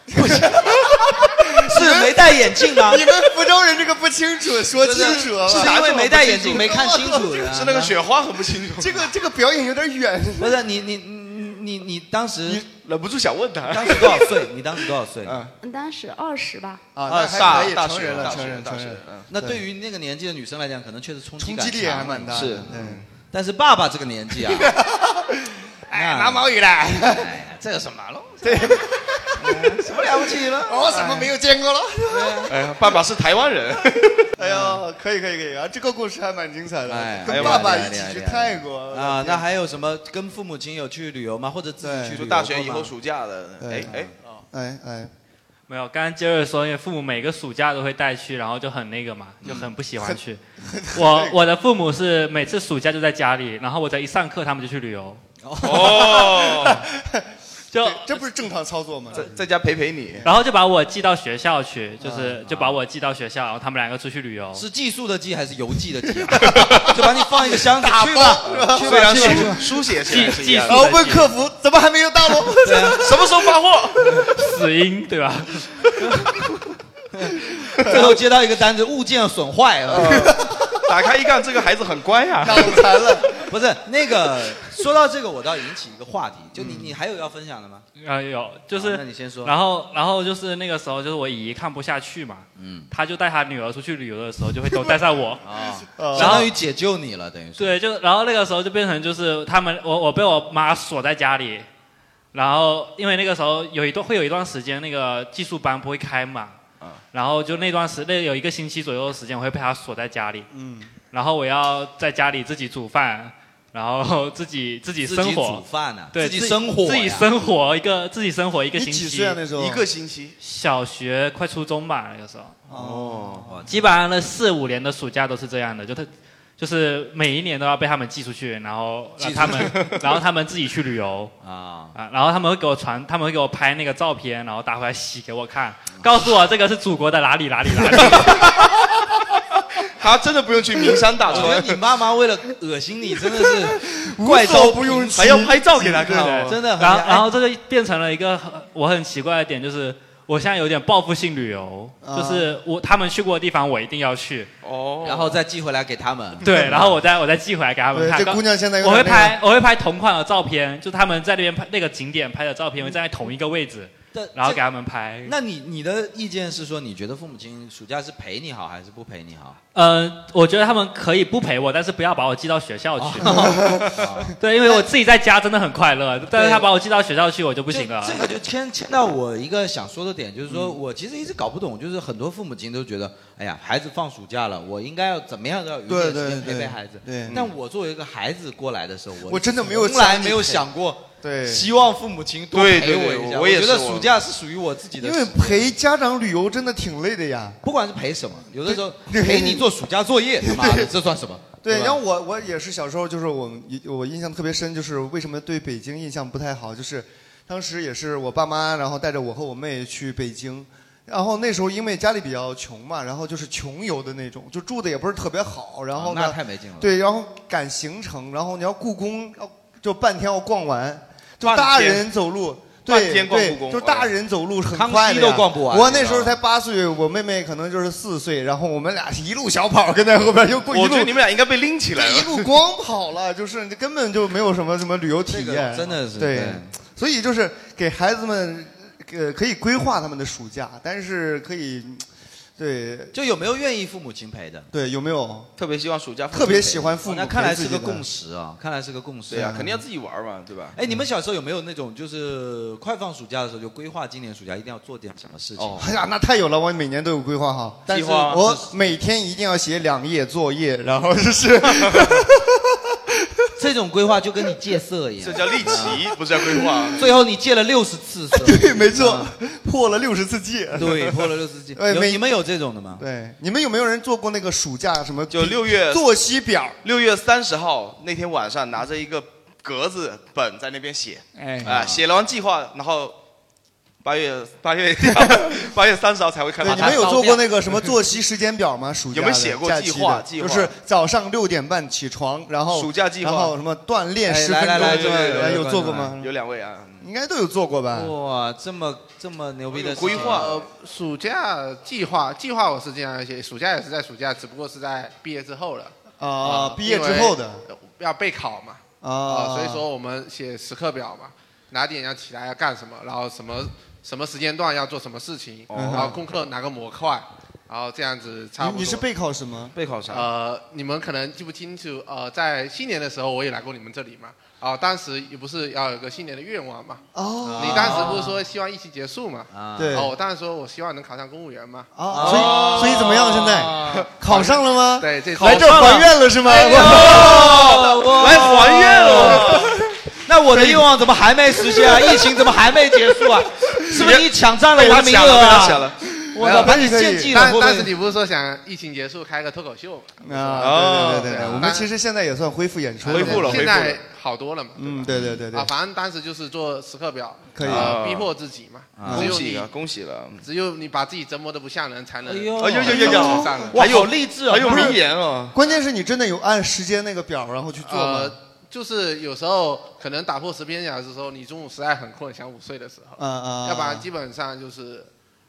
Speaker 1: 是没戴眼镜吗？
Speaker 2: 你们 福州人这个不清楚，说清楚好
Speaker 1: 是
Speaker 2: 吧
Speaker 1: 因为没戴眼镜没看清楚，
Speaker 3: 是那个雪花很不清楚。
Speaker 2: 这个这个表演有点远。
Speaker 1: 不是你你你你你当时
Speaker 3: 忍不住想问他，
Speaker 1: 当时多少 岁？你当时多少岁？
Speaker 4: 嗯，当时二十吧。
Speaker 2: 啊
Speaker 1: 啊，
Speaker 2: 那还可以
Speaker 1: 大
Speaker 2: 成人了成人
Speaker 1: 大学大
Speaker 2: 成人
Speaker 1: 学
Speaker 2: 嗯
Speaker 1: 那
Speaker 2: 对
Speaker 1: 对于那个年纪的女生来讲，可能确实冲击
Speaker 2: 冲
Speaker 1: 感
Speaker 2: 击力还蛮大的
Speaker 1: 是嗯
Speaker 2: 对，
Speaker 1: 但是爸爸这个年纪啊，哎，
Speaker 2: 拿毛雨了，
Speaker 1: 哎呀，这有什么了？
Speaker 2: 对，
Speaker 1: 什么了不起了？
Speaker 2: 我哦怎么没有见过了？
Speaker 3: 哎呀，爸爸是台湾人，
Speaker 2: 哎呦，可以可以可以啊，这个故事还蛮精彩的，
Speaker 1: 哎
Speaker 2: 跟
Speaker 1: 呀
Speaker 2: 爸爸
Speaker 1: 厉害
Speaker 2: 一起
Speaker 1: 厉害
Speaker 2: 去
Speaker 1: 厉害
Speaker 2: 泰国
Speaker 1: 啊，那还有什么跟父母亲有去旅游吗？或者自己去旅游
Speaker 3: 就大学
Speaker 1: 过
Speaker 3: 以
Speaker 1: 吗
Speaker 8: 哦
Speaker 3: 后暑假的，哎哎，
Speaker 2: 哎哎，
Speaker 8: 没没有，刚刚接着说，因为父母每个暑假都会带去，然后就很那个嘛，
Speaker 1: 嗯
Speaker 8: 就很不喜欢去。我我的父母是每次暑假就在家里，然后我只要一上课，他们就去旅游。
Speaker 3: 哦，
Speaker 8: 就
Speaker 2: 这不是正常操作吗？
Speaker 3: 在在家陪陪你。
Speaker 8: 然后就把我寄到学校去，就是、就把我寄到学校，然后他们两个出去旅游。
Speaker 1: 啊是寄宿的寄还是邮寄的寄？啊 就把你放一个箱子
Speaker 8: 打啊
Speaker 1: 去
Speaker 8: 包是
Speaker 1: 吧，
Speaker 8: 吧
Speaker 1: 去
Speaker 8: 虽
Speaker 1: 吧，
Speaker 8: 然
Speaker 1: 去吧哦
Speaker 8: 书
Speaker 1: 去吧，
Speaker 8: 书写起来是一样的
Speaker 2: 然后问客服怎么还没有到呢？
Speaker 1: 对啊
Speaker 3: 什么时候发货？
Speaker 8: 死因对啊吧？
Speaker 1: 最后接到一个单子，物件损坏了。
Speaker 3: 呃打开一看，这个孩子很乖啊，
Speaker 2: 脑残了。
Speaker 1: 不是那个，说到这个，我倒引起一个话题，就你你还有要分享的吗？
Speaker 8: 嗯啊，有，就是、
Speaker 1: 那你先说
Speaker 8: 然后，然后就是那个时候，就是我姨看不下去嘛，
Speaker 1: 嗯，
Speaker 8: 她就带她女儿出去旅游的时候， 就会都带上我
Speaker 1: 啊，
Speaker 8: 然后
Speaker 1: 相当于解救你了，等于说。
Speaker 8: 对，就然后那个时候就变成就是他们，我我被我妈锁在家里，然后因为那个时候有一段会有一段时间那个技术班不会开嘛，然后就那段时那有一个星期左右的时间，我会被她锁在家里，
Speaker 2: 嗯，
Speaker 8: 然后我要在家里自己煮饭，然后自己自己
Speaker 1: 自己
Speaker 8: 生活
Speaker 1: 煮饭啊
Speaker 8: 对，
Speaker 1: 自己生活
Speaker 8: 自己
Speaker 1: 呀
Speaker 8: 生活一个自己生活一个
Speaker 1: 你
Speaker 8: 星期，
Speaker 1: 几岁啊那时候一个
Speaker 3: 星期，
Speaker 8: 小学快初中吧那个时候。
Speaker 1: 哦，
Speaker 8: 基本上那四五年的暑假都是这样的，就他就是每一年都要被他们寄出去，然后
Speaker 1: 寄出
Speaker 8: 让
Speaker 1: 去
Speaker 8: 他们， 然后他们自己去旅游
Speaker 1: 啊
Speaker 8: 啊，然后他们会给我传，他们会给我拍那个照片，然后打回来洗给我看，告诉我这个是祖国的哪里哪里 哪里。
Speaker 3: 他真的不用去名山大
Speaker 1: 我觉得
Speaker 3: 川。
Speaker 1: 你妈妈为了恶心你，真的 是
Speaker 3: 无
Speaker 1: 怪
Speaker 3: 所
Speaker 1: 招
Speaker 3: 不用其极还要拍照给她看哦
Speaker 8: 对
Speaker 1: 真的很
Speaker 8: 然后
Speaker 1: 哎
Speaker 8: 然后这就变成了一个很我很奇怪的点，就是我现在有点报复性旅游，
Speaker 1: 啊
Speaker 8: 就是我他们去过的地方我一定要去。
Speaker 3: 哦
Speaker 1: 然后再寄回来给他们。
Speaker 8: 对，然后我再我再寄回来给他们
Speaker 1: 对
Speaker 8: 看。
Speaker 1: 这姑娘现在有
Speaker 8: 我会
Speaker 1: 点那个
Speaker 8: 拍我会拍同款的照片，就他们在那边拍那个景点拍的照片，我会站在同一个位置
Speaker 1: 但，
Speaker 8: 然后
Speaker 1: 嗯这
Speaker 8: 给他们拍。
Speaker 1: 那你你的意见是说，你觉得父母亲暑假是陪你好还是不陪你 好？
Speaker 8: 呃，我觉得他们可以不陪我，但是不要把我寄到学校去。
Speaker 1: 哦
Speaker 8: 对，因为我自己在家真的很快乐，但是他把我寄到学校去，我就不行了。
Speaker 1: 这个就牵牵到我一个想说的点，就是
Speaker 2: 嗯
Speaker 1: 说我其实一直搞不懂，就是很多父母亲都觉得，哎呀，孩子放暑假了，我应该要怎么样都要有一点
Speaker 2: 对
Speaker 1: 时
Speaker 2: 对
Speaker 1: 间陪
Speaker 2: 对
Speaker 1: 陪孩子。
Speaker 2: 对
Speaker 1: 但我作为一个孩子过来的时候，我
Speaker 2: 我真的没有
Speaker 1: 从来
Speaker 2: 想你
Speaker 1: 没有
Speaker 2: 陪
Speaker 1: 想过，
Speaker 2: 对
Speaker 1: 希望父母亲多
Speaker 2: 对
Speaker 1: 陪
Speaker 2: 对
Speaker 1: 我
Speaker 2: 对
Speaker 1: 一下。
Speaker 2: 我也
Speaker 1: 觉得
Speaker 2: 是我
Speaker 1: 暑假是属于我自己的
Speaker 2: 因
Speaker 1: 时
Speaker 2: 为
Speaker 1: 间，
Speaker 2: 陪家长旅游真的挺累的呀。
Speaker 1: 不管是陪什么，有 的时候
Speaker 2: 对
Speaker 1: 陪你做暑假作业，他妈的这算什么？
Speaker 2: 对，
Speaker 1: 吧
Speaker 2: 然后我我也是小时候，就是我们我印象特别深，就是为什么对北京印象不太好，就是当时也是我爸妈，然后带着我和我妹去北京，然后那时候因为家里比较穷嘛，然后就是穷游的那种，就住的也不是特别好，然后呢、
Speaker 1: 啊那太没劲了
Speaker 2: 对，然后赶行程，然后你要故宫，要就半天要逛完，就
Speaker 1: 半天
Speaker 2: 大人走路。
Speaker 1: 半
Speaker 2: 对
Speaker 1: 天逛故宫
Speaker 2: 对，就大人走路很
Speaker 1: 康熙
Speaker 2: 快的呀
Speaker 1: 都逛不完啊
Speaker 2: 我
Speaker 1: 你知
Speaker 2: 那
Speaker 1: 道
Speaker 2: 时候
Speaker 1: 吗
Speaker 2: 才八岁，我妹妹可能就是四岁，然后我们俩一路小跑跟在后边就过一路。
Speaker 3: 我觉得你们俩应该被拎起来
Speaker 2: 这一
Speaker 3: 了。
Speaker 2: 路光跑了，就是你根本就没有什么什么旅游体
Speaker 1: 这个
Speaker 2: 验，
Speaker 1: 真的是
Speaker 2: 对
Speaker 1: 对。
Speaker 2: 所以就是给孩子们，呃，可以规划他们的暑假，但是可以，对，
Speaker 1: 就有没有愿意父母亲陪的？
Speaker 2: 对，有没有？
Speaker 3: 特别希望暑假
Speaker 2: 特别喜欢父母
Speaker 1: 那看来
Speaker 2: 陪自
Speaker 1: 是
Speaker 2: 己
Speaker 1: 个
Speaker 2: 的
Speaker 1: 共识啊，看来是个共识。
Speaker 3: 对呀、肯定要自己玩嘛，对吧？
Speaker 1: 哎，你们小时候有没有那种就是快放暑假的时候就规划今年暑假一定要做点什么事情？
Speaker 2: 哎呀，那太有了，我每年都有规划哈。但是
Speaker 1: 计划
Speaker 2: 我每天一定要写两页作业，然后就是
Speaker 1: 这种规划就跟你戒色一样，
Speaker 3: 这叫立奇，不是叫规划。
Speaker 1: 最后你戒了六十次 色，嗯
Speaker 2: 对，没错，破了六十次戒。
Speaker 1: 对，破了六十次戒。
Speaker 2: 对，
Speaker 1: 有
Speaker 2: 每
Speaker 1: 你们有这种的吗？
Speaker 2: 对，你们有没有人做过那个暑假什么？
Speaker 3: 就六月
Speaker 2: 作息表，
Speaker 3: 六月三十号那天晚上，拿着一个格子本在那边写，
Speaker 10: 哎
Speaker 3: 哎，啊，写了完计划，然后八月八月八月三十号才会开
Speaker 2: 对，
Speaker 3: 始。
Speaker 2: 你们有做过那个什么作息时间表吗？暑假的
Speaker 3: 有没有写过
Speaker 2: 假
Speaker 3: 计
Speaker 2: 期
Speaker 3: 划
Speaker 2: 的
Speaker 3: 计划
Speaker 2: 就是早上六点半起床，然后
Speaker 3: 暑假计划
Speaker 2: 然后什么锻炼
Speaker 1: 哎
Speaker 2: 十分钟，
Speaker 1: 来来来
Speaker 2: 对
Speaker 1: 对对对
Speaker 2: 有做过
Speaker 1: 观
Speaker 2: 吗？
Speaker 3: 有两位啊，
Speaker 2: 应该都有做过吧？
Speaker 1: 哇，这么这么牛逼的事情啊
Speaker 6: 呃，暑假计划计划我是这样写，暑假也是在暑假，只不过是在毕业之后了。
Speaker 2: 啊
Speaker 6: 呃
Speaker 2: 毕业之后的，
Speaker 6: 因为要备考嘛。
Speaker 2: 啊
Speaker 6: 呃所以说我们写时刻表嘛，哪点要起来要干什么，然后什么什么时间段要做什么事情，
Speaker 2: 哦
Speaker 6: 然后功课拿个模块，然后这样子差不
Speaker 2: 你
Speaker 6: 多。
Speaker 2: 你是备考什么？
Speaker 3: 备考啥
Speaker 6: 呃，你们可能记不清楚，呃，在新年的时候我也来过你们这里嘛，啊、当时也不是要有个新年的愿望嘛，
Speaker 2: 哦
Speaker 6: 你当时不是说希望疫情结束嘛，
Speaker 3: 啊
Speaker 2: 对
Speaker 6: 哦，我当时说我希望能考上公务员嘛，
Speaker 2: 啊所以所以怎么样？现在考上了吗？
Speaker 6: 对，这次
Speaker 1: 哎
Speaker 2: 来这儿还愿了是吗？
Speaker 6: 哎呦
Speaker 2: 哇
Speaker 6: 来还愿了。
Speaker 1: 那我的愿望怎么还没实现啊？疫情怎么还没结 束啊？是不是你抢占了我的名额
Speaker 3: 被他
Speaker 1: 啊？
Speaker 3: 抢了
Speaker 1: 我操，把你
Speaker 6: 可以
Speaker 1: 献祭了，
Speaker 6: 但
Speaker 1: 会不会
Speaker 6: 但是你不是说想疫情结束开个脱口秀吗？
Speaker 2: 啊，对对对对
Speaker 6: 哦
Speaker 2: 对，我们其实现在也算恢复演出，
Speaker 6: 现在好多了嘛。
Speaker 2: 嗯，对对对对
Speaker 6: 啊，，反正当时就是做时刻表，
Speaker 2: 可以
Speaker 6: 呃逼迫自己嘛。
Speaker 3: 啊
Speaker 6: 只有
Speaker 3: 恭喜
Speaker 6: 你
Speaker 3: 了，恭喜了！
Speaker 6: 嗯只有你把自己折磨的不像人，才能
Speaker 3: 哎
Speaker 6: 哎
Speaker 3: 呦
Speaker 2: 哦
Speaker 3: 哎呦呦呦呦
Speaker 6: 上人
Speaker 3: 哇还有好励志啊还有名言哦
Speaker 2: 关键是你真的有按时间那个表然后去做吗
Speaker 6: 呃？，就是有时候可能打破十篇小时的时候，你中午实在很困，想午睡的时候，
Speaker 2: 嗯嗯
Speaker 6: 要不然基本上就是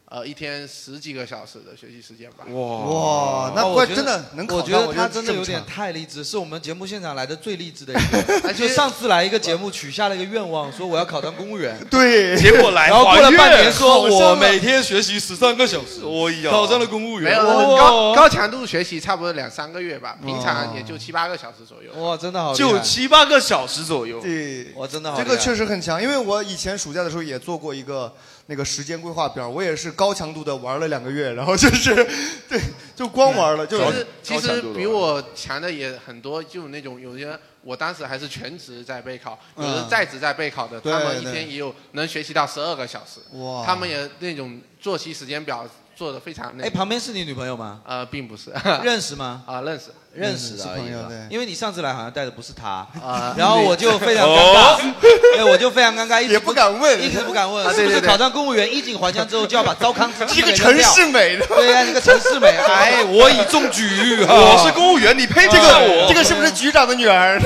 Speaker 6: 呃一天十几个小时的学习时间吧。
Speaker 2: 哇那
Speaker 1: 我
Speaker 2: 关
Speaker 1: 觉得
Speaker 2: 真的能考
Speaker 1: 我
Speaker 2: 到
Speaker 1: 觉得
Speaker 2: 我就
Speaker 1: 他真的
Speaker 2: 正
Speaker 1: 有点
Speaker 2: 常
Speaker 1: 太励志，是我们节目现场来的最励志的一个。就上次来一个节目，许下了一个愿望，说我要考当公务 员。
Speaker 2: 对
Speaker 3: 结果来
Speaker 1: 然后过了半年，说
Speaker 3: 怀孕
Speaker 1: 我每天学习十三个小时，
Speaker 3: 哎呀
Speaker 6: 哦
Speaker 1: 考上了公务
Speaker 6: 没
Speaker 1: 员。
Speaker 6: 有
Speaker 1: 哇
Speaker 6: 哦高高强度学习，差不多两三个月吧，平常也就七八个小时左右。
Speaker 1: 哇，真的好厉害，
Speaker 3: 就七八个小时左右。
Speaker 2: 对，
Speaker 1: 我真的
Speaker 2: 这个确实很强，因为我以前暑假的时候也做过一个那个时间规划表，我也是高强度的玩了两个月，然后就是 对，就光玩了，就
Speaker 6: 其实其实比我强的也很多，就那种有些我当时还是全职在备考，有
Speaker 2: 嗯
Speaker 6: 的在职在备考的，
Speaker 2: 对
Speaker 6: 他们一
Speaker 2: 对
Speaker 6: 天也有能学习到十二个小时，
Speaker 2: 哇
Speaker 6: 他们也那种作息时间表做的非常那个。
Speaker 1: 哎，旁边是你女朋友吗？
Speaker 6: 呃，并不是
Speaker 1: 认识吗？
Speaker 6: 啊，认识，
Speaker 2: 嗯
Speaker 1: 认识的而哎已吧。因为你上次来好像带的不是她，
Speaker 6: 啊
Speaker 1: 然后我就非常尴
Speaker 6: 哦
Speaker 1: 尬，对，我就非常尴尬，一直
Speaker 2: 也不敢问
Speaker 1: 一直不敢问
Speaker 2: 啊，
Speaker 1: 是
Speaker 2: 对
Speaker 1: 不
Speaker 2: 对
Speaker 1: 是
Speaker 2: 对
Speaker 1: 考上公务员衣锦还乡之后就要把糟糠之妻
Speaker 2: 一 个
Speaker 1: 给扔掉
Speaker 2: 城市美的
Speaker 1: 对呀，一个城市美，哎，
Speaker 2: 啊
Speaker 3: 我已中举
Speaker 1: 啊
Speaker 3: 我是公务员，你配
Speaker 2: 这
Speaker 3: 得上
Speaker 2: 个
Speaker 3: 我
Speaker 2: 这个是不是局长的女儿？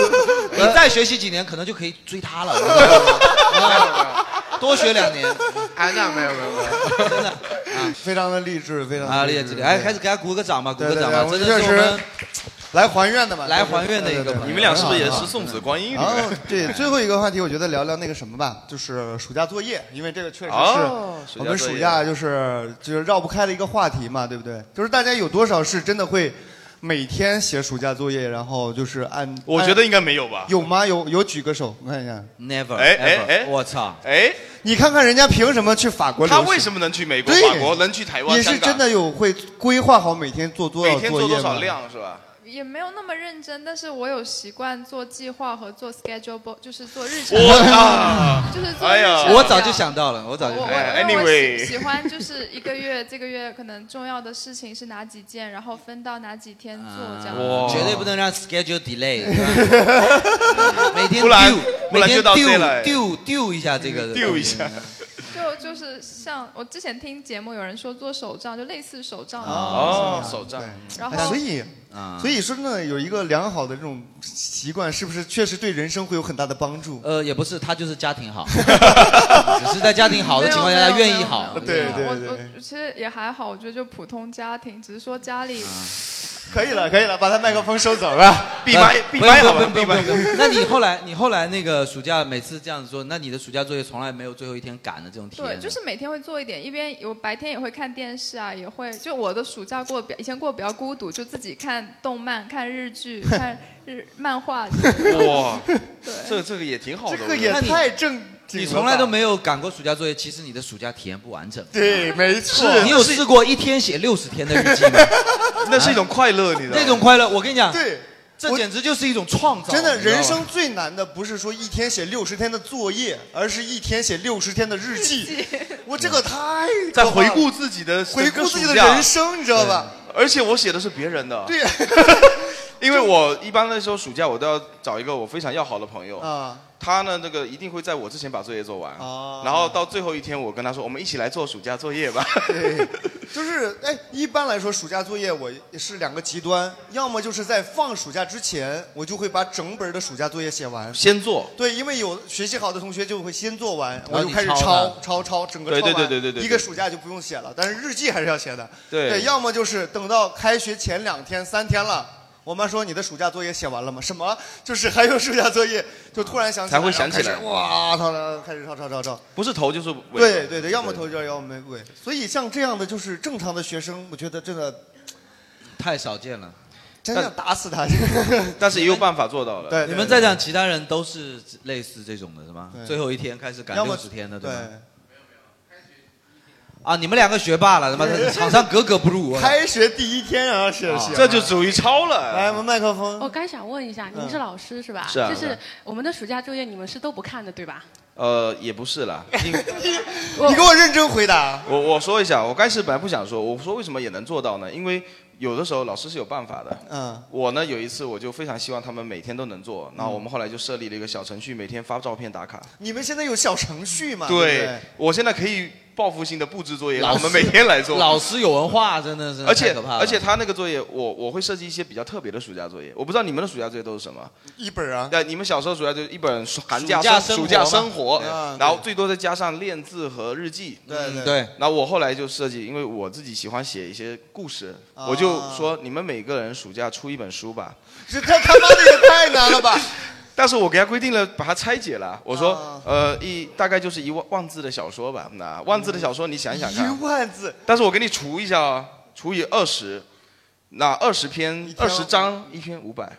Speaker 1: 你再学习几年，可能就可以追她了。 啊多学两年
Speaker 6: 啊，那没有没有没有，
Speaker 1: 真的
Speaker 2: 非常的励志，非常
Speaker 1: 啊，
Speaker 2: 地
Speaker 1: 厉
Speaker 2: 啊励
Speaker 1: 害，厉害！哎，开始给她鼓个掌吧，鼓
Speaker 2: 对
Speaker 1: 个
Speaker 2: 对
Speaker 1: 掌
Speaker 2: 对，
Speaker 1: 吧，
Speaker 2: 我
Speaker 1: 真
Speaker 2: 们
Speaker 1: 的
Speaker 2: 确
Speaker 1: 是我
Speaker 2: 实
Speaker 1: 们。
Speaker 2: 来还愿的嘛，
Speaker 1: 来还愿的一个朋友
Speaker 3: 你们俩是不是也是送子观音女
Speaker 2: 然后哦对，最后一个话题，我觉得聊聊那个什么吧，就是暑假作业，因为这个确实
Speaker 3: 哦
Speaker 2: 是我们
Speaker 3: 暑
Speaker 2: 暑
Speaker 3: 假
Speaker 2: 假就是就是绕不开的一个话题嘛，对不对？就是大家有多少是真的会每天写暑假作业，然后就是按
Speaker 3: 我觉得应该没有吧
Speaker 2: 有吗？有有举个手，我看一下。嗯
Speaker 1: Never，
Speaker 3: 哎哎哎，
Speaker 1: 我操！
Speaker 3: 哎，
Speaker 2: 你看看人家凭什么去法国留
Speaker 3: 他
Speaker 2: 学？
Speaker 3: 为什么能去美国、
Speaker 2: 对
Speaker 3: 法国，能去台湾、
Speaker 2: 也
Speaker 3: 香
Speaker 2: 是真
Speaker 3: 港？
Speaker 2: 的有会规划好每天做多少
Speaker 3: 每
Speaker 2: 作业
Speaker 3: 天
Speaker 2: 吗
Speaker 3: 做多少量是吧？
Speaker 13: 也没有那么认真，但是我有习惯做计划和做 schedule book，就是做日程。
Speaker 1: 我操
Speaker 13: 就是做
Speaker 1: 哎
Speaker 13: 日
Speaker 1: 呀
Speaker 13: 程表。
Speaker 1: 我早就想到了我早就
Speaker 13: 我我
Speaker 1: 哎
Speaker 13: 因为我
Speaker 1: anyway
Speaker 13: 喜喜欢就是一个月，这个月可能重要的事情是哪几件，然后分到哪几天做这样。
Speaker 1: 啊哇，绝对不能让 schedule delay，是吧嗯每天
Speaker 3: 不然
Speaker 1: due，
Speaker 3: 不然就到
Speaker 1: 每天
Speaker 3: 这了
Speaker 1: due due due 一下这 个
Speaker 3: due 一下。
Speaker 13: 就就是像我之前听节目有人说做手账，就类似手账的
Speaker 3: 哦
Speaker 13: 东西
Speaker 3: 手账
Speaker 1: 嗯
Speaker 13: 然
Speaker 2: 哎
Speaker 13: 后
Speaker 2: 所以
Speaker 1: 啊，
Speaker 2: 所以说呢，有一个良好的这种习惯，是不是确实对人生会有很大的帮助？
Speaker 1: 呃，也不是，他 就是家庭 好，只是在家庭好的情况下，他愿意好。
Speaker 2: 对对
Speaker 13: 我
Speaker 2: 对，
Speaker 13: 我其实也还好，我觉得就普通家庭，只是说家
Speaker 1: 啊
Speaker 13: 里
Speaker 2: 可以了，可以了，把他麦克风收走了，
Speaker 1: 呃不用不用不用不用 不用那你后来，你后来那个暑假每次这样子做，那你的暑假作业从来没有最后一天赶的这种体验
Speaker 13: 对，
Speaker 1: 呢？
Speaker 13: 就是每天会做一点，一边我白天也会看电视啊，也会就我的暑假过得比以前过得比较孤独，就自己看动漫、看日 剧、看日漫画。
Speaker 3: 哇，这这个也挺好的。
Speaker 2: 这个也
Speaker 1: 那你
Speaker 2: 太正经
Speaker 1: 你
Speaker 2: 了吧
Speaker 1: 从来都没有赶过暑假作业，其实你的暑假体验不完整。
Speaker 2: 对没错
Speaker 1: 你有试过一天写六十天的日记吗？
Speaker 3: 那是一种快乐，你知道吗
Speaker 1: 那种快乐，我跟你讲，
Speaker 2: 对，
Speaker 1: 啊这简直就是一种创造。
Speaker 2: 真的，
Speaker 1: 你知道吗
Speaker 2: 人生最难的不是说一天写六十天的作业，而是一天写六十天的日记。我这个太
Speaker 3: 在
Speaker 2: 可怕
Speaker 3: 回
Speaker 2: 了
Speaker 3: 顾自己的整
Speaker 2: 回
Speaker 3: 个
Speaker 2: 顾自己的
Speaker 3: 暑假
Speaker 2: 人生你知道吧？
Speaker 3: 而且我写的是别人的。
Speaker 2: 对。
Speaker 3: 因为我一般那时候暑假，我都要找一个我非常要好的朋友，
Speaker 2: 啊，
Speaker 3: 他呢那个一定会在我之前把作业做完，
Speaker 2: 哦
Speaker 3: 然后到最后一天，我跟他说，我们一起来做暑假作业吧。
Speaker 2: 就是哎，一般来说暑假作业我是两个极端，要么就是在放暑假之前，我就会把整本的暑假作业写完，
Speaker 3: 先做
Speaker 2: 对，因为有学习好的同学就会先做完，
Speaker 3: 后
Speaker 2: 我就
Speaker 3: 你
Speaker 2: 开始
Speaker 3: 抄
Speaker 2: 抄
Speaker 3: 它
Speaker 2: 抄抄，整个
Speaker 3: 对
Speaker 2: 抄
Speaker 3: 对
Speaker 2: 完，
Speaker 3: 对对对对
Speaker 2: 一个暑假就不用写了，但是日记还是要写的。
Speaker 3: 对
Speaker 2: 要么就是等到开学前两天、三天了。我妈说你的暑假作业写完了吗？什么？就是还有暑假作业，就突然想起来
Speaker 3: 才会想起来
Speaker 2: 然后开始哇，操，开始抄抄抄抄。
Speaker 3: 不是头就是尾。
Speaker 2: 对对对，要么头就要么尾。所以像这样的就是正常的学生，我觉得真的
Speaker 1: 太少见了，
Speaker 2: 真想打死他。
Speaker 3: 但是也有办法做到了。
Speaker 1: 你们在讲其他人都是类似这种的是吗？最后一天开始赶
Speaker 2: 要么
Speaker 1: 六十天的，
Speaker 2: 对
Speaker 1: 吧？啊，你们两个学霸了，他妈的 场上格格不入。我啊操
Speaker 2: 开学第一天啊，是
Speaker 1: 啊
Speaker 2: 是，哎
Speaker 1: 这就属于超了
Speaker 2: 来，我们麦克风。
Speaker 12: 我刚想问一下，您是老师是吧？
Speaker 3: 是啊
Speaker 12: 就是
Speaker 3: 是啊
Speaker 12: 我们的暑假作业你们是都不看的对吧？
Speaker 3: 呃，也不是啦，因
Speaker 2: 你给我认真回答。
Speaker 3: 我我说一下，我开始本来不想说，我说为什么也能做到呢？因为有的时候老师是有办法的。
Speaker 2: 嗯，
Speaker 3: 我呢有一次我就非常希望他们每天都能做，那
Speaker 2: 嗯
Speaker 3: 我们后来就设立了一个小程序，每天发照片打卡。
Speaker 2: 你们现在有小程序吗？对不
Speaker 3: 对
Speaker 2: 对，，
Speaker 3: 我现在可以报复性的布置 作业，
Speaker 1: 老
Speaker 3: 我
Speaker 1: 师
Speaker 3: 们每天来做。
Speaker 1: 老师有文化，真的是
Speaker 3: 而且
Speaker 1: 太可怕了
Speaker 3: 而且他那个作业，我我会设计一些比较特别的暑假作业。我不知道你们的暑假作业都是什么？
Speaker 2: 一本啊。
Speaker 3: 对，你们小时候暑假就一本暑寒假
Speaker 1: 暑假生
Speaker 3: 生暑
Speaker 1: 活
Speaker 3: 假
Speaker 1: 嘛
Speaker 3: 生活
Speaker 1: 对啊，
Speaker 3: 然后最多再加上练字和日记。
Speaker 2: 嗯对对
Speaker 1: 嗯对。
Speaker 3: 那我后来就设计，因为我自己喜欢写一些故事，
Speaker 2: 啊
Speaker 3: 我就说你们每个人暑假出一本书吧。
Speaker 2: 这他他妈的也太 难了吧！
Speaker 3: 但是我给他规定了，把它拆解了。我说，
Speaker 2: 哦
Speaker 3: 呃，一大概就是一万万字的小说吧。那万字的小说，你想一想看，
Speaker 2: 一万字，
Speaker 3: 但是我给你除一下哦，除以二十，那二十篇
Speaker 2: 天
Speaker 3: 二十章一篇五百，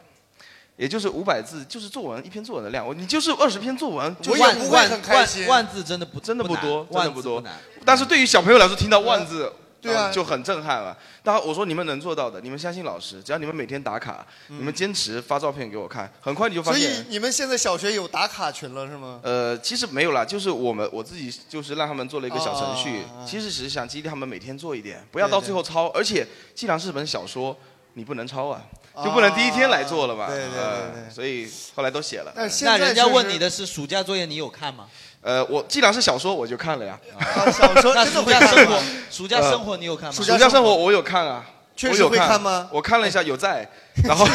Speaker 3: 也就是五百字，就是作文一篇作文的量。我你就是二十篇作文，就
Speaker 1: 我也不会很开心万万字真的不
Speaker 3: 真的
Speaker 1: 不
Speaker 3: 不
Speaker 1: 难
Speaker 3: 多，真
Speaker 1: 万
Speaker 3: 的
Speaker 1: 字
Speaker 3: 不
Speaker 1: 不
Speaker 3: 多
Speaker 1: 难。
Speaker 3: 但是对于小朋友来说，听到万字。
Speaker 2: 对啊
Speaker 3: 嗯就很震撼了。但我说你们能做到的，你们相信老师，只要你们每天打卡，
Speaker 2: 嗯
Speaker 3: 你们坚持发照片给我看，很快你就发
Speaker 2: 所
Speaker 3: 现。
Speaker 2: 以你们现在小学有打卡群了是吗？
Speaker 3: 呃，其实没有啦，就是我们我自己就是让他们做了一个小程序，
Speaker 2: 啊
Speaker 3: 其实只是想激励他们每天做一点，不要
Speaker 2: 对
Speaker 3: 到
Speaker 2: 对
Speaker 3: 最后抄。而且既然是本小说，你不能抄啊，
Speaker 2: 哦
Speaker 3: 就不能第一天来做了嘛。
Speaker 1: 啊对对对
Speaker 3: 呃所以后来都写了。
Speaker 2: 但是现
Speaker 1: 那
Speaker 2: 在
Speaker 1: 人家
Speaker 2: 确实
Speaker 1: 问你的是暑假作业，你有看吗？
Speaker 3: 呃，我既然是小说，我就看了呀。
Speaker 2: 啊小说
Speaker 1: 那
Speaker 2: 真的
Speaker 1: 暑
Speaker 2: 会
Speaker 1: 假
Speaker 2: 看
Speaker 1: 生活
Speaker 2: 吗，
Speaker 1: 暑假生活你有看吗？
Speaker 3: 暑假生活我有看啊，
Speaker 2: 确
Speaker 3: 我
Speaker 2: 实
Speaker 3: 有
Speaker 2: 会看吗哎
Speaker 3: 我看了一下，有在，然后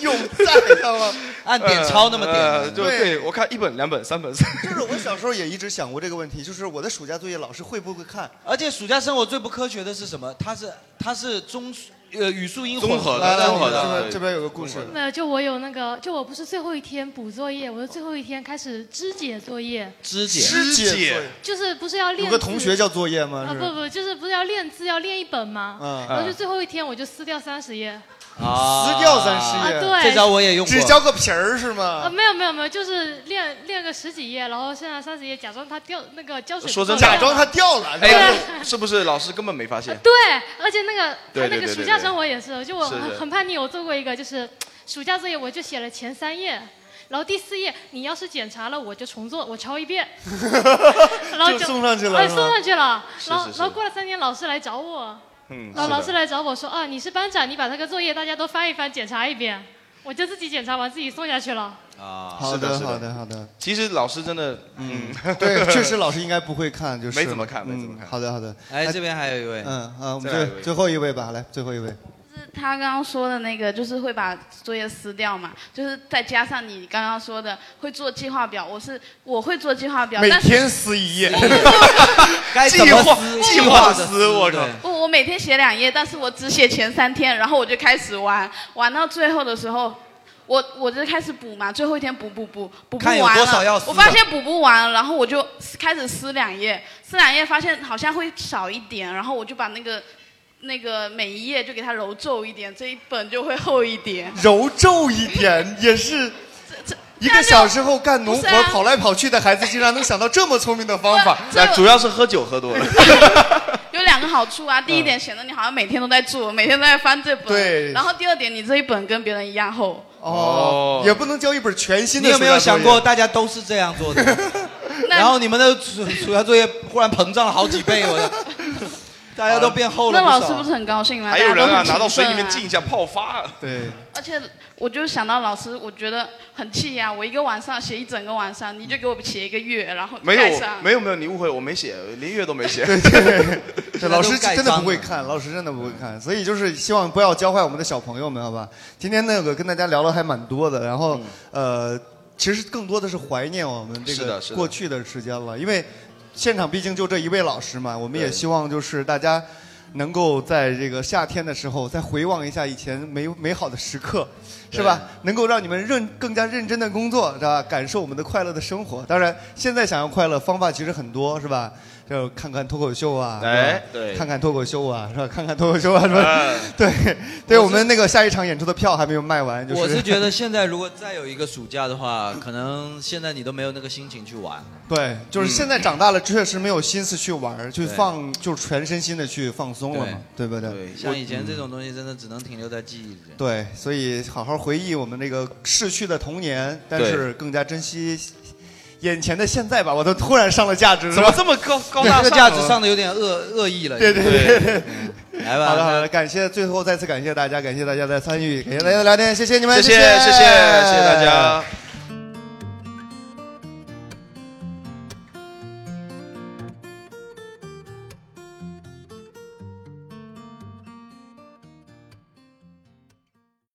Speaker 2: 有在知道吗？
Speaker 1: 按
Speaker 3: 点抄那么点的呃就对我看一本、两本、三本。
Speaker 2: 就是我小时候也一直想过这个问题，就是我的暑假作业老师会不会看？
Speaker 1: 而且暑假生活最不科学的是什么？它是它是中呃语数英混
Speaker 2: 来来
Speaker 1: 合
Speaker 2: 这边
Speaker 1: 的。
Speaker 2: 这边有个故事，
Speaker 14: 没有，就我有那个，就我不是最后一天补作业，我是最后一天开始肢解作业。
Speaker 1: 肢解
Speaker 2: 肢解作业
Speaker 14: 就是不是要练字？
Speaker 2: 有个同学叫作业吗？
Speaker 14: 啊
Speaker 2: 是
Speaker 14: 不不，就是不是要练字要练一本吗？
Speaker 2: 嗯
Speaker 14: 然后就最后一天我就撕掉三十页。
Speaker 1: 啊
Speaker 2: 撕掉三十页，
Speaker 14: 啊对这招我也
Speaker 1: 用过
Speaker 2: 只交个皮儿是吗？
Speaker 14: 啊没有没有没有，就是练练个十几页，然后剩下三十页，假装它掉那个胶水
Speaker 3: 说真的，
Speaker 14: 掉了
Speaker 2: 掉了
Speaker 3: 哎，是不是老师根本没发现？
Speaker 14: 对，而且那个他
Speaker 3: 对对
Speaker 14: 那个
Speaker 3: 对对
Speaker 14: 暑假
Speaker 3: 对
Speaker 14: 生活也是，就我
Speaker 3: 是
Speaker 14: 很
Speaker 3: 是
Speaker 14: 很叛逆，我做过一个，就是暑假作业我就写了前三页，然后第四页你要是检查了，我就重做，我抄一遍，然后
Speaker 2: 就送上去了
Speaker 14: 哎
Speaker 2: 是吗
Speaker 14: 送上去了，
Speaker 2: 是
Speaker 14: 然后
Speaker 2: 是是
Speaker 14: 然后过了三天，老师来找我，
Speaker 3: 嗯
Speaker 14: 然后老师来找我说啊，你是班长，你把这个作业大家都翻一翻，检查一遍，我就自己检查完自己送下去了。
Speaker 3: 啊，
Speaker 2: 好
Speaker 3: 是
Speaker 2: 的
Speaker 3: 是
Speaker 2: 好的好的。
Speaker 3: 其实老师真的，嗯，
Speaker 2: 对，确实老师应该不会看，就是
Speaker 3: 没怎么看没怎么
Speaker 2: 看。好的好的，
Speaker 1: 哎，这边还有一位，
Speaker 2: 嗯啊，我们
Speaker 1: 再来一
Speaker 2: 最
Speaker 1: 位
Speaker 2: 最后一位吧，来最后一位。
Speaker 9: 他刚刚说的那个就是会把作业撕掉嘛，就是再加上你刚刚说的会做计划表，我是我会做计划表，
Speaker 2: 每
Speaker 9: 但是
Speaker 2: 天撕一页，
Speaker 1: 该
Speaker 2: 怎么撕
Speaker 3: 计划
Speaker 2: 计划
Speaker 3: 撕，我靠！
Speaker 9: 我我每天写两页，但是我只写前三天，然后我就开始玩，玩到最后的时候，我我就开始补嘛，最后一天补补补补不
Speaker 1: 看
Speaker 9: 完
Speaker 1: 有
Speaker 9: 了，
Speaker 1: 多少要撕啊的
Speaker 9: 我发现补不完，然后我就开始撕两页，撕两页发现好像会少一点，然后我就把那个那个每一页就给它揉皱一点，这一本就会厚一点。
Speaker 2: 揉皱一点也是。一个小时候干农活
Speaker 9: 不是啊
Speaker 2: 跑来跑去的孩子，竟然能想到这么聪明的方法，
Speaker 9: 这那主要
Speaker 3: 是喝酒喝多 了。
Speaker 9: 有两个好处
Speaker 1: 嗯
Speaker 9: 啊，第一点显得你好像每天都在做，每天都在翻这本，
Speaker 2: 对
Speaker 9: 然后第二点你这一本跟别人一样厚。
Speaker 2: 哦，也不能交一本全新的。
Speaker 1: 你有没有想过，？大家都是这样 做的？然后你们的暑暑假作业忽然膨胀了好几倍，我 的，大家都变厚了
Speaker 9: 那
Speaker 1: 不少。
Speaker 9: 老师不是很高兴吗？
Speaker 3: 还有人啊，
Speaker 9: 大家
Speaker 3: 拿
Speaker 9: 都
Speaker 3: 到
Speaker 9: 很
Speaker 3: 水里
Speaker 9: 勤奋
Speaker 3: 面浸一下泡发。
Speaker 2: 对，
Speaker 9: 而且我就想到老师，我觉得很气呀、我一个晚上写一整个晚上，你就给我写一个月，然后啊
Speaker 3: 没
Speaker 9: 盖
Speaker 3: 有
Speaker 9: 上。
Speaker 3: 没有没有，你误会，我没写，连月都没写。
Speaker 2: 对，老师真的不会看，老师真的不会看，所以就是希望不要教坏我们的小朋友们，好吧？今天那个跟大家聊了还蛮多的，然后、呃，其实更多的是怀念我们这
Speaker 3: 嗯是
Speaker 2: 个
Speaker 3: 的是的
Speaker 2: 过去的时间了，因为现场毕竟就这一位老师嘛，我们也希望就是大家能够在这个夏天的时候再回望一下以前美美好的时刻。是吧？能够让你们认更加认真的工作，是吧？感受我们的快乐的生活。当然，现在想要快乐方法其实很多，是吧？就看看脱口秀啊，
Speaker 3: 哎
Speaker 2: 是吧
Speaker 3: 对
Speaker 2: 看看脱口秀啊，是吧？ 看看脱口秀啊，是吧？
Speaker 1: 哎
Speaker 2: 对，对，我们那个下一场演出的票还没有卖完，就是
Speaker 1: 我是觉 得现在如果再有一个暑假的话，可能现在你都没有那个心情去玩。
Speaker 2: 对，
Speaker 1: 嗯
Speaker 2: 就是现在长大了，确实没有心思去玩儿，去放，就是全身心的去放松了嘛，对不对？
Speaker 1: 像以前这
Speaker 2: 嗯
Speaker 1: 种东西，真的只能停留在记忆里。
Speaker 2: 对，所以好好回忆我们那个逝去的童年，但是更加珍惜眼前的现在吧。我都突然上了价值，
Speaker 1: 怎么这么
Speaker 3: 高
Speaker 1: 高大上啊这个价值上得有点恶恶意了
Speaker 2: 对对对
Speaker 1: 已经
Speaker 2: 对，
Speaker 1: 来吧
Speaker 2: 好的好的，感谢最后再次感谢大家，感谢大家的参与，感谢大家的聊天，谢谢你们，
Speaker 3: 谢谢
Speaker 2: 谢
Speaker 3: 谢谢谢谢大家。